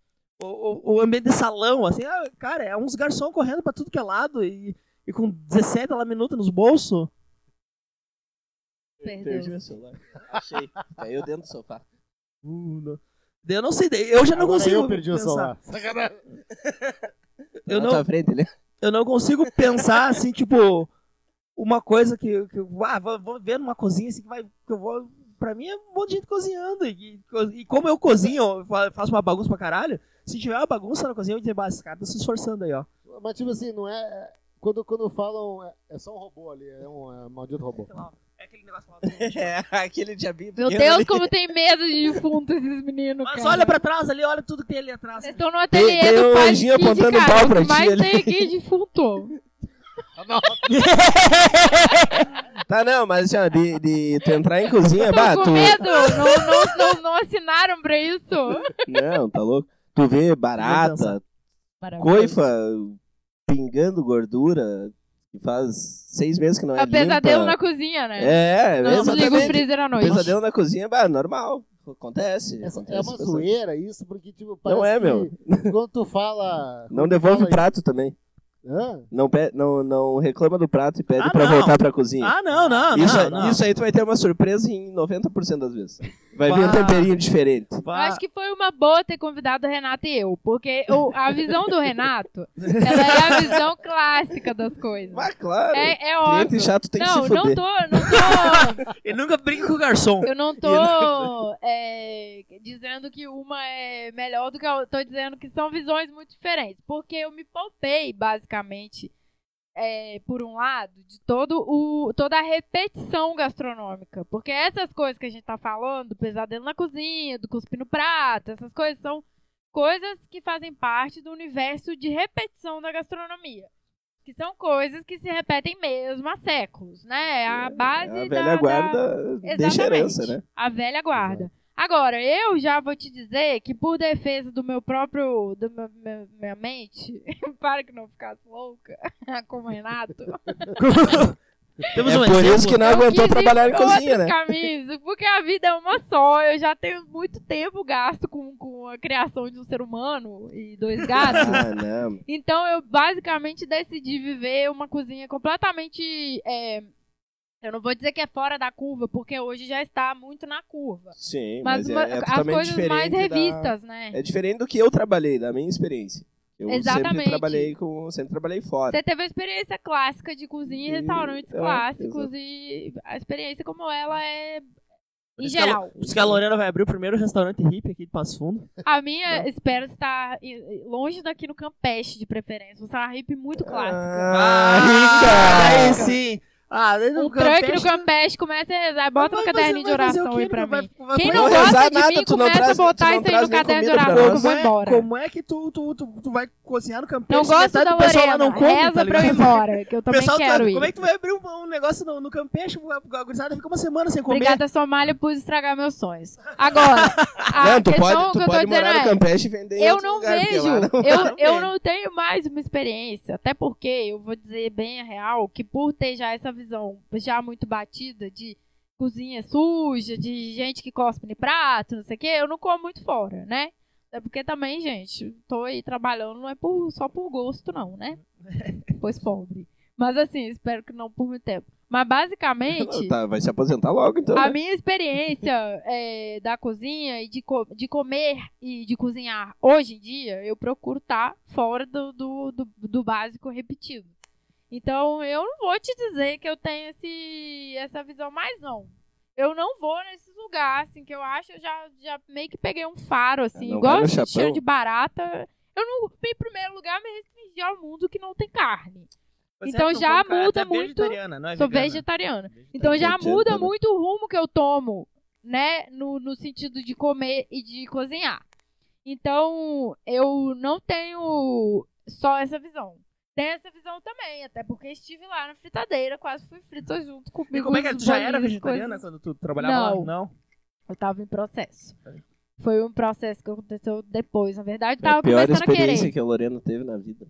[SPEAKER 4] o, o- o ambiente de salão, assim, ah, cara, é uns garçom correndo pra tudo que é lado e, e com 17 lá minutos nos bolsos.
[SPEAKER 3] Perdi
[SPEAKER 5] Perdeu.
[SPEAKER 3] meu celular. Achei. Caiu dentro do sofá.
[SPEAKER 4] Uh, não. Daí Eu não sei, daí eu já não
[SPEAKER 2] Agora
[SPEAKER 4] consigo.
[SPEAKER 2] eu perdi o
[SPEAKER 4] pensar.
[SPEAKER 2] celular. Sacanagem.
[SPEAKER 7] Ah,
[SPEAKER 4] Eu
[SPEAKER 3] Na
[SPEAKER 4] não,
[SPEAKER 7] tá.
[SPEAKER 3] tua frente, né?
[SPEAKER 4] eu não consigo
[SPEAKER 2] (laughs)
[SPEAKER 4] pensar assim, tipo, uma coisa que, que eu- ah, vou, vou ver numa cozinha assim que vai. Que eu vou, pra mim é um monte de gente cozinhando. E, e como eu cozinho, eu fa- faço uma bagunça pra caralho. Se tiver uma bagunça na cozinha, eu vou dizer, bah, esse cara tá se esforçando aí, ó.
[SPEAKER 2] Mas tipo assim, não é... é- Quando, quando falam... É, é só um robô ali. É um, é um maldito robô.
[SPEAKER 4] É aquele negócio lá.
[SPEAKER 3] É, aquele diabinho.
[SPEAKER 5] Meu Deus, como tem medo de defunto esses meninos,
[SPEAKER 4] Mas
[SPEAKER 5] cara.
[SPEAKER 4] olha pra trás ali, olha tudo que tem ali atrás.
[SPEAKER 5] Vocês estão no
[SPEAKER 7] Tem-
[SPEAKER 5] ateliê
[SPEAKER 7] tem
[SPEAKER 5] do
[SPEAKER 7] um
[SPEAKER 5] pai
[SPEAKER 7] anjinho
[SPEAKER 5] de Kid,
[SPEAKER 7] apontando
[SPEAKER 5] cara,
[SPEAKER 7] o pau
[SPEAKER 5] o
[SPEAKER 7] pra
[SPEAKER 5] que
[SPEAKER 7] ti
[SPEAKER 5] mais
[SPEAKER 7] ali.
[SPEAKER 5] tem aqui é
[SPEAKER 7] (laughs)
[SPEAKER 5] defunto.
[SPEAKER 2] Ah,
[SPEAKER 3] Tá, não, mas já, de, de tu entrar em cozinha,
[SPEAKER 7] É,
[SPEAKER 5] Tô
[SPEAKER 3] bah,
[SPEAKER 5] com
[SPEAKER 3] tu.
[SPEAKER 5] medo, não, não, não, não assinaram pra isso.
[SPEAKER 3] Não, tá louco? Tu vê barata, coifa pingando gordura, que faz seis meses que não é
[SPEAKER 5] É pesadelo na
[SPEAKER 3] limpa.
[SPEAKER 5] cozinha, né?
[SPEAKER 3] É,
[SPEAKER 5] não desliga o
[SPEAKER 3] exatamente.
[SPEAKER 5] freezer à noite.
[SPEAKER 3] Pesadelo na cozinha, bah, normal. Acontece.
[SPEAKER 2] Essa-
[SPEAKER 3] acontece
[SPEAKER 2] é uma
[SPEAKER 3] bastante.
[SPEAKER 2] zoeira isso, porque tipo...
[SPEAKER 3] Não é,
[SPEAKER 2] parece que Quando tu
[SPEAKER 3] (laughs)
[SPEAKER 2] fala...
[SPEAKER 3] Não devolve
[SPEAKER 2] Fala
[SPEAKER 3] o
[SPEAKER 2] aí.
[SPEAKER 3] prato também.
[SPEAKER 2] Hã?
[SPEAKER 3] Não, pe- não, não reclama do prato e pede
[SPEAKER 4] Ah,
[SPEAKER 3] pra
[SPEAKER 4] não.
[SPEAKER 3] voltar pra cozinha.
[SPEAKER 4] (laughs) Ah, não, não,
[SPEAKER 3] isso,
[SPEAKER 7] é-
[SPEAKER 4] não, não.
[SPEAKER 3] isso aí tu vai ter uma surpresa em 90% das vezes. Vai vir um
[SPEAKER 4] Bah.
[SPEAKER 3] temperinho diferente.
[SPEAKER 7] é-
[SPEAKER 5] Eu acho que foi uma boa ter convidado o Renato e eu, porque o- a visão do Renato, ela é a visão clássica das coisas.
[SPEAKER 3] Mas claro,
[SPEAKER 5] É, é
[SPEAKER 3] cliente
[SPEAKER 5] óbvio.
[SPEAKER 3] chato tem que
[SPEAKER 5] Não,
[SPEAKER 3] se fuder.
[SPEAKER 5] não tô, não tô,
[SPEAKER 4] Ele nunca brinca com o garçom.
[SPEAKER 5] eu não tô é, dizendo que uma é melhor do que a outra. Tô dizendo que são visões muito diferentes, porque eu me poupei basicamente, é, por um lado, de todo o toda a repetição gastronômica, porque essas coisas que a gente tá falando, pesadelo na cozinha, do cuspir no prato, essas coisas são coisas que fazem parte do universo de repetição da gastronomia. Que são coisas que se repetem mesmo há séculos, né? É A base
[SPEAKER 3] A
[SPEAKER 5] da-
[SPEAKER 3] velha
[SPEAKER 5] da-
[SPEAKER 3] guarda deixa herança, né?
[SPEAKER 5] a velha guarda. Agora, eu já vou te dizer que por defesa do meu próprio. do meu, meu- minha mente, (laughs) para que não ficasse louca, (laughs) como o Renato.
[SPEAKER 4] Temos
[SPEAKER 7] É
[SPEAKER 4] um
[SPEAKER 7] por
[SPEAKER 4] exemplo.
[SPEAKER 7] isso que não
[SPEAKER 5] eu
[SPEAKER 7] aguentou
[SPEAKER 5] quis ir
[SPEAKER 7] trabalhar em
[SPEAKER 5] por
[SPEAKER 7] cozinha,
[SPEAKER 5] outros
[SPEAKER 7] né?
[SPEAKER 5] caminhos, porque a vida é uma só. Eu já tenho muito tempo gasto com, com a criação de um ser humano e
[SPEAKER 7] (laughs)
[SPEAKER 5] dois gatos.
[SPEAKER 3] Ah, não.
[SPEAKER 5] Então eu basicamente decidi viver uma cozinha completamente. é, eu não vou dizer que é fora da curva, porque hoje já está muito na curva.
[SPEAKER 3] Sim,
[SPEAKER 5] Mas,
[SPEAKER 3] mas,
[SPEAKER 5] uma-
[SPEAKER 3] é, é
[SPEAKER 5] as
[SPEAKER 3] totalmente
[SPEAKER 5] coisas
[SPEAKER 3] diferente.
[SPEAKER 5] mais
[SPEAKER 3] da-
[SPEAKER 5] revistas, né?
[SPEAKER 3] É diferente do que eu trabalhei, da minha experiência. Eu sempre
[SPEAKER 5] Exatamente. é
[SPEAKER 3] trabalhei com. Sempre trabalhei fora.
[SPEAKER 5] Você teve a experiência clássica de cozinha em
[SPEAKER 3] E-
[SPEAKER 5] restaurantes
[SPEAKER 3] é,
[SPEAKER 5] clássicos e a experiência como ela é
[SPEAKER 4] Por
[SPEAKER 5] em
[SPEAKER 4] isso que a Lo-
[SPEAKER 5] geral.
[SPEAKER 4] Por isso que a Lorena vai abrir o primeiro restaurante hippie aqui de Passo Fundo.
[SPEAKER 5] A minha espero estar em- longe daqui no Campeche de preferência. Você é uma hippie muito
[SPEAKER 3] Ah,
[SPEAKER 5] clássica.
[SPEAKER 4] Ah, aí sim. Ah, daí
[SPEAKER 5] o
[SPEAKER 4] no
[SPEAKER 5] trunk no
[SPEAKER 4] campeche-
[SPEAKER 5] Campeche começa a rezar. Bota
[SPEAKER 4] Mas
[SPEAKER 5] no
[SPEAKER 4] vai
[SPEAKER 5] caderninho de
[SPEAKER 4] fazer- vai fazer
[SPEAKER 5] oração
[SPEAKER 4] o quê,
[SPEAKER 5] aí pra
[SPEAKER 4] né?
[SPEAKER 5] mim.
[SPEAKER 4] Vai-
[SPEAKER 5] Quem
[SPEAKER 4] vai-
[SPEAKER 5] não
[SPEAKER 3] Não
[SPEAKER 5] gosta
[SPEAKER 3] rezar
[SPEAKER 5] de
[SPEAKER 3] nada,
[SPEAKER 5] mim
[SPEAKER 3] tu não
[SPEAKER 5] começa
[SPEAKER 3] traz-
[SPEAKER 5] a botar
[SPEAKER 3] tu não
[SPEAKER 5] isso aí
[SPEAKER 3] traz
[SPEAKER 5] no
[SPEAKER 3] nem
[SPEAKER 5] caderno de
[SPEAKER 3] comida pra
[SPEAKER 5] oração que eu
[SPEAKER 3] nós.
[SPEAKER 5] vou embora.
[SPEAKER 4] Como é que tu, tu, tu, tu vai cozinhar no campeche?
[SPEAKER 5] Não gosto
[SPEAKER 4] Metade
[SPEAKER 5] da
[SPEAKER 4] do pessoal
[SPEAKER 5] Lorena.
[SPEAKER 4] lá não come,
[SPEAKER 5] Reza
[SPEAKER 4] tá
[SPEAKER 5] pra eu ir
[SPEAKER 4] ligado?
[SPEAKER 5] embora,
[SPEAKER 4] (laughs)
[SPEAKER 5] que eu
[SPEAKER 4] O
[SPEAKER 5] também
[SPEAKER 4] pessoal tá-
[SPEAKER 5] quero ir.
[SPEAKER 4] Como é que tu vai abrir um, um negócio no, no campeche? A a gurizada fica uma semana sem comer.
[SPEAKER 5] Obrigada, Somália, por estragar meus sonhos.
[SPEAKER 3] (laughs)
[SPEAKER 5] Agora, a
[SPEAKER 3] não, tu
[SPEAKER 5] questão
[SPEAKER 3] pode, tu
[SPEAKER 5] Ah, que eu tô
[SPEAKER 3] pode
[SPEAKER 5] dizendo
[SPEAKER 3] morar no
[SPEAKER 5] é...
[SPEAKER 3] Campeche e vender. em
[SPEAKER 5] Eu
[SPEAKER 3] outro
[SPEAKER 5] não
[SPEAKER 3] lugar, porque
[SPEAKER 5] vejo,
[SPEAKER 3] lá não-
[SPEAKER 5] eu, eu
[SPEAKER 4] tem.
[SPEAKER 5] não tenho mais uma experiência, até porque eu vou dizer bem a real que por ter já essa visão já muito batida de cozinha suja, de gente que cospe no prato, não sei o quê, eu não como muito fora, né? É porque também, gente, tô aí trabalhando não é
[SPEAKER 3] (laughs)
[SPEAKER 5] por, só por gosto não, né? Pois pobre. Mas assim, espero que não por muito tempo. Mas basicamente,
[SPEAKER 3] Tá, vai se aposentar logo, então.
[SPEAKER 5] a
[SPEAKER 3] né?
[SPEAKER 5] minha experiência é, da cozinha e de, co- de comer e de cozinhar hoje em dia, eu procuro estar fora do, do, do, do básico repetido. Então, eu não vou te dizer que eu tenho esse, essa visão mais, não. Eu não vou nesses lugares, assim, que eu acho, eu já, já meio que peguei um faro, assim,
[SPEAKER 3] Não vai
[SPEAKER 5] igual
[SPEAKER 3] no
[SPEAKER 5] esse cheiro
[SPEAKER 3] chapão?
[SPEAKER 5] de barata. Eu não, em primeiro lugar, me restringir ao mundo que não tem carne.
[SPEAKER 4] Pois
[SPEAKER 5] Então
[SPEAKER 4] eu tô
[SPEAKER 5] já
[SPEAKER 4] falando, é cara,
[SPEAKER 5] muda
[SPEAKER 4] até
[SPEAKER 5] muito.
[SPEAKER 4] vegetariana, não é
[SPEAKER 5] Sou
[SPEAKER 4] vegana.
[SPEAKER 5] vegetariana. Então já
[SPEAKER 3] Adianta,
[SPEAKER 5] muda
[SPEAKER 3] né?
[SPEAKER 5] muito o rumo que eu tomo, né? No, no sentido de comer e de cozinhar. Então eu não tenho só essa visão. Tem essa visão também, até porque estive lá na fritadeira, quase fui frita junto comigo.
[SPEAKER 4] E como é que
[SPEAKER 5] os
[SPEAKER 4] tu já era
[SPEAKER 5] bolinhos,
[SPEAKER 4] vegetariana
[SPEAKER 5] coisas.
[SPEAKER 4] quando tu trabalhava
[SPEAKER 5] Não.
[SPEAKER 4] lá? Não.
[SPEAKER 5] Eu tava em processo. Foi um processo que aconteceu depois, na verdade,
[SPEAKER 3] Foi
[SPEAKER 5] tava
[SPEAKER 3] É a pior
[SPEAKER 5] começando a
[SPEAKER 3] experiência
[SPEAKER 5] querer.
[SPEAKER 3] que a Lorena teve na vida.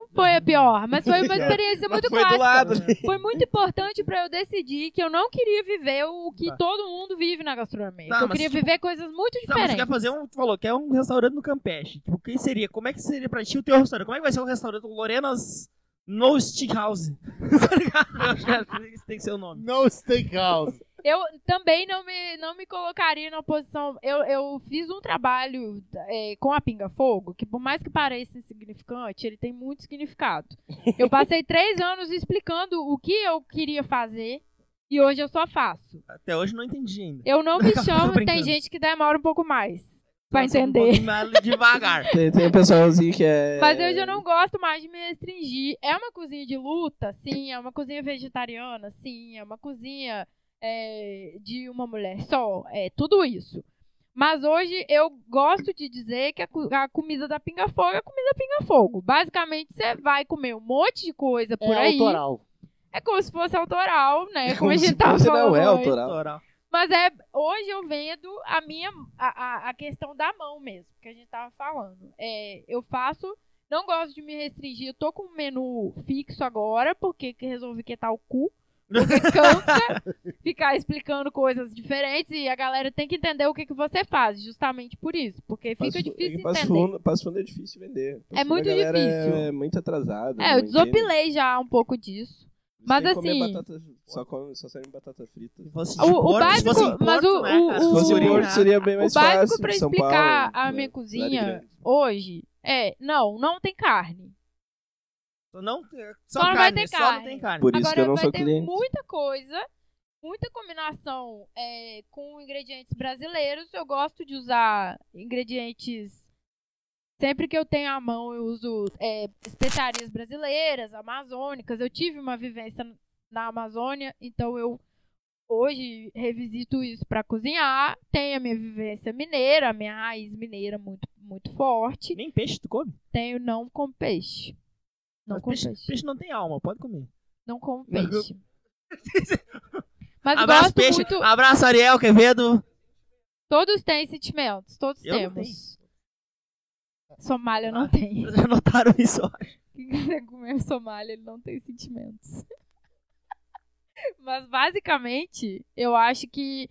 [SPEAKER 5] Não foi a pior, mas foi
[SPEAKER 3] (laughs)
[SPEAKER 5] uma experiência muito
[SPEAKER 3] foi do
[SPEAKER 5] clássica.
[SPEAKER 3] lado.
[SPEAKER 5] Foi muito importante pra eu decidir que eu não queria viver o que
[SPEAKER 4] Tá.
[SPEAKER 5] todo mundo vive na gastronomia.
[SPEAKER 4] Tá,
[SPEAKER 5] que eu
[SPEAKER 4] mas
[SPEAKER 5] queria
[SPEAKER 4] tipo-
[SPEAKER 5] viver coisas muito
[SPEAKER 4] Não, mas tu
[SPEAKER 5] diferentes.
[SPEAKER 4] quer fazer um. Tu falou que é um restaurante no Campeche. Tipo, quem seria? Como é que seria pra ti o teu restaurante? Como é que vai ser o restaurante Lorenas No Stick House? (laughs) Tá ligado? Eu acho que era- esse tem que ser o nome.
[SPEAKER 2] No steakhouse.
[SPEAKER 5] Eu também não me, não me colocaria na posição. Eu, eu fiz um trabalho é, com a Pinga Fogo, que por mais que pareça insignificante, ele tem muito significado. Eu
[SPEAKER 4] (laughs)
[SPEAKER 5] passei três anos explicando o que eu queria fazer e hoje eu só faço.
[SPEAKER 4] Até hoje eu não entendi ainda.
[SPEAKER 5] Eu
[SPEAKER 4] (laughs)
[SPEAKER 5] não me
[SPEAKER 4] Tô
[SPEAKER 5] chamo, tem
[SPEAKER 4] brincando.
[SPEAKER 5] gente que demora um pouco mais pra
[SPEAKER 4] Então, só um
[SPEAKER 5] entender.
[SPEAKER 4] pouquinho mais
[SPEAKER 3] (laughs)
[SPEAKER 4] devagar.
[SPEAKER 3] Tem, tem um pessoalzinho que é.
[SPEAKER 5] Mas eu
[SPEAKER 3] (laughs)
[SPEAKER 5] já não gosto mais de me restringir. É uma cozinha de luta, sim. É uma cozinha vegetariana, sim. É uma cozinha é, de uma mulher só. É tudo isso. Mas hoje eu gosto de dizer que a, co- a comida da Pinga Fogo é a comida Pinga Fogo. Basicamente, você vai comer um monte de coisa por
[SPEAKER 2] É
[SPEAKER 5] aí.
[SPEAKER 2] autoral.
[SPEAKER 5] É como se fosse autoral, né? Como, a
[SPEAKER 3] Como se
[SPEAKER 5] gente tava
[SPEAKER 3] fosse,
[SPEAKER 5] falando.
[SPEAKER 3] não é
[SPEAKER 5] antes.
[SPEAKER 3] autoral.
[SPEAKER 4] Autoral.
[SPEAKER 5] Mas é, hoje eu vendo a minha a, a- a questão da mão mesmo, que a gente tava falando. É, eu faço, não gosto de me restringir, eu tô com um menu fixo agora, porque que resolvi que tá o cu. Porque cansa ficar explicando coisas diferentes e a galera tem que entender o que, que você faz, justamente por isso. Porque fica
[SPEAKER 3] Passo- é
[SPEAKER 5] difícil
[SPEAKER 3] que Passo
[SPEAKER 5] entender.
[SPEAKER 3] fundo, passo fundo é difícil vender. Passo
[SPEAKER 5] É
[SPEAKER 3] Fundo a
[SPEAKER 5] muito
[SPEAKER 3] galera
[SPEAKER 5] difícil.
[SPEAKER 3] É muito atrasada.
[SPEAKER 5] É,
[SPEAKER 3] não
[SPEAKER 5] eu
[SPEAKER 3] entende.
[SPEAKER 5] desopilei já um pouco disso.
[SPEAKER 3] Eles
[SPEAKER 5] mas
[SPEAKER 3] têm que comer
[SPEAKER 5] assim-
[SPEAKER 3] batata- só, come, só serve batata frita.
[SPEAKER 4] Se fosse
[SPEAKER 5] O-
[SPEAKER 4] de
[SPEAKER 5] o
[SPEAKER 4] porco, se
[SPEAKER 5] básico-
[SPEAKER 4] fosse em
[SPEAKER 5] mas
[SPEAKER 4] Porto,
[SPEAKER 5] o-
[SPEAKER 4] né,
[SPEAKER 5] o-
[SPEAKER 4] cara,
[SPEAKER 5] o-
[SPEAKER 3] Se fosse
[SPEAKER 5] Sim.
[SPEAKER 3] em Porto, seria bem mais
[SPEAKER 5] o básico
[SPEAKER 3] fácil.
[SPEAKER 5] pra
[SPEAKER 3] São
[SPEAKER 5] explicar
[SPEAKER 3] Paulo, né,
[SPEAKER 5] a minha
[SPEAKER 3] cidade
[SPEAKER 5] cozinha
[SPEAKER 3] grande.
[SPEAKER 5] hoje é: não, não tem carne.
[SPEAKER 4] Não, só,
[SPEAKER 5] Só não
[SPEAKER 4] carne,
[SPEAKER 5] vai ter
[SPEAKER 4] só não
[SPEAKER 5] carne.
[SPEAKER 4] tem carne.
[SPEAKER 3] Por isso
[SPEAKER 5] Agora
[SPEAKER 3] que eu não
[SPEAKER 5] vai
[SPEAKER 3] sou
[SPEAKER 5] ter
[SPEAKER 3] cliente.
[SPEAKER 5] muita coisa, muita combinação é, com ingredientes brasileiros. Eu gosto de usar ingredientes. Sempre que eu tenho à mão, eu uso é, especiarias brasileiras, amazônicas. Eu tive uma vivência na Amazônia, então eu hoje revisito isso para cozinhar. Tenho a minha vivência mineira, a minha raiz mineira muito, muito forte.
[SPEAKER 4] Nem peixe tu come.
[SPEAKER 5] Tenho não com peixe. Não
[SPEAKER 4] Mas
[SPEAKER 5] com
[SPEAKER 4] peixe,
[SPEAKER 5] peixe.
[SPEAKER 4] peixe não tem alma, pode comer.
[SPEAKER 5] Não como
[SPEAKER 4] Não,
[SPEAKER 5] peixe. (laughs) Mas
[SPEAKER 4] Abraço,
[SPEAKER 5] gosto
[SPEAKER 4] peixe.
[SPEAKER 5] muito.
[SPEAKER 4] Abraço, Ariel Quevedo. (laughs)
[SPEAKER 5] Todos têm sentimentos, todos
[SPEAKER 4] Eu não Ah.
[SPEAKER 5] temos. Somália não tem.
[SPEAKER 4] Vocês já notaram isso? ó?
[SPEAKER 5] (laughs) Quem quiser comer Somália, ele não tem sentimentos. (laughs) Mas basicamente, eu acho que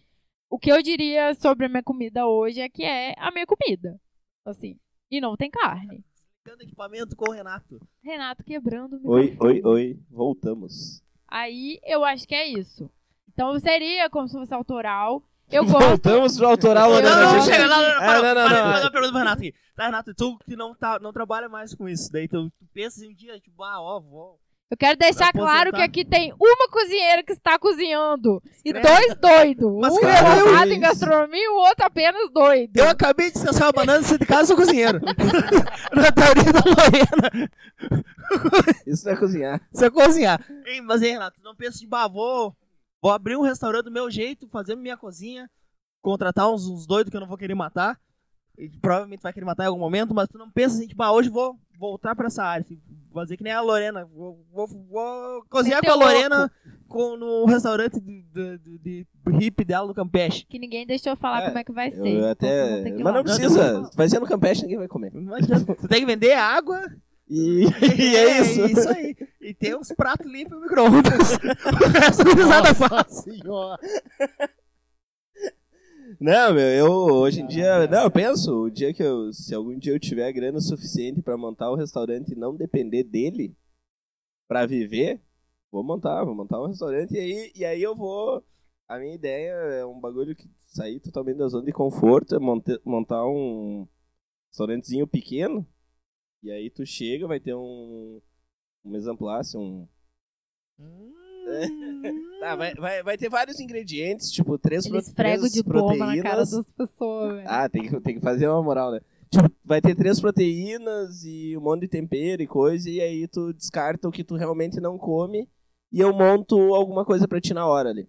[SPEAKER 5] o que eu diria sobre a minha comida hoje é que é a minha comida. Assim. E não tem carne.
[SPEAKER 4] Dando equipamento com o Renato.
[SPEAKER 5] Renato quebrando o
[SPEAKER 3] Oi,
[SPEAKER 5] microfone.
[SPEAKER 3] oi, oi. Voltamos.
[SPEAKER 5] Aí eu acho que é isso. Então seria como se fosse autoral.
[SPEAKER 4] (laughs)
[SPEAKER 5] Eu gosto.
[SPEAKER 3] Voltamos pro autoral,
[SPEAKER 5] Eu
[SPEAKER 3] Lorena.
[SPEAKER 4] não, não,
[SPEAKER 3] gente. (laughs)
[SPEAKER 4] chega, não, não, não,
[SPEAKER 3] É,
[SPEAKER 4] para,
[SPEAKER 3] não, não,
[SPEAKER 4] para,
[SPEAKER 3] não.
[SPEAKER 4] vou fazer uma pergunta pro Renato aqui. Tá, Renato, tu que não, tá, não trabalha mais com isso, daí tu, tu pensas em um dia, tipo, ah, ó, vou.
[SPEAKER 5] Eu quero deixar
[SPEAKER 4] Pra
[SPEAKER 5] claro que
[SPEAKER 4] aposentar.
[SPEAKER 5] aqui tem uma cozinheira que está cozinhando e
[SPEAKER 4] Credo.
[SPEAKER 5] dois doidos.
[SPEAKER 4] Mas
[SPEAKER 5] um
[SPEAKER 4] credo,
[SPEAKER 5] formado em
[SPEAKER 3] isso.
[SPEAKER 5] gastronomia e o outro apenas doido.
[SPEAKER 4] Eu acabei de descansar uma banana e de casa sou (laughs) cozinheiro. Na teoria da Lorena.
[SPEAKER 3] Isso não é cozinhar.
[SPEAKER 4] Você cozinhar. Ei, mas aí, Renato, não pensa de bavô. Vou abrir um restaurante do meu jeito, fazer minha cozinha, contratar uns, uns doidos que eu não vou querer matar. E que provavelmente vai querer matar em algum momento, mas tu não pensa assim, tipo, ah, hoje vou voltar pra essa área. assim, Fazer que nem a Lorena. Vou, vou- vou cozinhar
[SPEAKER 5] Meter
[SPEAKER 4] com a
[SPEAKER 5] o louco.
[SPEAKER 4] Lorena com, no restaurante de, de, de, de hippie dela no Campeche.
[SPEAKER 5] Que ninguém deixou eu falar
[SPEAKER 3] É,
[SPEAKER 5] como é que vai
[SPEAKER 3] Eu
[SPEAKER 5] ser. então vocês vão
[SPEAKER 3] até...
[SPEAKER 5] ter que ir
[SPEAKER 3] Mas
[SPEAKER 5] lá.
[SPEAKER 3] não precisa. Vai ser no Campeche, ninguém vai comer.
[SPEAKER 4] Não adianta. Tu tem que vender água.
[SPEAKER 3] (laughs) E, e é isso.
[SPEAKER 4] É isso aí. E tem uns pratos limpos e micro-ondas. (laughs) o resto não tem nada fácil.
[SPEAKER 2] Nossa senhora.
[SPEAKER 3] Não, meu, eu hoje em dia. Não, eu penso, o dia que eu. Se algum dia eu tiver a grana suficiente pra montar um restaurante e não depender dele pra viver, Vou montar, vou montar um restaurante e aí, e aí eu vou. A minha ideia é um bagulho que sair totalmente da zona de conforto, é monte- montar um restaurantezinho pequeno. E aí tu chega, vai ter um. Um mise en place, um
[SPEAKER 5] Hum.
[SPEAKER 3] Tá, vai, vai, vai ter vários ingredientes, tipo, três, pro,
[SPEAKER 5] Eles fregam
[SPEAKER 3] três
[SPEAKER 5] de bomba
[SPEAKER 3] proteínas.
[SPEAKER 5] na cara das pessoas, velho.
[SPEAKER 3] Ah, tem que, tem que fazer uma moral, né? Tipo, vai ter três proteínas e um monte de tempero e coisa, e aí tu descarta o que tu realmente não come e eu monto alguma coisa pra ti na hora ali.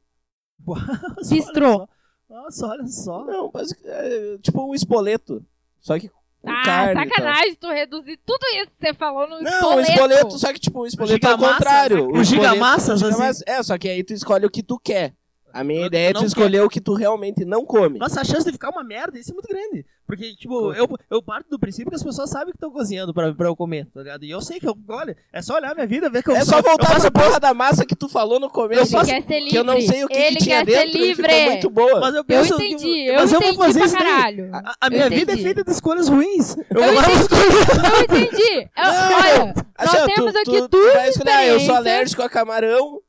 [SPEAKER 5] Bistrô.
[SPEAKER 4] Nossa, olha só.
[SPEAKER 3] Não, mas, é, tipo um espoleto, só que com
[SPEAKER 5] Ah,
[SPEAKER 3] carne. e tal.
[SPEAKER 5] sacanagem tu reduzir tudo isso que você falou no
[SPEAKER 3] Não, um
[SPEAKER 5] espoleto.
[SPEAKER 3] espoleto, só que tipo, um espoleto é o
[SPEAKER 4] gigamassas,
[SPEAKER 3] contrário.
[SPEAKER 4] O gigamassas,
[SPEAKER 3] Não,
[SPEAKER 4] assim.
[SPEAKER 3] mas- é, só que aí tu escolhe o que tu quer. A minha
[SPEAKER 4] Eu
[SPEAKER 3] ideia é tu
[SPEAKER 4] não
[SPEAKER 3] escolher o que tu realmente não come.
[SPEAKER 4] Nossa, a chance de ficar uma merda, isso é muito grande. Porque, tipo, eu, eu parto do princípio que as pessoas sabem que estão cozinhando pra, pra eu comer, tá ligado? E eu sei que eu, olha, é só olhar minha vida, ver que eu
[SPEAKER 3] É só
[SPEAKER 4] eu
[SPEAKER 3] voltar
[SPEAKER 4] faço-
[SPEAKER 3] essa porra da massa que tu falou no começo.
[SPEAKER 5] Ele
[SPEAKER 3] que
[SPEAKER 5] quer ser livre.
[SPEAKER 3] eu não sei o que,
[SPEAKER 5] Ele
[SPEAKER 3] que tinha
[SPEAKER 5] quer
[SPEAKER 3] dentro
[SPEAKER 5] ser
[SPEAKER 3] e
[SPEAKER 5] livre.
[SPEAKER 3] ficou muito boa.
[SPEAKER 4] Mas eu
[SPEAKER 5] Eu
[SPEAKER 4] penso,
[SPEAKER 5] entendi,
[SPEAKER 4] tipo,
[SPEAKER 5] eu
[SPEAKER 4] mas eu
[SPEAKER 5] entendi
[SPEAKER 4] vou fazer
[SPEAKER 5] pra
[SPEAKER 4] isso daí.
[SPEAKER 5] caralho.
[SPEAKER 3] Ah,
[SPEAKER 4] A, a minha vida é
[SPEAKER 5] entendi.
[SPEAKER 4] feita de escolhas ruins. Eu,
[SPEAKER 5] Eu
[SPEAKER 4] vou fazer as coisas.
[SPEAKER 5] Eu entendi. Eu- olha, nós
[SPEAKER 3] é, assim, ó,
[SPEAKER 5] temos
[SPEAKER 3] tu,
[SPEAKER 5] aqui
[SPEAKER 3] tu, tu
[SPEAKER 5] duas
[SPEAKER 3] vai escolher, ah, eu sou
[SPEAKER 5] experiências.
[SPEAKER 3] alérgico a camarão,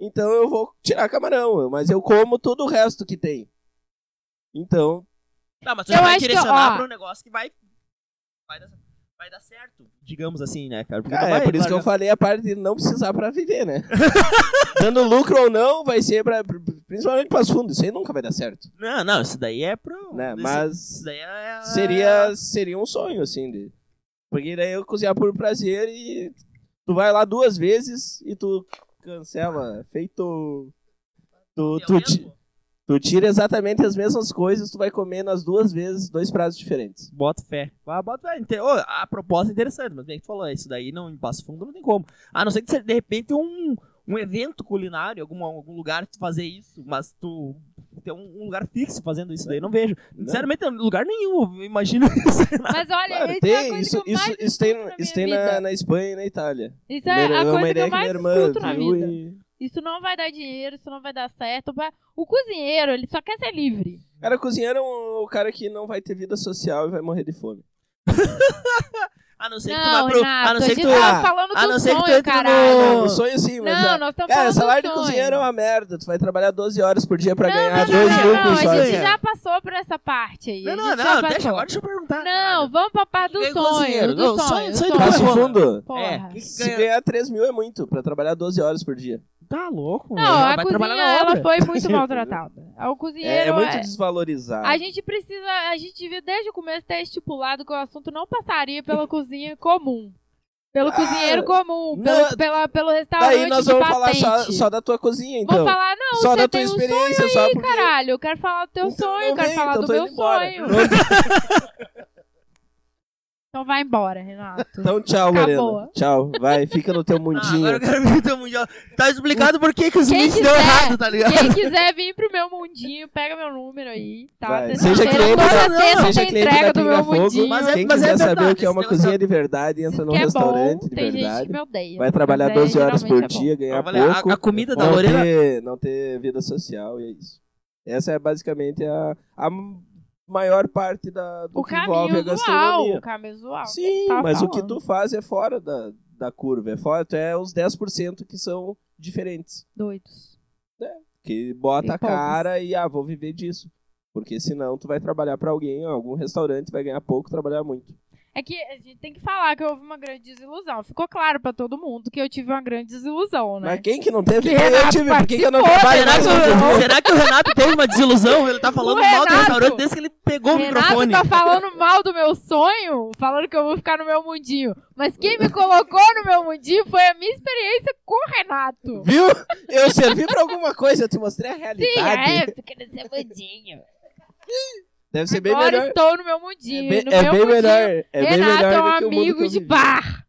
[SPEAKER 3] então eu vou tirar camarão, mas eu como todo o resto que tem. Então,
[SPEAKER 4] Tá, mas tu
[SPEAKER 5] Eu
[SPEAKER 4] já vai
[SPEAKER 5] acho que,
[SPEAKER 4] direcionar
[SPEAKER 5] ó.
[SPEAKER 4] pra um negócio que vai. Vai dar, vai dar certo. Digamos assim, né, cara? Porque
[SPEAKER 3] cara,
[SPEAKER 4] não
[SPEAKER 3] é
[SPEAKER 4] vai-
[SPEAKER 3] por isso que eu
[SPEAKER 4] vai-
[SPEAKER 3] falei a parte de não precisar pra viver, né? (laughs) Dando lucro ou não, vai ser pra, principalmente pras fundos. Isso aí nunca vai dar certo.
[SPEAKER 4] Não, não, isso daí é pro.
[SPEAKER 3] Né?
[SPEAKER 4] isso-
[SPEAKER 3] Mas
[SPEAKER 4] Isso daí é.
[SPEAKER 3] seria, seria um sonho, assim. De... Porque daí eu cozinhar por prazer e tu vai lá duas vezes e tu cancela. Feito. Tu,
[SPEAKER 4] É o
[SPEAKER 3] tu, ti-
[SPEAKER 4] mesmo?
[SPEAKER 3] tu tira exatamente as mesmas coisas, tu vai comer nas duas vezes, dois pratos diferentes.
[SPEAKER 4] Bota fé. Ah, bota fé. Inte- ô, a proposta é interessante, mas bem que tu falou, isso daí não em Passo Fundo não tem como. A não ser que seja, de repente um, um evento culinário, algum, algum lugar que tu fazer isso, mas tu ter um, um lugar fixo fazendo isso daí, não vejo. Sinceramente, em lugar nenhum, eu imagino (laughs) isso.
[SPEAKER 5] Mas olha,
[SPEAKER 3] Claro,
[SPEAKER 5] isso é a
[SPEAKER 3] tem,
[SPEAKER 5] coisa
[SPEAKER 3] isso,
[SPEAKER 5] que eu mais
[SPEAKER 3] isso, isso tem,
[SPEAKER 5] escuto na
[SPEAKER 3] isso tem
[SPEAKER 5] minha
[SPEAKER 3] na,
[SPEAKER 5] vida.
[SPEAKER 3] na Espanha e na Itália.
[SPEAKER 5] Isso é
[SPEAKER 3] Minha-
[SPEAKER 5] a
[SPEAKER 3] uma
[SPEAKER 5] coisa que
[SPEAKER 3] ideia que minha
[SPEAKER 5] eu mais
[SPEAKER 3] irmã
[SPEAKER 5] escuto na
[SPEAKER 3] viu
[SPEAKER 5] vida.
[SPEAKER 3] e-
[SPEAKER 5] Isso não vai dar dinheiro, isso não vai dar certo. vai- O cozinheiro, ele só quer ser livre.
[SPEAKER 3] Cara, cozinheiro é um- o cara que não vai ter vida social e vai morrer de fome.
[SPEAKER 4] A não ser que tu
[SPEAKER 5] Não,
[SPEAKER 4] vai pro. a
[SPEAKER 5] Renato,
[SPEAKER 4] não
[SPEAKER 5] a
[SPEAKER 4] ser que
[SPEAKER 5] gente
[SPEAKER 4] tu.
[SPEAKER 5] tava falando
[SPEAKER 4] a não
[SPEAKER 5] do
[SPEAKER 4] ser que tu
[SPEAKER 5] sonho,
[SPEAKER 4] entre no-
[SPEAKER 5] caralho.
[SPEAKER 3] O sonho sim, mas a-
[SPEAKER 5] Não, nós estamos
[SPEAKER 3] Cara,
[SPEAKER 5] falando
[SPEAKER 3] salário
[SPEAKER 5] do
[SPEAKER 3] de
[SPEAKER 5] sonho.
[SPEAKER 3] cozinheiro é uma merda. Tu vai trabalhar 12 horas por dia pra ganhar
[SPEAKER 5] não, não,
[SPEAKER 3] 2
[SPEAKER 5] não,
[SPEAKER 3] mil
[SPEAKER 5] não,
[SPEAKER 3] por
[SPEAKER 5] não, a
[SPEAKER 3] sócio.
[SPEAKER 5] gente já passou por essa parte aí.
[SPEAKER 4] Não,
[SPEAKER 5] a
[SPEAKER 4] não,
[SPEAKER 5] gente já
[SPEAKER 4] não, deixa
[SPEAKER 5] passou.
[SPEAKER 4] agora, deixa eu perguntar.
[SPEAKER 5] Não, vamos pra parte do
[SPEAKER 4] Ganha
[SPEAKER 5] sonho.
[SPEAKER 4] é cozinheiro.
[SPEAKER 5] Do
[SPEAKER 4] Não,
[SPEAKER 5] sonho,
[SPEAKER 4] sonho- sonho
[SPEAKER 5] sonho.
[SPEAKER 4] do
[SPEAKER 3] Passa o
[SPEAKER 4] Porra.
[SPEAKER 3] fundo.
[SPEAKER 5] Porra.
[SPEAKER 4] É, que-
[SPEAKER 3] Se ganhar 3 mil é muito pra trabalhar 12 horas por dia.
[SPEAKER 4] caralho. Tá louco, mano.
[SPEAKER 5] Não, a
[SPEAKER 4] Ela vai
[SPEAKER 5] cozinha
[SPEAKER 4] trabalhar na
[SPEAKER 5] ela
[SPEAKER 4] obra.
[SPEAKER 5] foi
[SPEAKER 4] (laughs)
[SPEAKER 5] muito maltratada. O
[SPEAKER 3] É,
[SPEAKER 5] cozinheiro.
[SPEAKER 3] é muito
[SPEAKER 5] é-
[SPEAKER 3] desvalorizado.
[SPEAKER 5] A gente precisa. A gente devia desde o começo ter estipulado que o assunto não
[SPEAKER 3] (laughs)
[SPEAKER 5] passaria pela cozinha comum. Pelo cozinheiro comum,
[SPEAKER 3] Ah, não.
[SPEAKER 5] pelo, pela, pelo restaurante.
[SPEAKER 3] Daí nós
[SPEAKER 5] tá de
[SPEAKER 3] vamos falar
[SPEAKER 5] patente.
[SPEAKER 3] só, só da tua cozinha,
[SPEAKER 5] Vou
[SPEAKER 3] então.
[SPEAKER 5] falar, não,
[SPEAKER 3] só
[SPEAKER 5] você
[SPEAKER 3] da tua
[SPEAKER 5] tem um sonho,
[SPEAKER 3] experiência, só porque.
[SPEAKER 5] caralho. Eu quero falar do teu
[SPEAKER 3] Então
[SPEAKER 5] sonho,
[SPEAKER 3] não
[SPEAKER 5] eu quero
[SPEAKER 3] vem,
[SPEAKER 5] falar
[SPEAKER 3] então
[SPEAKER 5] do
[SPEAKER 3] tô
[SPEAKER 5] meu
[SPEAKER 3] indo embora.
[SPEAKER 5] sonho.
[SPEAKER 3] Não-
[SPEAKER 5] (laughs) Então vai embora, Renato.
[SPEAKER 3] Então tchau,
[SPEAKER 5] Acabou.
[SPEAKER 3] Lorena. Tchau. Vai, fica no teu
[SPEAKER 4] Ah, agora eu
[SPEAKER 3] mundinho.
[SPEAKER 4] quero ver o teu mundial. Tá explicado por que, que os
[SPEAKER 5] Quem
[SPEAKER 4] links deu
[SPEAKER 5] quiser,
[SPEAKER 4] errado, tá ligado?
[SPEAKER 5] Quem quiser vir pro meu mundinho, pega meu número aí, tá?
[SPEAKER 3] Vai,
[SPEAKER 5] Sexta-feira,
[SPEAKER 3] seja cliente
[SPEAKER 5] toda
[SPEAKER 4] da-
[SPEAKER 5] sexta
[SPEAKER 3] Seja
[SPEAKER 5] tem
[SPEAKER 3] cliente da
[SPEAKER 5] entrega do
[SPEAKER 3] Pinga
[SPEAKER 5] meu
[SPEAKER 3] Fogo.
[SPEAKER 5] mundinho.
[SPEAKER 4] Mas é-
[SPEAKER 3] Quem
[SPEAKER 4] mas é
[SPEAKER 3] quiser saber o
[SPEAKER 4] verdade,
[SPEAKER 3] que é uma
[SPEAKER 4] esse negócio-
[SPEAKER 3] cozinha de verdade, entra num
[SPEAKER 5] que é
[SPEAKER 3] restaurante
[SPEAKER 5] bom,
[SPEAKER 3] de
[SPEAKER 5] tem gente que
[SPEAKER 3] verdade.
[SPEAKER 5] me odeia.
[SPEAKER 3] Vai trabalhar
[SPEAKER 5] mas é,
[SPEAKER 3] 12 horas por
[SPEAKER 5] geralmente é bom.
[SPEAKER 3] dia, ganhar
[SPEAKER 4] Olha, a-
[SPEAKER 3] pouco.
[SPEAKER 4] a, comida da
[SPEAKER 3] não
[SPEAKER 4] Lorena.
[SPEAKER 3] ter, não ter vida social e é isso. Essa é basicamente a, a maior parte da, do
[SPEAKER 5] O
[SPEAKER 3] que envolve a
[SPEAKER 5] caminho usual,
[SPEAKER 3] gastronomia.
[SPEAKER 5] o caminho usual.
[SPEAKER 3] Sim,
[SPEAKER 5] Tá
[SPEAKER 3] mas o que tu
[SPEAKER 5] falando.
[SPEAKER 3] faz é fora da, da curva, é fora, tu é os 10% que são diferentes,
[SPEAKER 5] Doidos.
[SPEAKER 3] que bota
[SPEAKER 5] Tem
[SPEAKER 3] a
[SPEAKER 5] poucos.
[SPEAKER 3] cara e ah, vou viver disso. Porque senão tu vai trabalhar pra alguém, ó, algum restaurante vai ganhar pouco, trabalhar muito.
[SPEAKER 5] É que a gente tem que falar que houve uma grande desilusão. Ficou claro pra todo mundo que eu tive uma grande desilusão, né?
[SPEAKER 3] Mas quem que não teve?
[SPEAKER 5] Que
[SPEAKER 3] eu
[SPEAKER 5] Renato
[SPEAKER 3] tive, por que, que eu não
[SPEAKER 5] participou,
[SPEAKER 3] trabalho
[SPEAKER 4] Será
[SPEAKER 3] mais?
[SPEAKER 4] que, o, será que o Renato teve uma desilusão? Ele tá falando
[SPEAKER 5] O
[SPEAKER 4] mal do
[SPEAKER 5] Renato-
[SPEAKER 4] restaurante desde que ele
[SPEAKER 3] é
[SPEAKER 4] pegou o
[SPEAKER 5] Renato
[SPEAKER 4] microfone.
[SPEAKER 5] tá falando mal do meu sonho, falando que eu vou ficar no meu mundinho. Mas quem me colocou no meu mundinho foi a minha experiência com o Renato.
[SPEAKER 3] Viu? Eu servi pra alguma coisa, eu te mostrei a realidade.
[SPEAKER 5] Sim, é, porque não é mundinho.
[SPEAKER 3] Deve ser bem
[SPEAKER 5] Agora
[SPEAKER 3] melhor.
[SPEAKER 5] estou no meu
[SPEAKER 3] É
[SPEAKER 5] mundinho.
[SPEAKER 3] bem,
[SPEAKER 5] no
[SPEAKER 3] é
[SPEAKER 5] meu
[SPEAKER 3] bem
[SPEAKER 5] mundinho.
[SPEAKER 3] melhor. É bem
[SPEAKER 5] Renato
[SPEAKER 3] melhor
[SPEAKER 5] é um
[SPEAKER 3] do que o mundo que
[SPEAKER 5] amigo
[SPEAKER 3] eu
[SPEAKER 5] de
[SPEAKER 3] vivi.
[SPEAKER 5] bar.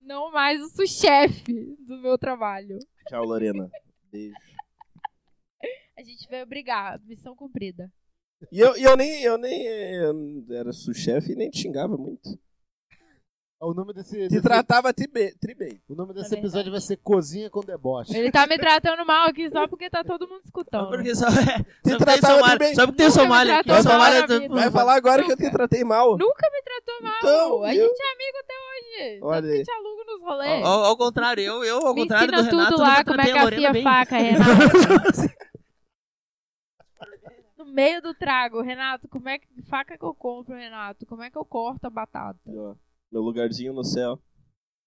[SPEAKER 5] Não mais o chefe do meu trabalho.
[SPEAKER 3] Tchau, Lorena. Beijo.
[SPEAKER 5] A gente veio brigar. Missão cumprida.
[SPEAKER 3] E eu, e eu nem, eu nem eu não era sous-chefe e nem te xingava muito.
[SPEAKER 2] É O nome desse,
[SPEAKER 3] Te
[SPEAKER 2] desse-
[SPEAKER 3] tratava tri bem. tri bem.
[SPEAKER 2] o nome
[SPEAKER 5] É
[SPEAKER 2] desse
[SPEAKER 5] verdade.
[SPEAKER 2] episódio vai ser Cozinha com Deboche.
[SPEAKER 5] Ele tá me tratando mal aqui só porque tá todo mundo
[SPEAKER 4] Só
[SPEAKER 5] escutando.
[SPEAKER 4] porque só, é,
[SPEAKER 3] Te
[SPEAKER 4] só porque tem
[SPEAKER 3] tratava
[SPEAKER 4] Somália.
[SPEAKER 3] bem.
[SPEAKER 4] Só porque tem
[SPEAKER 5] Nunca me
[SPEAKER 4] Somália aqui.
[SPEAKER 5] tratou
[SPEAKER 3] mal
[SPEAKER 4] Somália
[SPEAKER 5] na
[SPEAKER 4] tá-
[SPEAKER 5] vida.
[SPEAKER 3] Vai falar agora que eu te tratei mal.
[SPEAKER 5] Nunca me tratou mal.
[SPEAKER 3] Então,
[SPEAKER 5] a
[SPEAKER 3] viu?
[SPEAKER 5] gente é amigo até hoje.
[SPEAKER 3] Olha
[SPEAKER 5] Tanto que
[SPEAKER 3] aí.
[SPEAKER 5] eu te alugo nos rolê.
[SPEAKER 4] Ao, ao- ao contrário, eu, eu ao
[SPEAKER 5] Me
[SPEAKER 4] contrário do
[SPEAKER 5] ensina
[SPEAKER 4] Renato,
[SPEAKER 5] tudo
[SPEAKER 4] eu
[SPEAKER 5] lá,
[SPEAKER 4] nunca
[SPEAKER 5] como é
[SPEAKER 4] tratei
[SPEAKER 5] que
[SPEAKER 4] a Lorena
[SPEAKER 5] afia
[SPEAKER 4] bem. (laughs)
[SPEAKER 5] faca, Renato. No meio do trago, Renato, como é que faca que eu compro, Renato? Como é que eu corto a batata?
[SPEAKER 3] E, ó, Meu lugarzinho no céu.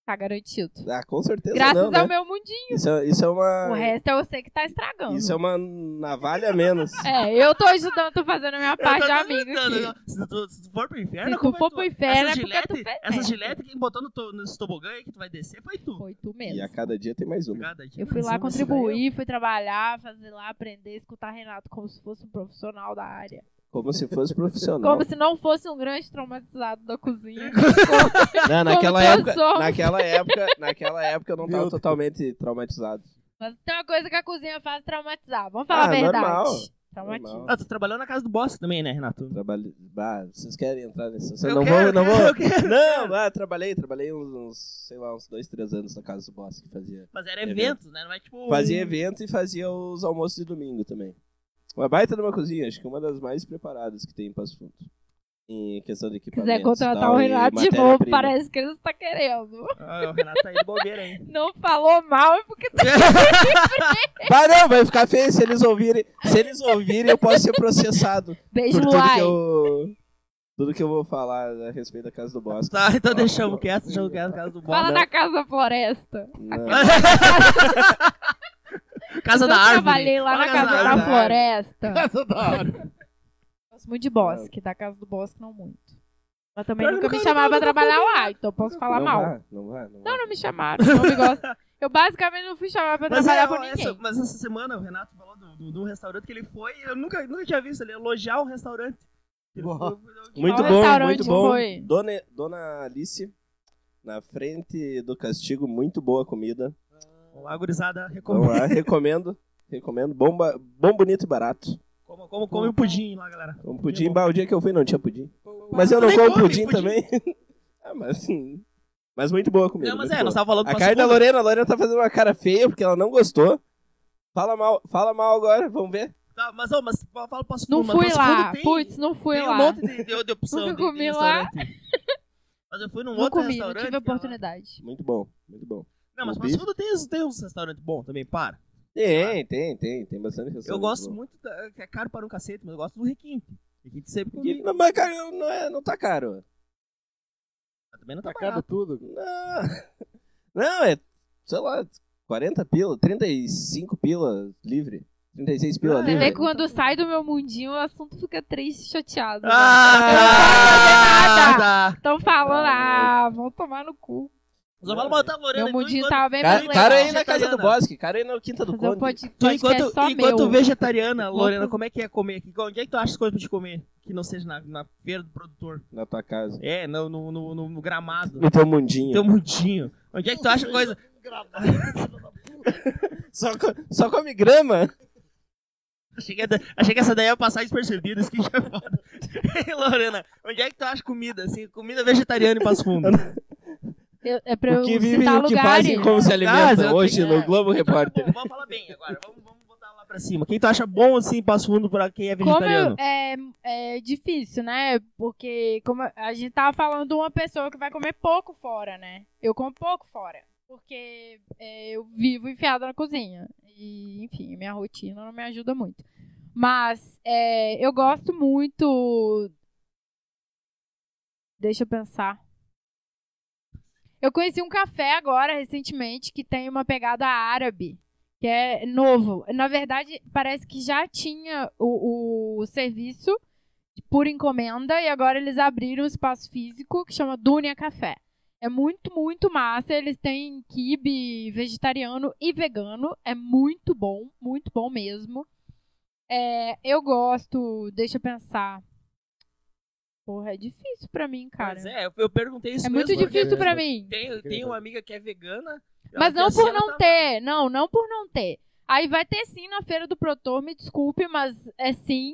[SPEAKER 5] Tá garantido.
[SPEAKER 3] Ah, com certeza
[SPEAKER 5] Graças
[SPEAKER 3] não, né?
[SPEAKER 5] ao meu mundinho.
[SPEAKER 3] Isso é, isso é uma...
[SPEAKER 5] O resto eu sei que tá estragando.
[SPEAKER 3] Isso é um uma navalha a menos.
[SPEAKER 5] É, eu tô ajudando, tô fazendo a minha
[SPEAKER 4] Eu tô né?
[SPEAKER 5] parte de amigo
[SPEAKER 4] tentando,
[SPEAKER 5] aqui.
[SPEAKER 4] não. Se tu, se tu for pro inferno,
[SPEAKER 5] Se tu
[SPEAKER 4] como é
[SPEAKER 5] for pro inferno,
[SPEAKER 4] essa
[SPEAKER 5] é porque tu
[SPEAKER 4] gilete,
[SPEAKER 5] fez
[SPEAKER 4] Essa
[SPEAKER 5] merda.
[SPEAKER 4] gilete que botou no, to, no tobogã aí que tu vai descer foi tu.
[SPEAKER 5] Foi tu
[SPEAKER 3] E
[SPEAKER 5] mesmo.
[SPEAKER 3] a cada dia tem mais uma.
[SPEAKER 4] Obrigado,
[SPEAKER 5] Eu fui
[SPEAKER 4] Mas
[SPEAKER 3] é
[SPEAKER 5] lá
[SPEAKER 4] uma cidade-
[SPEAKER 3] um
[SPEAKER 5] contribuir, fui trabalhar, fazer lá, aprender, escutar Renato como se fosse um profissional da área.
[SPEAKER 3] Como se fosse profissional.
[SPEAKER 5] Como se não fosse um grande traumatizado da
[SPEAKER 3] (laughs)
[SPEAKER 5] cozinha.
[SPEAKER 3] Não, naquela
[SPEAKER 5] todos
[SPEAKER 3] época,
[SPEAKER 5] somos.
[SPEAKER 3] naquela época, naquela época eu não
[SPEAKER 2] Meu
[SPEAKER 3] tava
[SPEAKER 2] Deus.
[SPEAKER 3] totalmente traumatizado.
[SPEAKER 5] Mas tem uma coisa que a cozinha faz traumatizar. Vamos falar
[SPEAKER 3] Ah,
[SPEAKER 5] a verdade.
[SPEAKER 3] normal.
[SPEAKER 5] Traumatiza.
[SPEAKER 3] Normal.
[SPEAKER 4] Ah, tu trabalhou na casa do boss também, né, Renato?
[SPEAKER 3] Trabalho. Bah, vocês querem entrar nisso? Vocês
[SPEAKER 4] Eu
[SPEAKER 3] não
[SPEAKER 4] quero,
[SPEAKER 3] vão, não
[SPEAKER 4] eu
[SPEAKER 3] vão.
[SPEAKER 4] quero, eu quero.
[SPEAKER 3] Não, ah, trabalhei, trabalhei uns, uns, sei lá, uns dois, três anos na casa do boss que fazia.
[SPEAKER 4] Mas era
[SPEAKER 3] Evento.
[SPEAKER 4] evento, né? Não é tipo.
[SPEAKER 3] Fazia evento e fazia os almoços de domingo também. Uma baita de uma cozinha, acho que uma das mais preparadas que tem em Passo Fundo. Em questão de
[SPEAKER 5] Se
[SPEAKER 3] equipamento.
[SPEAKER 5] quiser
[SPEAKER 3] tá
[SPEAKER 5] contratar o Renato de novo, parece que ele está querendo.
[SPEAKER 4] Ah, o Renato tá aí de bobeira, hein?
[SPEAKER 5] Não falou mal, é porque
[SPEAKER 3] Ah, não, vai ficar feio se eles ouvirem. Se eles ouvirem, eu posso ser
[SPEAKER 5] (laughs)
[SPEAKER 3] processado.
[SPEAKER 5] Beijo,
[SPEAKER 3] por tudo
[SPEAKER 5] Luai.
[SPEAKER 3] que eu. Tudo que eu vou falar a respeito da casa do boss.
[SPEAKER 4] Tá, então deixamos quieto, deixamos quieto a casa do né? boss.
[SPEAKER 5] Fala
[SPEAKER 3] né?
[SPEAKER 5] da Casa da Floresta.
[SPEAKER 3] Não.
[SPEAKER 4] Casa
[SPEAKER 5] eu
[SPEAKER 4] da árvore.
[SPEAKER 5] trabalhei lá
[SPEAKER 4] Fala
[SPEAKER 5] na Casa
[SPEAKER 3] da
[SPEAKER 5] da,
[SPEAKER 3] árvore.
[SPEAKER 4] (laughs)
[SPEAKER 5] Floresta.
[SPEAKER 2] Casa da árvore.
[SPEAKER 5] Gosto muito de bosque, da Casa do Bosque não muito. Mas também
[SPEAKER 4] Cara,
[SPEAKER 5] nunca
[SPEAKER 4] nunca-
[SPEAKER 5] me chamaram pra
[SPEAKER 4] nunca-
[SPEAKER 5] trabalhar lá, então posso falar
[SPEAKER 3] não
[SPEAKER 5] mal.
[SPEAKER 3] Vá, não vá, não
[SPEAKER 5] Não,
[SPEAKER 3] vá.
[SPEAKER 5] não me chamaram, não me gostam. Eu basicamente não fui chamada pra
[SPEAKER 4] Mas,
[SPEAKER 5] trabalhar
[SPEAKER 4] é,
[SPEAKER 5] por
[SPEAKER 4] ó,
[SPEAKER 5] ninguém.
[SPEAKER 4] essa, mas essa semana o Renato falou do, do, do restaurante que ele foi, eu nunca, nunca tinha visto ele elogiar um restaurante. Ele
[SPEAKER 2] Boa.
[SPEAKER 4] falou, "Eu-
[SPEAKER 3] Muito
[SPEAKER 5] Qual
[SPEAKER 3] bom,
[SPEAKER 5] restaurante
[SPEAKER 3] muito bom.
[SPEAKER 5] foi?
[SPEAKER 3] Dona, Dona Alice, na frente do castigo, muito boa comida.
[SPEAKER 4] eu- A gurizada
[SPEAKER 3] Vamos
[SPEAKER 4] recomenda.
[SPEAKER 3] lá, Então, ah, recomendo. Recomendo. Bom, ba- bom, bonito e barato.
[SPEAKER 4] Como, como, come o pudim lá, galera.
[SPEAKER 3] Um pudim, bah, o dia que eu fui não tinha pudim. Mas
[SPEAKER 4] Ah,
[SPEAKER 3] eu não
[SPEAKER 4] também
[SPEAKER 3] como
[SPEAKER 4] come
[SPEAKER 3] pudim,
[SPEAKER 4] pudim.
[SPEAKER 3] também. (laughs) ah, mas, hum, mas muito boa comida.
[SPEAKER 4] Não, mas
[SPEAKER 3] muito
[SPEAKER 4] é, nós
[SPEAKER 3] boa.
[SPEAKER 4] tava falando
[SPEAKER 3] né? A
[SPEAKER 4] pra
[SPEAKER 3] carne da
[SPEAKER 4] segunda-
[SPEAKER 3] Lorena, a Lorena tá fazendo uma cara feia porque ela não gostou. Fala mal, fala mal agora, vamos ver.
[SPEAKER 4] Tá, mas, ó, mas fala pra
[SPEAKER 5] Não
[SPEAKER 4] mas
[SPEAKER 5] fui
[SPEAKER 4] pra segunda
[SPEAKER 5] lá,
[SPEAKER 4] tem-
[SPEAKER 5] putz, não fui
[SPEAKER 4] tem
[SPEAKER 5] lá.
[SPEAKER 4] um monte de, de, de opção
[SPEAKER 5] Nunca
[SPEAKER 4] de- de
[SPEAKER 5] comi lá. (laughs)
[SPEAKER 4] restaurante. Mas eu fui num
[SPEAKER 5] Não
[SPEAKER 4] um outro
[SPEAKER 5] comi, não
[SPEAKER 4] restaurante.
[SPEAKER 5] tive
[SPEAKER 4] que era lá.
[SPEAKER 5] oportunidade.
[SPEAKER 3] Muito bom, muito bom.
[SPEAKER 4] Não, mas
[SPEAKER 3] O
[SPEAKER 4] pra
[SPEAKER 3] bife.
[SPEAKER 4] segunda tem, tem uns restaurantes bons também, para.
[SPEAKER 3] Tem, tem, tem, tem bastante restaurante.
[SPEAKER 4] Eu gosto
[SPEAKER 3] bom.
[SPEAKER 4] muito, da, que é caro para um cacete, mas eu gosto do requinte. Requinte sempre
[SPEAKER 3] Que-
[SPEAKER 4] comi.
[SPEAKER 3] Não, mas cara, não, é, não tá caro.
[SPEAKER 4] Mas Também não tá
[SPEAKER 2] Tá caro
[SPEAKER 4] barato.
[SPEAKER 2] tudo.
[SPEAKER 3] Não, não é, sei lá, 40 pila, 35 pila livre. 36 pila
[SPEAKER 4] Ah,
[SPEAKER 5] Você vê
[SPEAKER 3] livre.
[SPEAKER 5] que quando sai do meu mundinho, o assunto fica triste e chateado. né?
[SPEAKER 4] Ah, tá.
[SPEAKER 5] Tão falando,
[SPEAKER 3] Ah,
[SPEAKER 5] ah, vão tomar no cu.
[SPEAKER 4] Só fala botar a Lorena.
[SPEAKER 5] Meu
[SPEAKER 4] então,
[SPEAKER 5] mundinho tá- tava
[SPEAKER 4] enquanto-
[SPEAKER 5] bem mais
[SPEAKER 3] Cara,
[SPEAKER 5] legal.
[SPEAKER 3] cara aí
[SPEAKER 4] Vegetariana.
[SPEAKER 3] na Casa do Bosque, cara aí na Quinta do
[SPEAKER 5] Fazer um
[SPEAKER 3] Conde.
[SPEAKER 5] pod-
[SPEAKER 4] Tu,
[SPEAKER 5] podcast
[SPEAKER 4] enquanto,
[SPEAKER 5] só
[SPEAKER 4] enquanto
[SPEAKER 5] meu.
[SPEAKER 4] vegetariana, Lorena, como é que é comer aqui? Onde é que tu acha as coisas pra te comer? Que não seja na, na feira do produtor.
[SPEAKER 3] Na tua casa.
[SPEAKER 4] É, no, no, no, no- no gramado.
[SPEAKER 3] No teu mundinho.
[SPEAKER 4] Teu mundinho. Onde é que tu acha coisa?
[SPEAKER 3] Só, co- só come grama.
[SPEAKER 4] Achei que, achei que essa daí ia passar despercebida, isso que já é foda. (laughs) Ei, Lorena, onde é que tu acha comida? Assim, comida vegetariana em Passo Fundo.
[SPEAKER 5] Eu- é pra
[SPEAKER 3] O
[SPEAKER 5] eu
[SPEAKER 3] que vivem
[SPEAKER 5] citar
[SPEAKER 3] e o que fazem
[SPEAKER 5] lugares. Ah, É.
[SPEAKER 3] e como se alimentam
[SPEAKER 4] eu
[SPEAKER 3] hoje
[SPEAKER 4] tenho-
[SPEAKER 3] no Globo
[SPEAKER 4] Então,
[SPEAKER 3] Repórter.
[SPEAKER 4] Vamos falar bem agora. Vamos, vamos botar lá pra cima. Quem tu acha bom assim em Passo Fundo pra quem é
[SPEAKER 5] Como
[SPEAKER 4] vegetariano?
[SPEAKER 5] eu- é, é difícil, né? Porque como a gente tava falando de uma pessoa que vai comer pouco fora, né? Eu como pouco fora. Porque é, eu vivo enfiada na cozinha. E, enfim, minha rotina não me ajuda muito. Mas é, eu gosto muito. Deixa eu pensar. Eu conheci um café agora, recentemente, que tem uma pegada árabe que é novo. Na verdade, parece que já tinha o, o serviço por encomenda e agora eles abriram um espaço físico que chama Dunia Café. É muito, muito massa. Eles têm quibe vegetariano e vegano. É muito bom, muito bom mesmo. É, eu gosto, deixa eu pensar. Porra, é difícil pra mim, cara.
[SPEAKER 4] Pois é, eu, eu perguntei isso
[SPEAKER 5] é muito
[SPEAKER 4] mesmo,
[SPEAKER 5] difícil
[SPEAKER 2] porque-
[SPEAKER 5] pra mim.
[SPEAKER 4] Tem, tem uma amiga que é vegana. ela
[SPEAKER 5] Mas não
[SPEAKER 4] fez assim,
[SPEAKER 5] por
[SPEAKER 4] ela
[SPEAKER 5] não
[SPEAKER 4] tava-
[SPEAKER 5] ter, não, não por não ter. Aí vai ter sim na feira do Protor, me desculpe, mas é sim,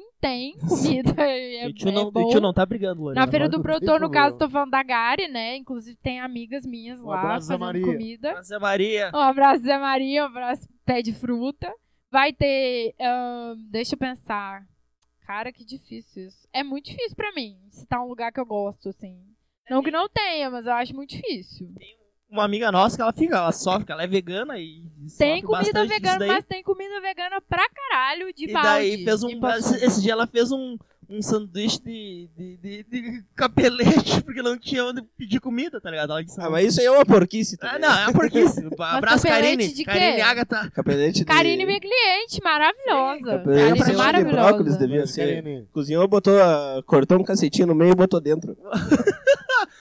[SPEAKER 2] (laughs)
[SPEAKER 5] tem comida. É,
[SPEAKER 4] O tio,
[SPEAKER 5] é
[SPEAKER 4] não,
[SPEAKER 5] bom.
[SPEAKER 4] o tio não tá brigando, Lorena.
[SPEAKER 5] na feira
[SPEAKER 2] né?
[SPEAKER 5] do
[SPEAKER 2] não tem
[SPEAKER 5] Protor, no
[SPEAKER 2] problema.
[SPEAKER 5] caso, tô falando da Gari, né? Inclusive tem amigas minhas
[SPEAKER 2] Um
[SPEAKER 5] lá
[SPEAKER 2] abraço, Zé
[SPEAKER 5] fazendo
[SPEAKER 2] Maria.
[SPEAKER 5] comida.
[SPEAKER 4] Praça Maria.
[SPEAKER 5] Um abraço, Zé Maria, um abraço, pé de fruta. Vai ter, ahn, deixa eu pensar. Cara, que difícil isso. É muito difícil pra mim, se tá um lugar que eu gosto, assim. Não que não tenha, mas eu acho muito difícil.
[SPEAKER 4] uma amiga nossa que ela fica, ela sofre, que ela é vegana e.
[SPEAKER 5] Tem
[SPEAKER 4] sofre
[SPEAKER 5] comida
[SPEAKER 4] bastante disso
[SPEAKER 5] vegana,
[SPEAKER 4] daí.
[SPEAKER 5] mas tem comida vegana pra caralho de
[SPEAKER 4] E
[SPEAKER 5] balde.
[SPEAKER 4] daí fez um.
[SPEAKER 5] de balde.
[SPEAKER 4] (laughs) Esse, esse dia ela fez um, um sanduíche de, de, de, de capelete, (laughs) porque não tinha onde pedir comida, tá ligado? Ela disse,
[SPEAKER 3] Ah, mas isso aí é uma porquice
[SPEAKER 4] Ah,
[SPEAKER 3] também.
[SPEAKER 4] não, é
[SPEAKER 5] (laughs)
[SPEAKER 4] uma porquice. Abraço,
[SPEAKER 5] capelete
[SPEAKER 4] Karine.
[SPEAKER 5] de quê?
[SPEAKER 4] Karine Agatha.
[SPEAKER 3] Capelete de...
[SPEAKER 5] Karine, minha cliente, maravilhosa.
[SPEAKER 3] Capelete
[SPEAKER 5] Karine,
[SPEAKER 3] de brócolis
[SPEAKER 5] maravilhosa.
[SPEAKER 3] devia
[SPEAKER 2] Mas,
[SPEAKER 3] ser.
[SPEAKER 2] Karine,
[SPEAKER 3] Cozinhou, botou, a- cortou um cacetinho no meio e botou dentro.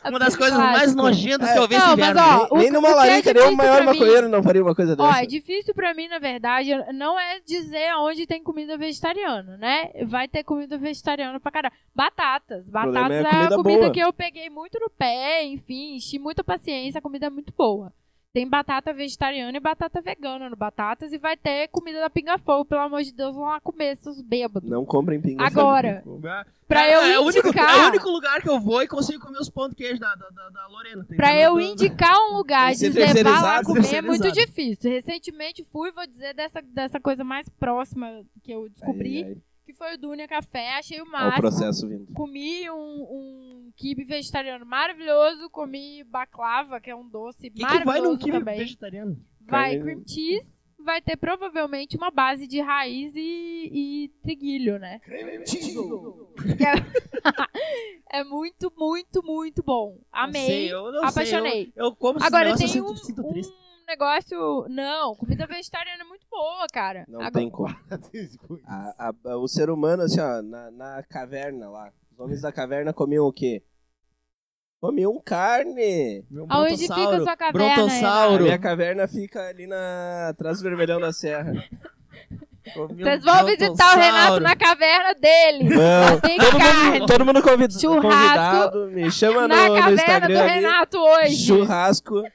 [SPEAKER 4] Uma das coisas mais
[SPEAKER 5] Clássico.
[SPEAKER 4] nojentas que eu vi esse
[SPEAKER 5] É. Não,
[SPEAKER 4] inverno.
[SPEAKER 5] mas, ó, o-
[SPEAKER 3] Nem
[SPEAKER 5] o
[SPEAKER 3] numa
[SPEAKER 5] que é
[SPEAKER 3] larica, nem o
[SPEAKER 5] difícil
[SPEAKER 3] maior
[SPEAKER 5] pra mim-
[SPEAKER 3] maconheiro não faria uma coisa
[SPEAKER 5] Ó,
[SPEAKER 3] dessa.
[SPEAKER 5] é difícil pra mim, na verdade, não é dizer onde tem comida vegetariana, né? Vai ter comida vegetariana pra caralho. Batatas.
[SPEAKER 3] problema
[SPEAKER 5] Batatas
[SPEAKER 3] é a
[SPEAKER 5] é, a
[SPEAKER 3] comida
[SPEAKER 5] comida
[SPEAKER 3] boa.
[SPEAKER 5] que eu peguei muito no pé, enfim, enchi muita paciência, a comida é muito boa. Tem batata vegetariana e batata vegana no Batatas e vai ter comida da Pinga Fogo, pelo amor de Deus, vão lá comer esses bêbados.
[SPEAKER 3] Não comprem pinga
[SPEAKER 5] Agora, pra
[SPEAKER 4] É,
[SPEAKER 5] eu
[SPEAKER 4] é, o único,
[SPEAKER 5] indicar,
[SPEAKER 4] é o único lugar que eu vou e consigo comer os pão de queijo da, da, da- da Lorena. tá
[SPEAKER 5] pra
[SPEAKER 4] entendendo?
[SPEAKER 5] eu
[SPEAKER 4] Não-
[SPEAKER 5] indicar um lugar
[SPEAKER 3] Tem que
[SPEAKER 5] de
[SPEAKER 3] ser
[SPEAKER 5] levar lá
[SPEAKER 3] terceirizado,
[SPEAKER 5] comer é muito
[SPEAKER 4] terceirizado.
[SPEAKER 5] difícil. Recentemente fui, vou dizer dessa, dessa coisa mais próxima que eu descobri,
[SPEAKER 3] Aí,
[SPEAKER 5] que foi o Dunia Café, achei o
[SPEAKER 3] Olha é o
[SPEAKER 5] máximo.
[SPEAKER 3] processo vindo.
[SPEAKER 5] comi um, um quibe vegetariano maravilhoso, comi baklava, que é um doce
[SPEAKER 4] Quem que vai
[SPEAKER 5] maravilhoso
[SPEAKER 4] num quibe
[SPEAKER 5] também.
[SPEAKER 4] vegetariano?
[SPEAKER 5] Vai
[SPEAKER 3] Carne-
[SPEAKER 5] cream cheese, vai ter provavelmente uma base de raiz e, e triguilho, né? É muito, muito, muito bom.
[SPEAKER 4] Não sei,
[SPEAKER 5] Amei,
[SPEAKER 4] eu não Sei,
[SPEAKER 5] apaixonei.
[SPEAKER 4] eu, eu como
[SPEAKER 3] Tipo,
[SPEAKER 4] esses
[SPEAKER 5] Agora
[SPEAKER 4] negócios,
[SPEAKER 5] tem
[SPEAKER 4] eu
[SPEAKER 5] um,
[SPEAKER 4] sinto, sinto triste.
[SPEAKER 5] um negócio... Não, comida vegetariana é muito boa, cara.
[SPEAKER 3] Não
[SPEAKER 5] Agora-
[SPEAKER 3] tem como.
[SPEAKER 4] Ah.
[SPEAKER 2] desculpa.
[SPEAKER 3] A- a- a- o ser humano, assim, ó, na, na caverna lá. Os homens da caverna comiam o quê? Comiam carne.
[SPEAKER 4] Meu
[SPEAKER 5] Aonde fica a
[SPEAKER 4] brontossauro,
[SPEAKER 5] sua caverna,
[SPEAKER 3] A
[SPEAKER 4] Brontossauro.
[SPEAKER 3] minha caverna fica ali na. atrás do vermelhão da serra.
[SPEAKER 4] Comi um
[SPEAKER 5] Vocês vão visitar o Renato
[SPEAKER 4] brontossauro.
[SPEAKER 5] na caverna
[SPEAKER 3] (laughs)
[SPEAKER 5] dele.
[SPEAKER 3] Não.
[SPEAKER 5] Tem
[SPEAKER 3] Todo
[SPEAKER 5] carne.
[SPEAKER 3] mundo, todo mundo convid-
[SPEAKER 5] Churrasco.
[SPEAKER 3] convidado. Me chama
[SPEAKER 5] na
[SPEAKER 3] no, no
[SPEAKER 5] caverna
[SPEAKER 3] Instagram
[SPEAKER 5] do
[SPEAKER 3] ali.
[SPEAKER 5] Renato hoje.
[SPEAKER 3] Churrasco,
[SPEAKER 4] Vamos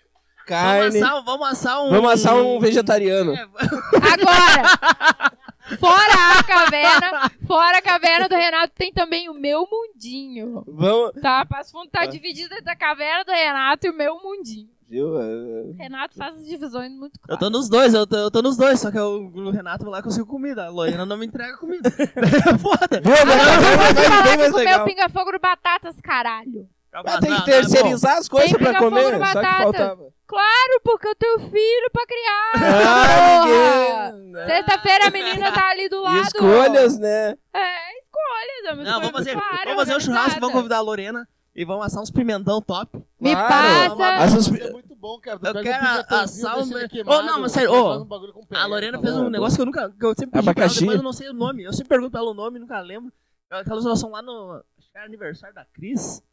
[SPEAKER 3] carne.
[SPEAKER 4] assar, vamos assar um...
[SPEAKER 3] Vamos assar um vegetariano.
[SPEAKER 4] É,
[SPEAKER 5] Agora, fora a caverna, fora a caverna do Renato, tem também o meu mundinho.
[SPEAKER 3] Vamos.
[SPEAKER 5] Tá? Passo fundo tá
[SPEAKER 3] Ah.
[SPEAKER 5] dividido entre a caverna do Renato e o meu mundinho.
[SPEAKER 3] Viu? É,
[SPEAKER 5] Renato faz as divisões muito
[SPEAKER 4] eu
[SPEAKER 5] claras.
[SPEAKER 4] tô nos dois, eu tô, eu tô nos dois, só que eu- o Renato vai lá e consigo comida. A Lorena não me entrega comida. (laughs) Foda.
[SPEAKER 3] Viu? Agora
[SPEAKER 5] Agora
[SPEAKER 3] vai
[SPEAKER 5] eu vou
[SPEAKER 3] ficar
[SPEAKER 5] falar
[SPEAKER 3] (laughs) bem
[SPEAKER 5] que
[SPEAKER 3] mais
[SPEAKER 5] comeu
[SPEAKER 3] legal.
[SPEAKER 5] pinga-fogo no batatas, caralho.
[SPEAKER 3] Ah,
[SPEAKER 4] Mas
[SPEAKER 3] tem que
[SPEAKER 4] não, não, é bom.
[SPEAKER 3] terceirizar as coisas
[SPEAKER 5] Tem que
[SPEAKER 3] pra
[SPEAKER 5] pegar
[SPEAKER 3] comer.
[SPEAKER 5] fogo de
[SPEAKER 3] Só que
[SPEAKER 5] batata.
[SPEAKER 3] faltava.
[SPEAKER 5] Claro, porque eu tenho filho pra
[SPEAKER 3] Ah,
[SPEAKER 5] criar. Porra!
[SPEAKER 4] É.
[SPEAKER 3] ninguém-
[SPEAKER 5] Sexta-feira a menina tá ali do lado.
[SPEAKER 3] Escolhas, né?
[SPEAKER 5] É, escolhas. Não,
[SPEAKER 4] Não, vamos fazer, vamos fazer um churrasco, vamos convidar a Lorena e vamos assar uns pimentão top.
[SPEAKER 5] Me
[SPEAKER 3] Claro.
[SPEAKER 5] passa.
[SPEAKER 3] As-
[SPEAKER 2] Isso é muito bom, cara. Tu
[SPEAKER 4] Eu
[SPEAKER 2] pega
[SPEAKER 4] quero
[SPEAKER 2] um pimentãozinho,
[SPEAKER 4] assar um-
[SPEAKER 2] deixa ele
[SPEAKER 4] Ô,
[SPEAKER 2] queimado,
[SPEAKER 4] não, mas sério,
[SPEAKER 2] faz
[SPEAKER 4] ô,
[SPEAKER 2] um bagulho
[SPEAKER 5] É,
[SPEAKER 2] com
[SPEAKER 4] A
[SPEAKER 2] pera,
[SPEAKER 4] Lorena
[SPEAKER 2] tá
[SPEAKER 4] fez
[SPEAKER 2] bom?
[SPEAKER 4] um negócio que eu nunca. Que eu sempre pedi pra ela,
[SPEAKER 3] Abacaxi.
[SPEAKER 4] depois eu não sei o nome. Eu sempre pergunto pra ela o nome e nunca lembro. Ela- Aquelas elas são lá no. Acho que era aniversário da Cris,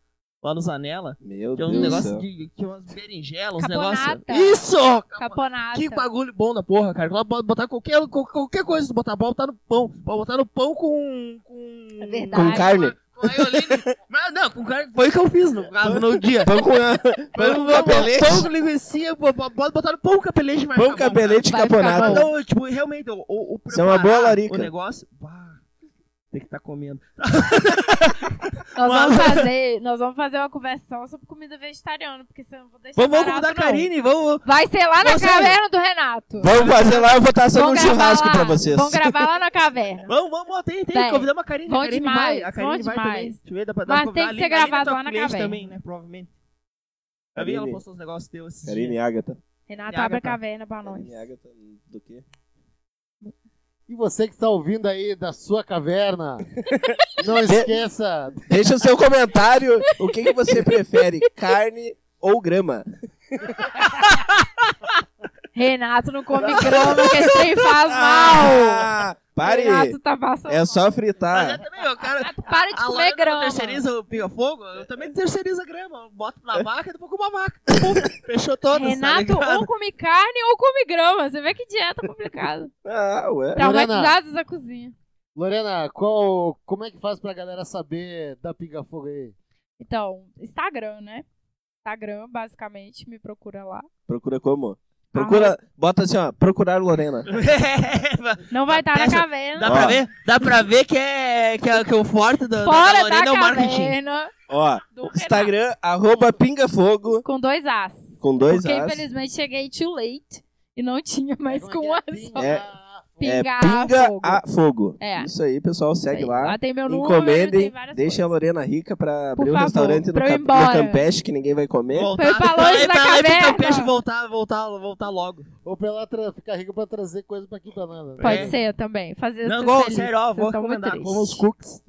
[SPEAKER 4] lá no Zanela.
[SPEAKER 3] Meu
[SPEAKER 4] Que é
[SPEAKER 3] Deus.
[SPEAKER 4] um
[SPEAKER 3] do
[SPEAKER 4] negócio
[SPEAKER 3] céu.
[SPEAKER 4] de. Que é umas berinjelas, uns negócios.
[SPEAKER 5] Caponata.
[SPEAKER 4] Isso!
[SPEAKER 5] Caponata.
[SPEAKER 4] Que bagulho bom da porra, cara. Ela pode botar qualquer, qual- qualquer coisa, se botar bola, botar no pão. Pode botar no pão com. com...
[SPEAKER 5] É verdade.
[SPEAKER 3] Com carne.
[SPEAKER 4] Com aioli.
[SPEAKER 5] (laughs)
[SPEAKER 4] Mas não, com carne. Foi o que eu fiz no, no dia.
[SPEAKER 3] Pão com,
[SPEAKER 4] (laughs)
[SPEAKER 3] pão com capelete.
[SPEAKER 4] Pão com linguiça, bo- bo- bota botar no pão com capelete vai
[SPEAKER 3] Pão,
[SPEAKER 4] ficar bom,
[SPEAKER 3] capelete e
[SPEAKER 5] Vai ficar
[SPEAKER 4] cara.
[SPEAKER 3] caponata.
[SPEAKER 4] Mas
[SPEAKER 5] bom.
[SPEAKER 4] não, tipo, realmente, o, o, o
[SPEAKER 3] Isso é uma
[SPEAKER 4] preparar
[SPEAKER 3] boa larica.
[SPEAKER 4] O negócio. Bah, tem que estar comendo.
[SPEAKER 5] Nós
[SPEAKER 4] Uma-
[SPEAKER 5] vamos fazer, nós vamos fazer uma conversa só sobre comida vegetariana, porque senão eu não vou deixar
[SPEAKER 4] Vamos,
[SPEAKER 5] é
[SPEAKER 4] vamos
[SPEAKER 5] barato,
[SPEAKER 4] convidar a
[SPEAKER 5] não.
[SPEAKER 4] Karine, vamos.
[SPEAKER 5] Vai ser lá na
[SPEAKER 4] Você-
[SPEAKER 5] caverna do Renato.
[SPEAKER 3] Vamos fazer lá a votação
[SPEAKER 5] Vão
[SPEAKER 3] de um
[SPEAKER 5] gravar
[SPEAKER 3] churrasco
[SPEAKER 5] lá,
[SPEAKER 3] pra vocês.
[SPEAKER 5] Vamos gravar lá
[SPEAKER 3] (laughs)
[SPEAKER 5] na caverna.
[SPEAKER 4] Vamos, vamos, tem, tem.
[SPEAKER 5] Tem.
[SPEAKER 4] Convidamos a Karine.
[SPEAKER 5] Bom
[SPEAKER 4] a Karine
[SPEAKER 5] demais,
[SPEAKER 4] vai. A Karine
[SPEAKER 5] bom
[SPEAKER 4] vai
[SPEAKER 5] demais.
[SPEAKER 4] também. Deixa eu ver, dá pra- dá
[SPEAKER 5] Mas
[SPEAKER 4] pra
[SPEAKER 5] tem
[SPEAKER 4] convidar.
[SPEAKER 5] que ser
[SPEAKER 4] A Aline- a Aline é
[SPEAKER 5] gravado
[SPEAKER 4] tua
[SPEAKER 5] lá na
[SPEAKER 4] cliente
[SPEAKER 5] caverna.
[SPEAKER 4] também, né? Provavelmente. Tá vendo? Ela
[SPEAKER 3] Karine.
[SPEAKER 4] postou uns negócios teus. esses dias.
[SPEAKER 3] Karine e Agatha.
[SPEAKER 5] Renato,
[SPEAKER 4] E a
[SPEAKER 5] abre a
[SPEAKER 3] tá.
[SPEAKER 4] Agatha?
[SPEAKER 5] caverna pra nós.
[SPEAKER 3] Karine e Agatha do quê?
[SPEAKER 2] E você que está ouvindo aí da sua
[SPEAKER 4] (laughs)
[SPEAKER 2] caverna, não esqueça.
[SPEAKER 3] Deixa o seu comentário. O que, que você prefere, carne ou grama?
[SPEAKER 5] Renato não come grama, que esse
[SPEAKER 3] (laughs)
[SPEAKER 5] trem faz mal.
[SPEAKER 3] Ah, pare.
[SPEAKER 5] Renato tá passando.
[SPEAKER 3] É só
[SPEAKER 4] Mas é
[SPEAKER 3] fritar.
[SPEAKER 4] também, o cara.
[SPEAKER 5] Para é de
[SPEAKER 4] a é
[SPEAKER 5] comer
[SPEAKER 4] Lorena
[SPEAKER 5] grama.
[SPEAKER 4] não terceiriza o pinga-fogo? Eu também terceirizo a grama. Eu Boto
[SPEAKER 3] (laughs)
[SPEAKER 4] na vaca e depois como a vaca. Pum, Fechou todas. tá
[SPEAKER 5] Renato
[SPEAKER 4] ligado?
[SPEAKER 5] ou come carne ou come grama. Você vê que dieta é complicada.
[SPEAKER 3] Ah, ué.
[SPEAKER 5] Traumatizados da cozinha.
[SPEAKER 2] Lorena, qual, como é que faz pra galera saber da Pinga Fogo aí?
[SPEAKER 5] Então, Instagram, né? Instagram, basicamente, me procura lá.
[SPEAKER 3] Procura como? Procura, bota assim, ó, procurar Lorena.
[SPEAKER 5] um
[SPEAKER 4] (laughs) É,
[SPEAKER 5] Não vai estar na
[SPEAKER 4] Peça-
[SPEAKER 5] caverna.
[SPEAKER 4] Dá
[SPEAKER 3] Ó.
[SPEAKER 4] pra ver? Dá pra ver que é, que é, que é o forte da, da
[SPEAKER 5] Fora da
[SPEAKER 4] Lorena é o marketing.
[SPEAKER 5] caverna
[SPEAKER 3] Ó,
[SPEAKER 5] do Renato.
[SPEAKER 3] Instagram, arroba pingafogo,
[SPEAKER 5] Com dois As.
[SPEAKER 3] com dois
[SPEAKER 5] Porque
[SPEAKER 3] As.
[SPEAKER 5] infelizmente cheguei too late e não tinha mais
[SPEAKER 2] Como é
[SPEAKER 5] com
[SPEAKER 2] que
[SPEAKER 5] um
[SPEAKER 2] é?
[SPEAKER 5] A só.
[SPEAKER 2] Pinga
[SPEAKER 5] Pinga,
[SPEAKER 3] é Pinga
[SPEAKER 5] ah, fogo.
[SPEAKER 3] a Fogo.
[SPEAKER 5] É.
[SPEAKER 3] Isso aí, pessoal, segue
[SPEAKER 5] Aí,
[SPEAKER 3] lá.
[SPEAKER 5] tem meu número, tem
[SPEAKER 3] Encomendem,
[SPEAKER 5] várias
[SPEAKER 3] deixem a Lorena rica pra
[SPEAKER 5] Por
[SPEAKER 3] abrir um
[SPEAKER 5] favor,
[SPEAKER 3] restaurante no,
[SPEAKER 5] pra eu
[SPEAKER 3] Cap-
[SPEAKER 5] ir
[SPEAKER 3] no
[SPEAKER 5] embora.
[SPEAKER 3] Campeche que ninguém vai comer.
[SPEAKER 5] Foi pra longe da
[SPEAKER 4] pro
[SPEAKER 5] caverna.
[SPEAKER 4] Campeche voltar, voltar, voltar logo.
[SPEAKER 2] Ou pra ela tra- ficar rica pra trazer coisa pra aqui pra nada. né?
[SPEAKER 5] Pode
[SPEAKER 4] É.
[SPEAKER 5] ser também. Fazer
[SPEAKER 4] Não,
[SPEAKER 5] vocês
[SPEAKER 4] igual,
[SPEAKER 5] felizes.
[SPEAKER 4] sério, ó,
[SPEAKER 5] Vocês
[SPEAKER 4] vou
[SPEAKER 5] tão muito
[SPEAKER 4] recomendar.
[SPEAKER 5] tristes.
[SPEAKER 4] Como os cookies.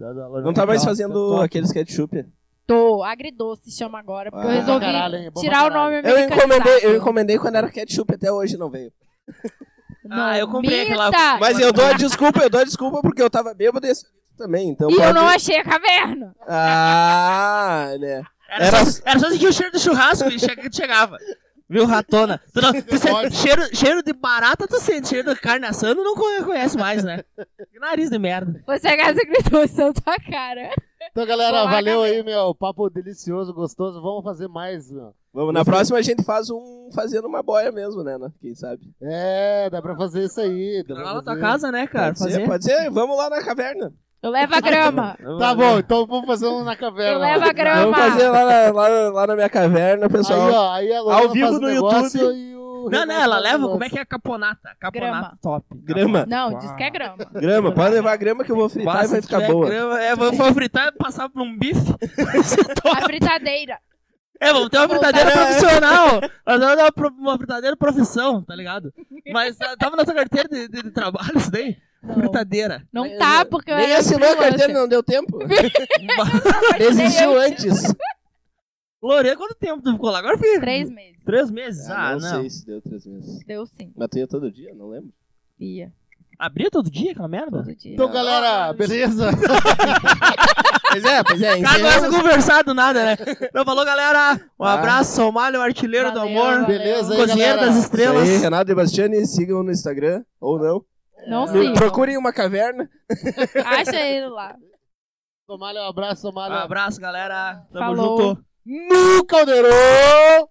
[SPEAKER 3] Não tá mais fazendo aqueles ketchup.
[SPEAKER 5] Tô, agridoce se chama agora, porque
[SPEAKER 3] Ah,
[SPEAKER 5] eu resolvi
[SPEAKER 2] caralho, hein? É bom pra
[SPEAKER 5] tirar o
[SPEAKER 2] caralho.
[SPEAKER 5] nome
[SPEAKER 3] Eu
[SPEAKER 5] americanizado.
[SPEAKER 3] encomendei, eu encomendei quando era ketchup, até hoje não veio.
[SPEAKER 4] Ah, eu comprei
[SPEAKER 5] Mita!
[SPEAKER 4] aquela-
[SPEAKER 3] Mas eu dou a desculpa, eu dou a desculpa porque eu tava bêbado desse também, então
[SPEAKER 5] E eu
[SPEAKER 3] pode-
[SPEAKER 5] não é- achei a caverna.
[SPEAKER 3] Ah, né.
[SPEAKER 4] Era,
[SPEAKER 3] Era-
[SPEAKER 4] Só, era só sentir o cheiro do churrasco e che- chegava. Viu, ratona? Tu não- tu sente-
[SPEAKER 2] Pode.
[SPEAKER 4] cheiro, cheiro de barata tu sente, cheiro de carne assando não co- conhece mais, né? Que Nariz de merda.
[SPEAKER 5] Você gasta agridoce na tua cara.
[SPEAKER 2] Então, galera,
[SPEAKER 5] Vou lá,
[SPEAKER 2] valeu
[SPEAKER 5] galera.
[SPEAKER 2] aí, meu. Papo delicioso, gostoso. Vamos fazer mais, meu.
[SPEAKER 3] Vamos, na próxima a gente faz um fazendo uma boia mesmo, né? né? Quem sabe?
[SPEAKER 2] É, dá pra fazer isso aí. Dá pra
[SPEAKER 4] Lá na tua
[SPEAKER 2] fazer.
[SPEAKER 4] casa, né, cara?
[SPEAKER 3] pode ser, pode ser. Vamos lá na caverna.
[SPEAKER 5] Eu levo a grama.
[SPEAKER 2] Tá bom, então vamos fazer um na caverna.
[SPEAKER 5] Eu levo a grama.
[SPEAKER 3] Vamos fazer lá na, lá- lá na minha caverna,
[SPEAKER 2] Aí,
[SPEAKER 3] pessoal.
[SPEAKER 2] ó, aí a Lorena
[SPEAKER 3] Ao vivo
[SPEAKER 2] faz o
[SPEAKER 3] no
[SPEAKER 2] negócio
[SPEAKER 3] YouTube.
[SPEAKER 2] E o
[SPEAKER 4] Não,
[SPEAKER 2] Renan
[SPEAKER 4] não, ela
[SPEAKER 2] faz o
[SPEAKER 4] leva,
[SPEAKER 2] negócio.
[SPEAKER 4] como é que é? Caponata. Caponata
[SPEAKER 5] Grama.
[SPEAKER 4] top.
[SPEAKER 3] grama.
[SPEAKER 5] Não, diz que é
[SPEAKER 4] (laughs)
[SPEAKER 5] grama.
[SPEAKER 3] Grama, pode levar grama que eu vou fritar
[SPEAKER 4] Quase
[SPEAKER 3] e vai ficar
[SPEAKER 4] tiver
[SPEAKER 3] boa.
[SPEAKER 4] grama, é, vou, vou fritar e passar por um bife. (laughs)
[SPEAKER 5] A fritadeira.
[SPEAKER 4] É, vamos ter uma fritadeira
[SPEAKER 3] Voltar.
[SPEAKER 4] profissional. Nós vamos dar uma, pro- uma fritadeira profissão, tá ligado? Mas ah, tava na tua carteira de, de- de trabalho isso daí?
[SPEAKER 5] Não,
[SPEAKER 4] Fritadeira.
[SPEAKER 5] não tá, porque eu
[SPEAKER 3] Nem
[SPEAKER 5] era
[SPEAKER 3] assinou a carteira,
[SPEAKER 5] freelancer.
[SPEAKER 3] não deu tempo.
[SPEAKER 5] (laughs)
[SPEAKER 4] (laughs)
[SPEAKER 3] Desistiu antes.
[SPEAKER 4] Lorena, quanto tempo tu ficou lá? Agora eu fiquei.
[SPEAKER 5] Três meses.
[SPEAKER 4] Três meses? Ah,
[SPEAKER 3] Ah,
[SPEAKER 4] não.
[SPEAKER 3] não sei se deu três meses.
[SPEAKER 5] Deu sim.
[SPEAKER 3] Mas tu ia todo dia, não lembro.
[SPEAKER 5] Ia.
[SPEAKER 4] Abria todo dia aquela merda?
[SPEAKER 5] Todo dia.
[SPEAKER 2] Então, galera,
[SPEAKER 5] (laughs)
[SPEAKER 2] beleza?
[SPEAKER 3] Pois é, pois é.
[SPEAKER 4] Cara, não começa a conversar do
[SPEAKER 3] (laughs)
[SPEAKER 4] nada, né? Então falou, galera. Um
[SPEAKER 3] Ah.
[SPEAKER 4] abraço, Somália, o artilheiro do
[SPEAKER 5] Valeu,
[SPEAKER 4] amor.
[SPEAKER 5] valeu.
[SPEAKER 2] Beleza aí,
[SPEAKER 4] Cozinheiro
[SPEAKER 2] galera.
[SPEAKER 4] das
[SPEAKER 3] Isso aí,
[SPEAKER 4] estrelas.
[SPEAKER 3] Renato e Bastiani, sigam no Instagram, ou não.
[SPEAKER 5] Não
[SPEAKER 3] No-
[SPEAKER 5] sei.
[SPEAKER 3] procurem uma caverna.
[SPEAKER 5] Acha ele lá.
[SPEAKER 2] Somália, um abraço,
[SPEAKER 4] Um
[SPEAKER 2] Somália.
[SPEAKER 4] abraço, galera. Tamo
[SPEAKER 5] Falou.
[SPEAKER 4] junto.
[SPEAKER 2] No Caldeirão!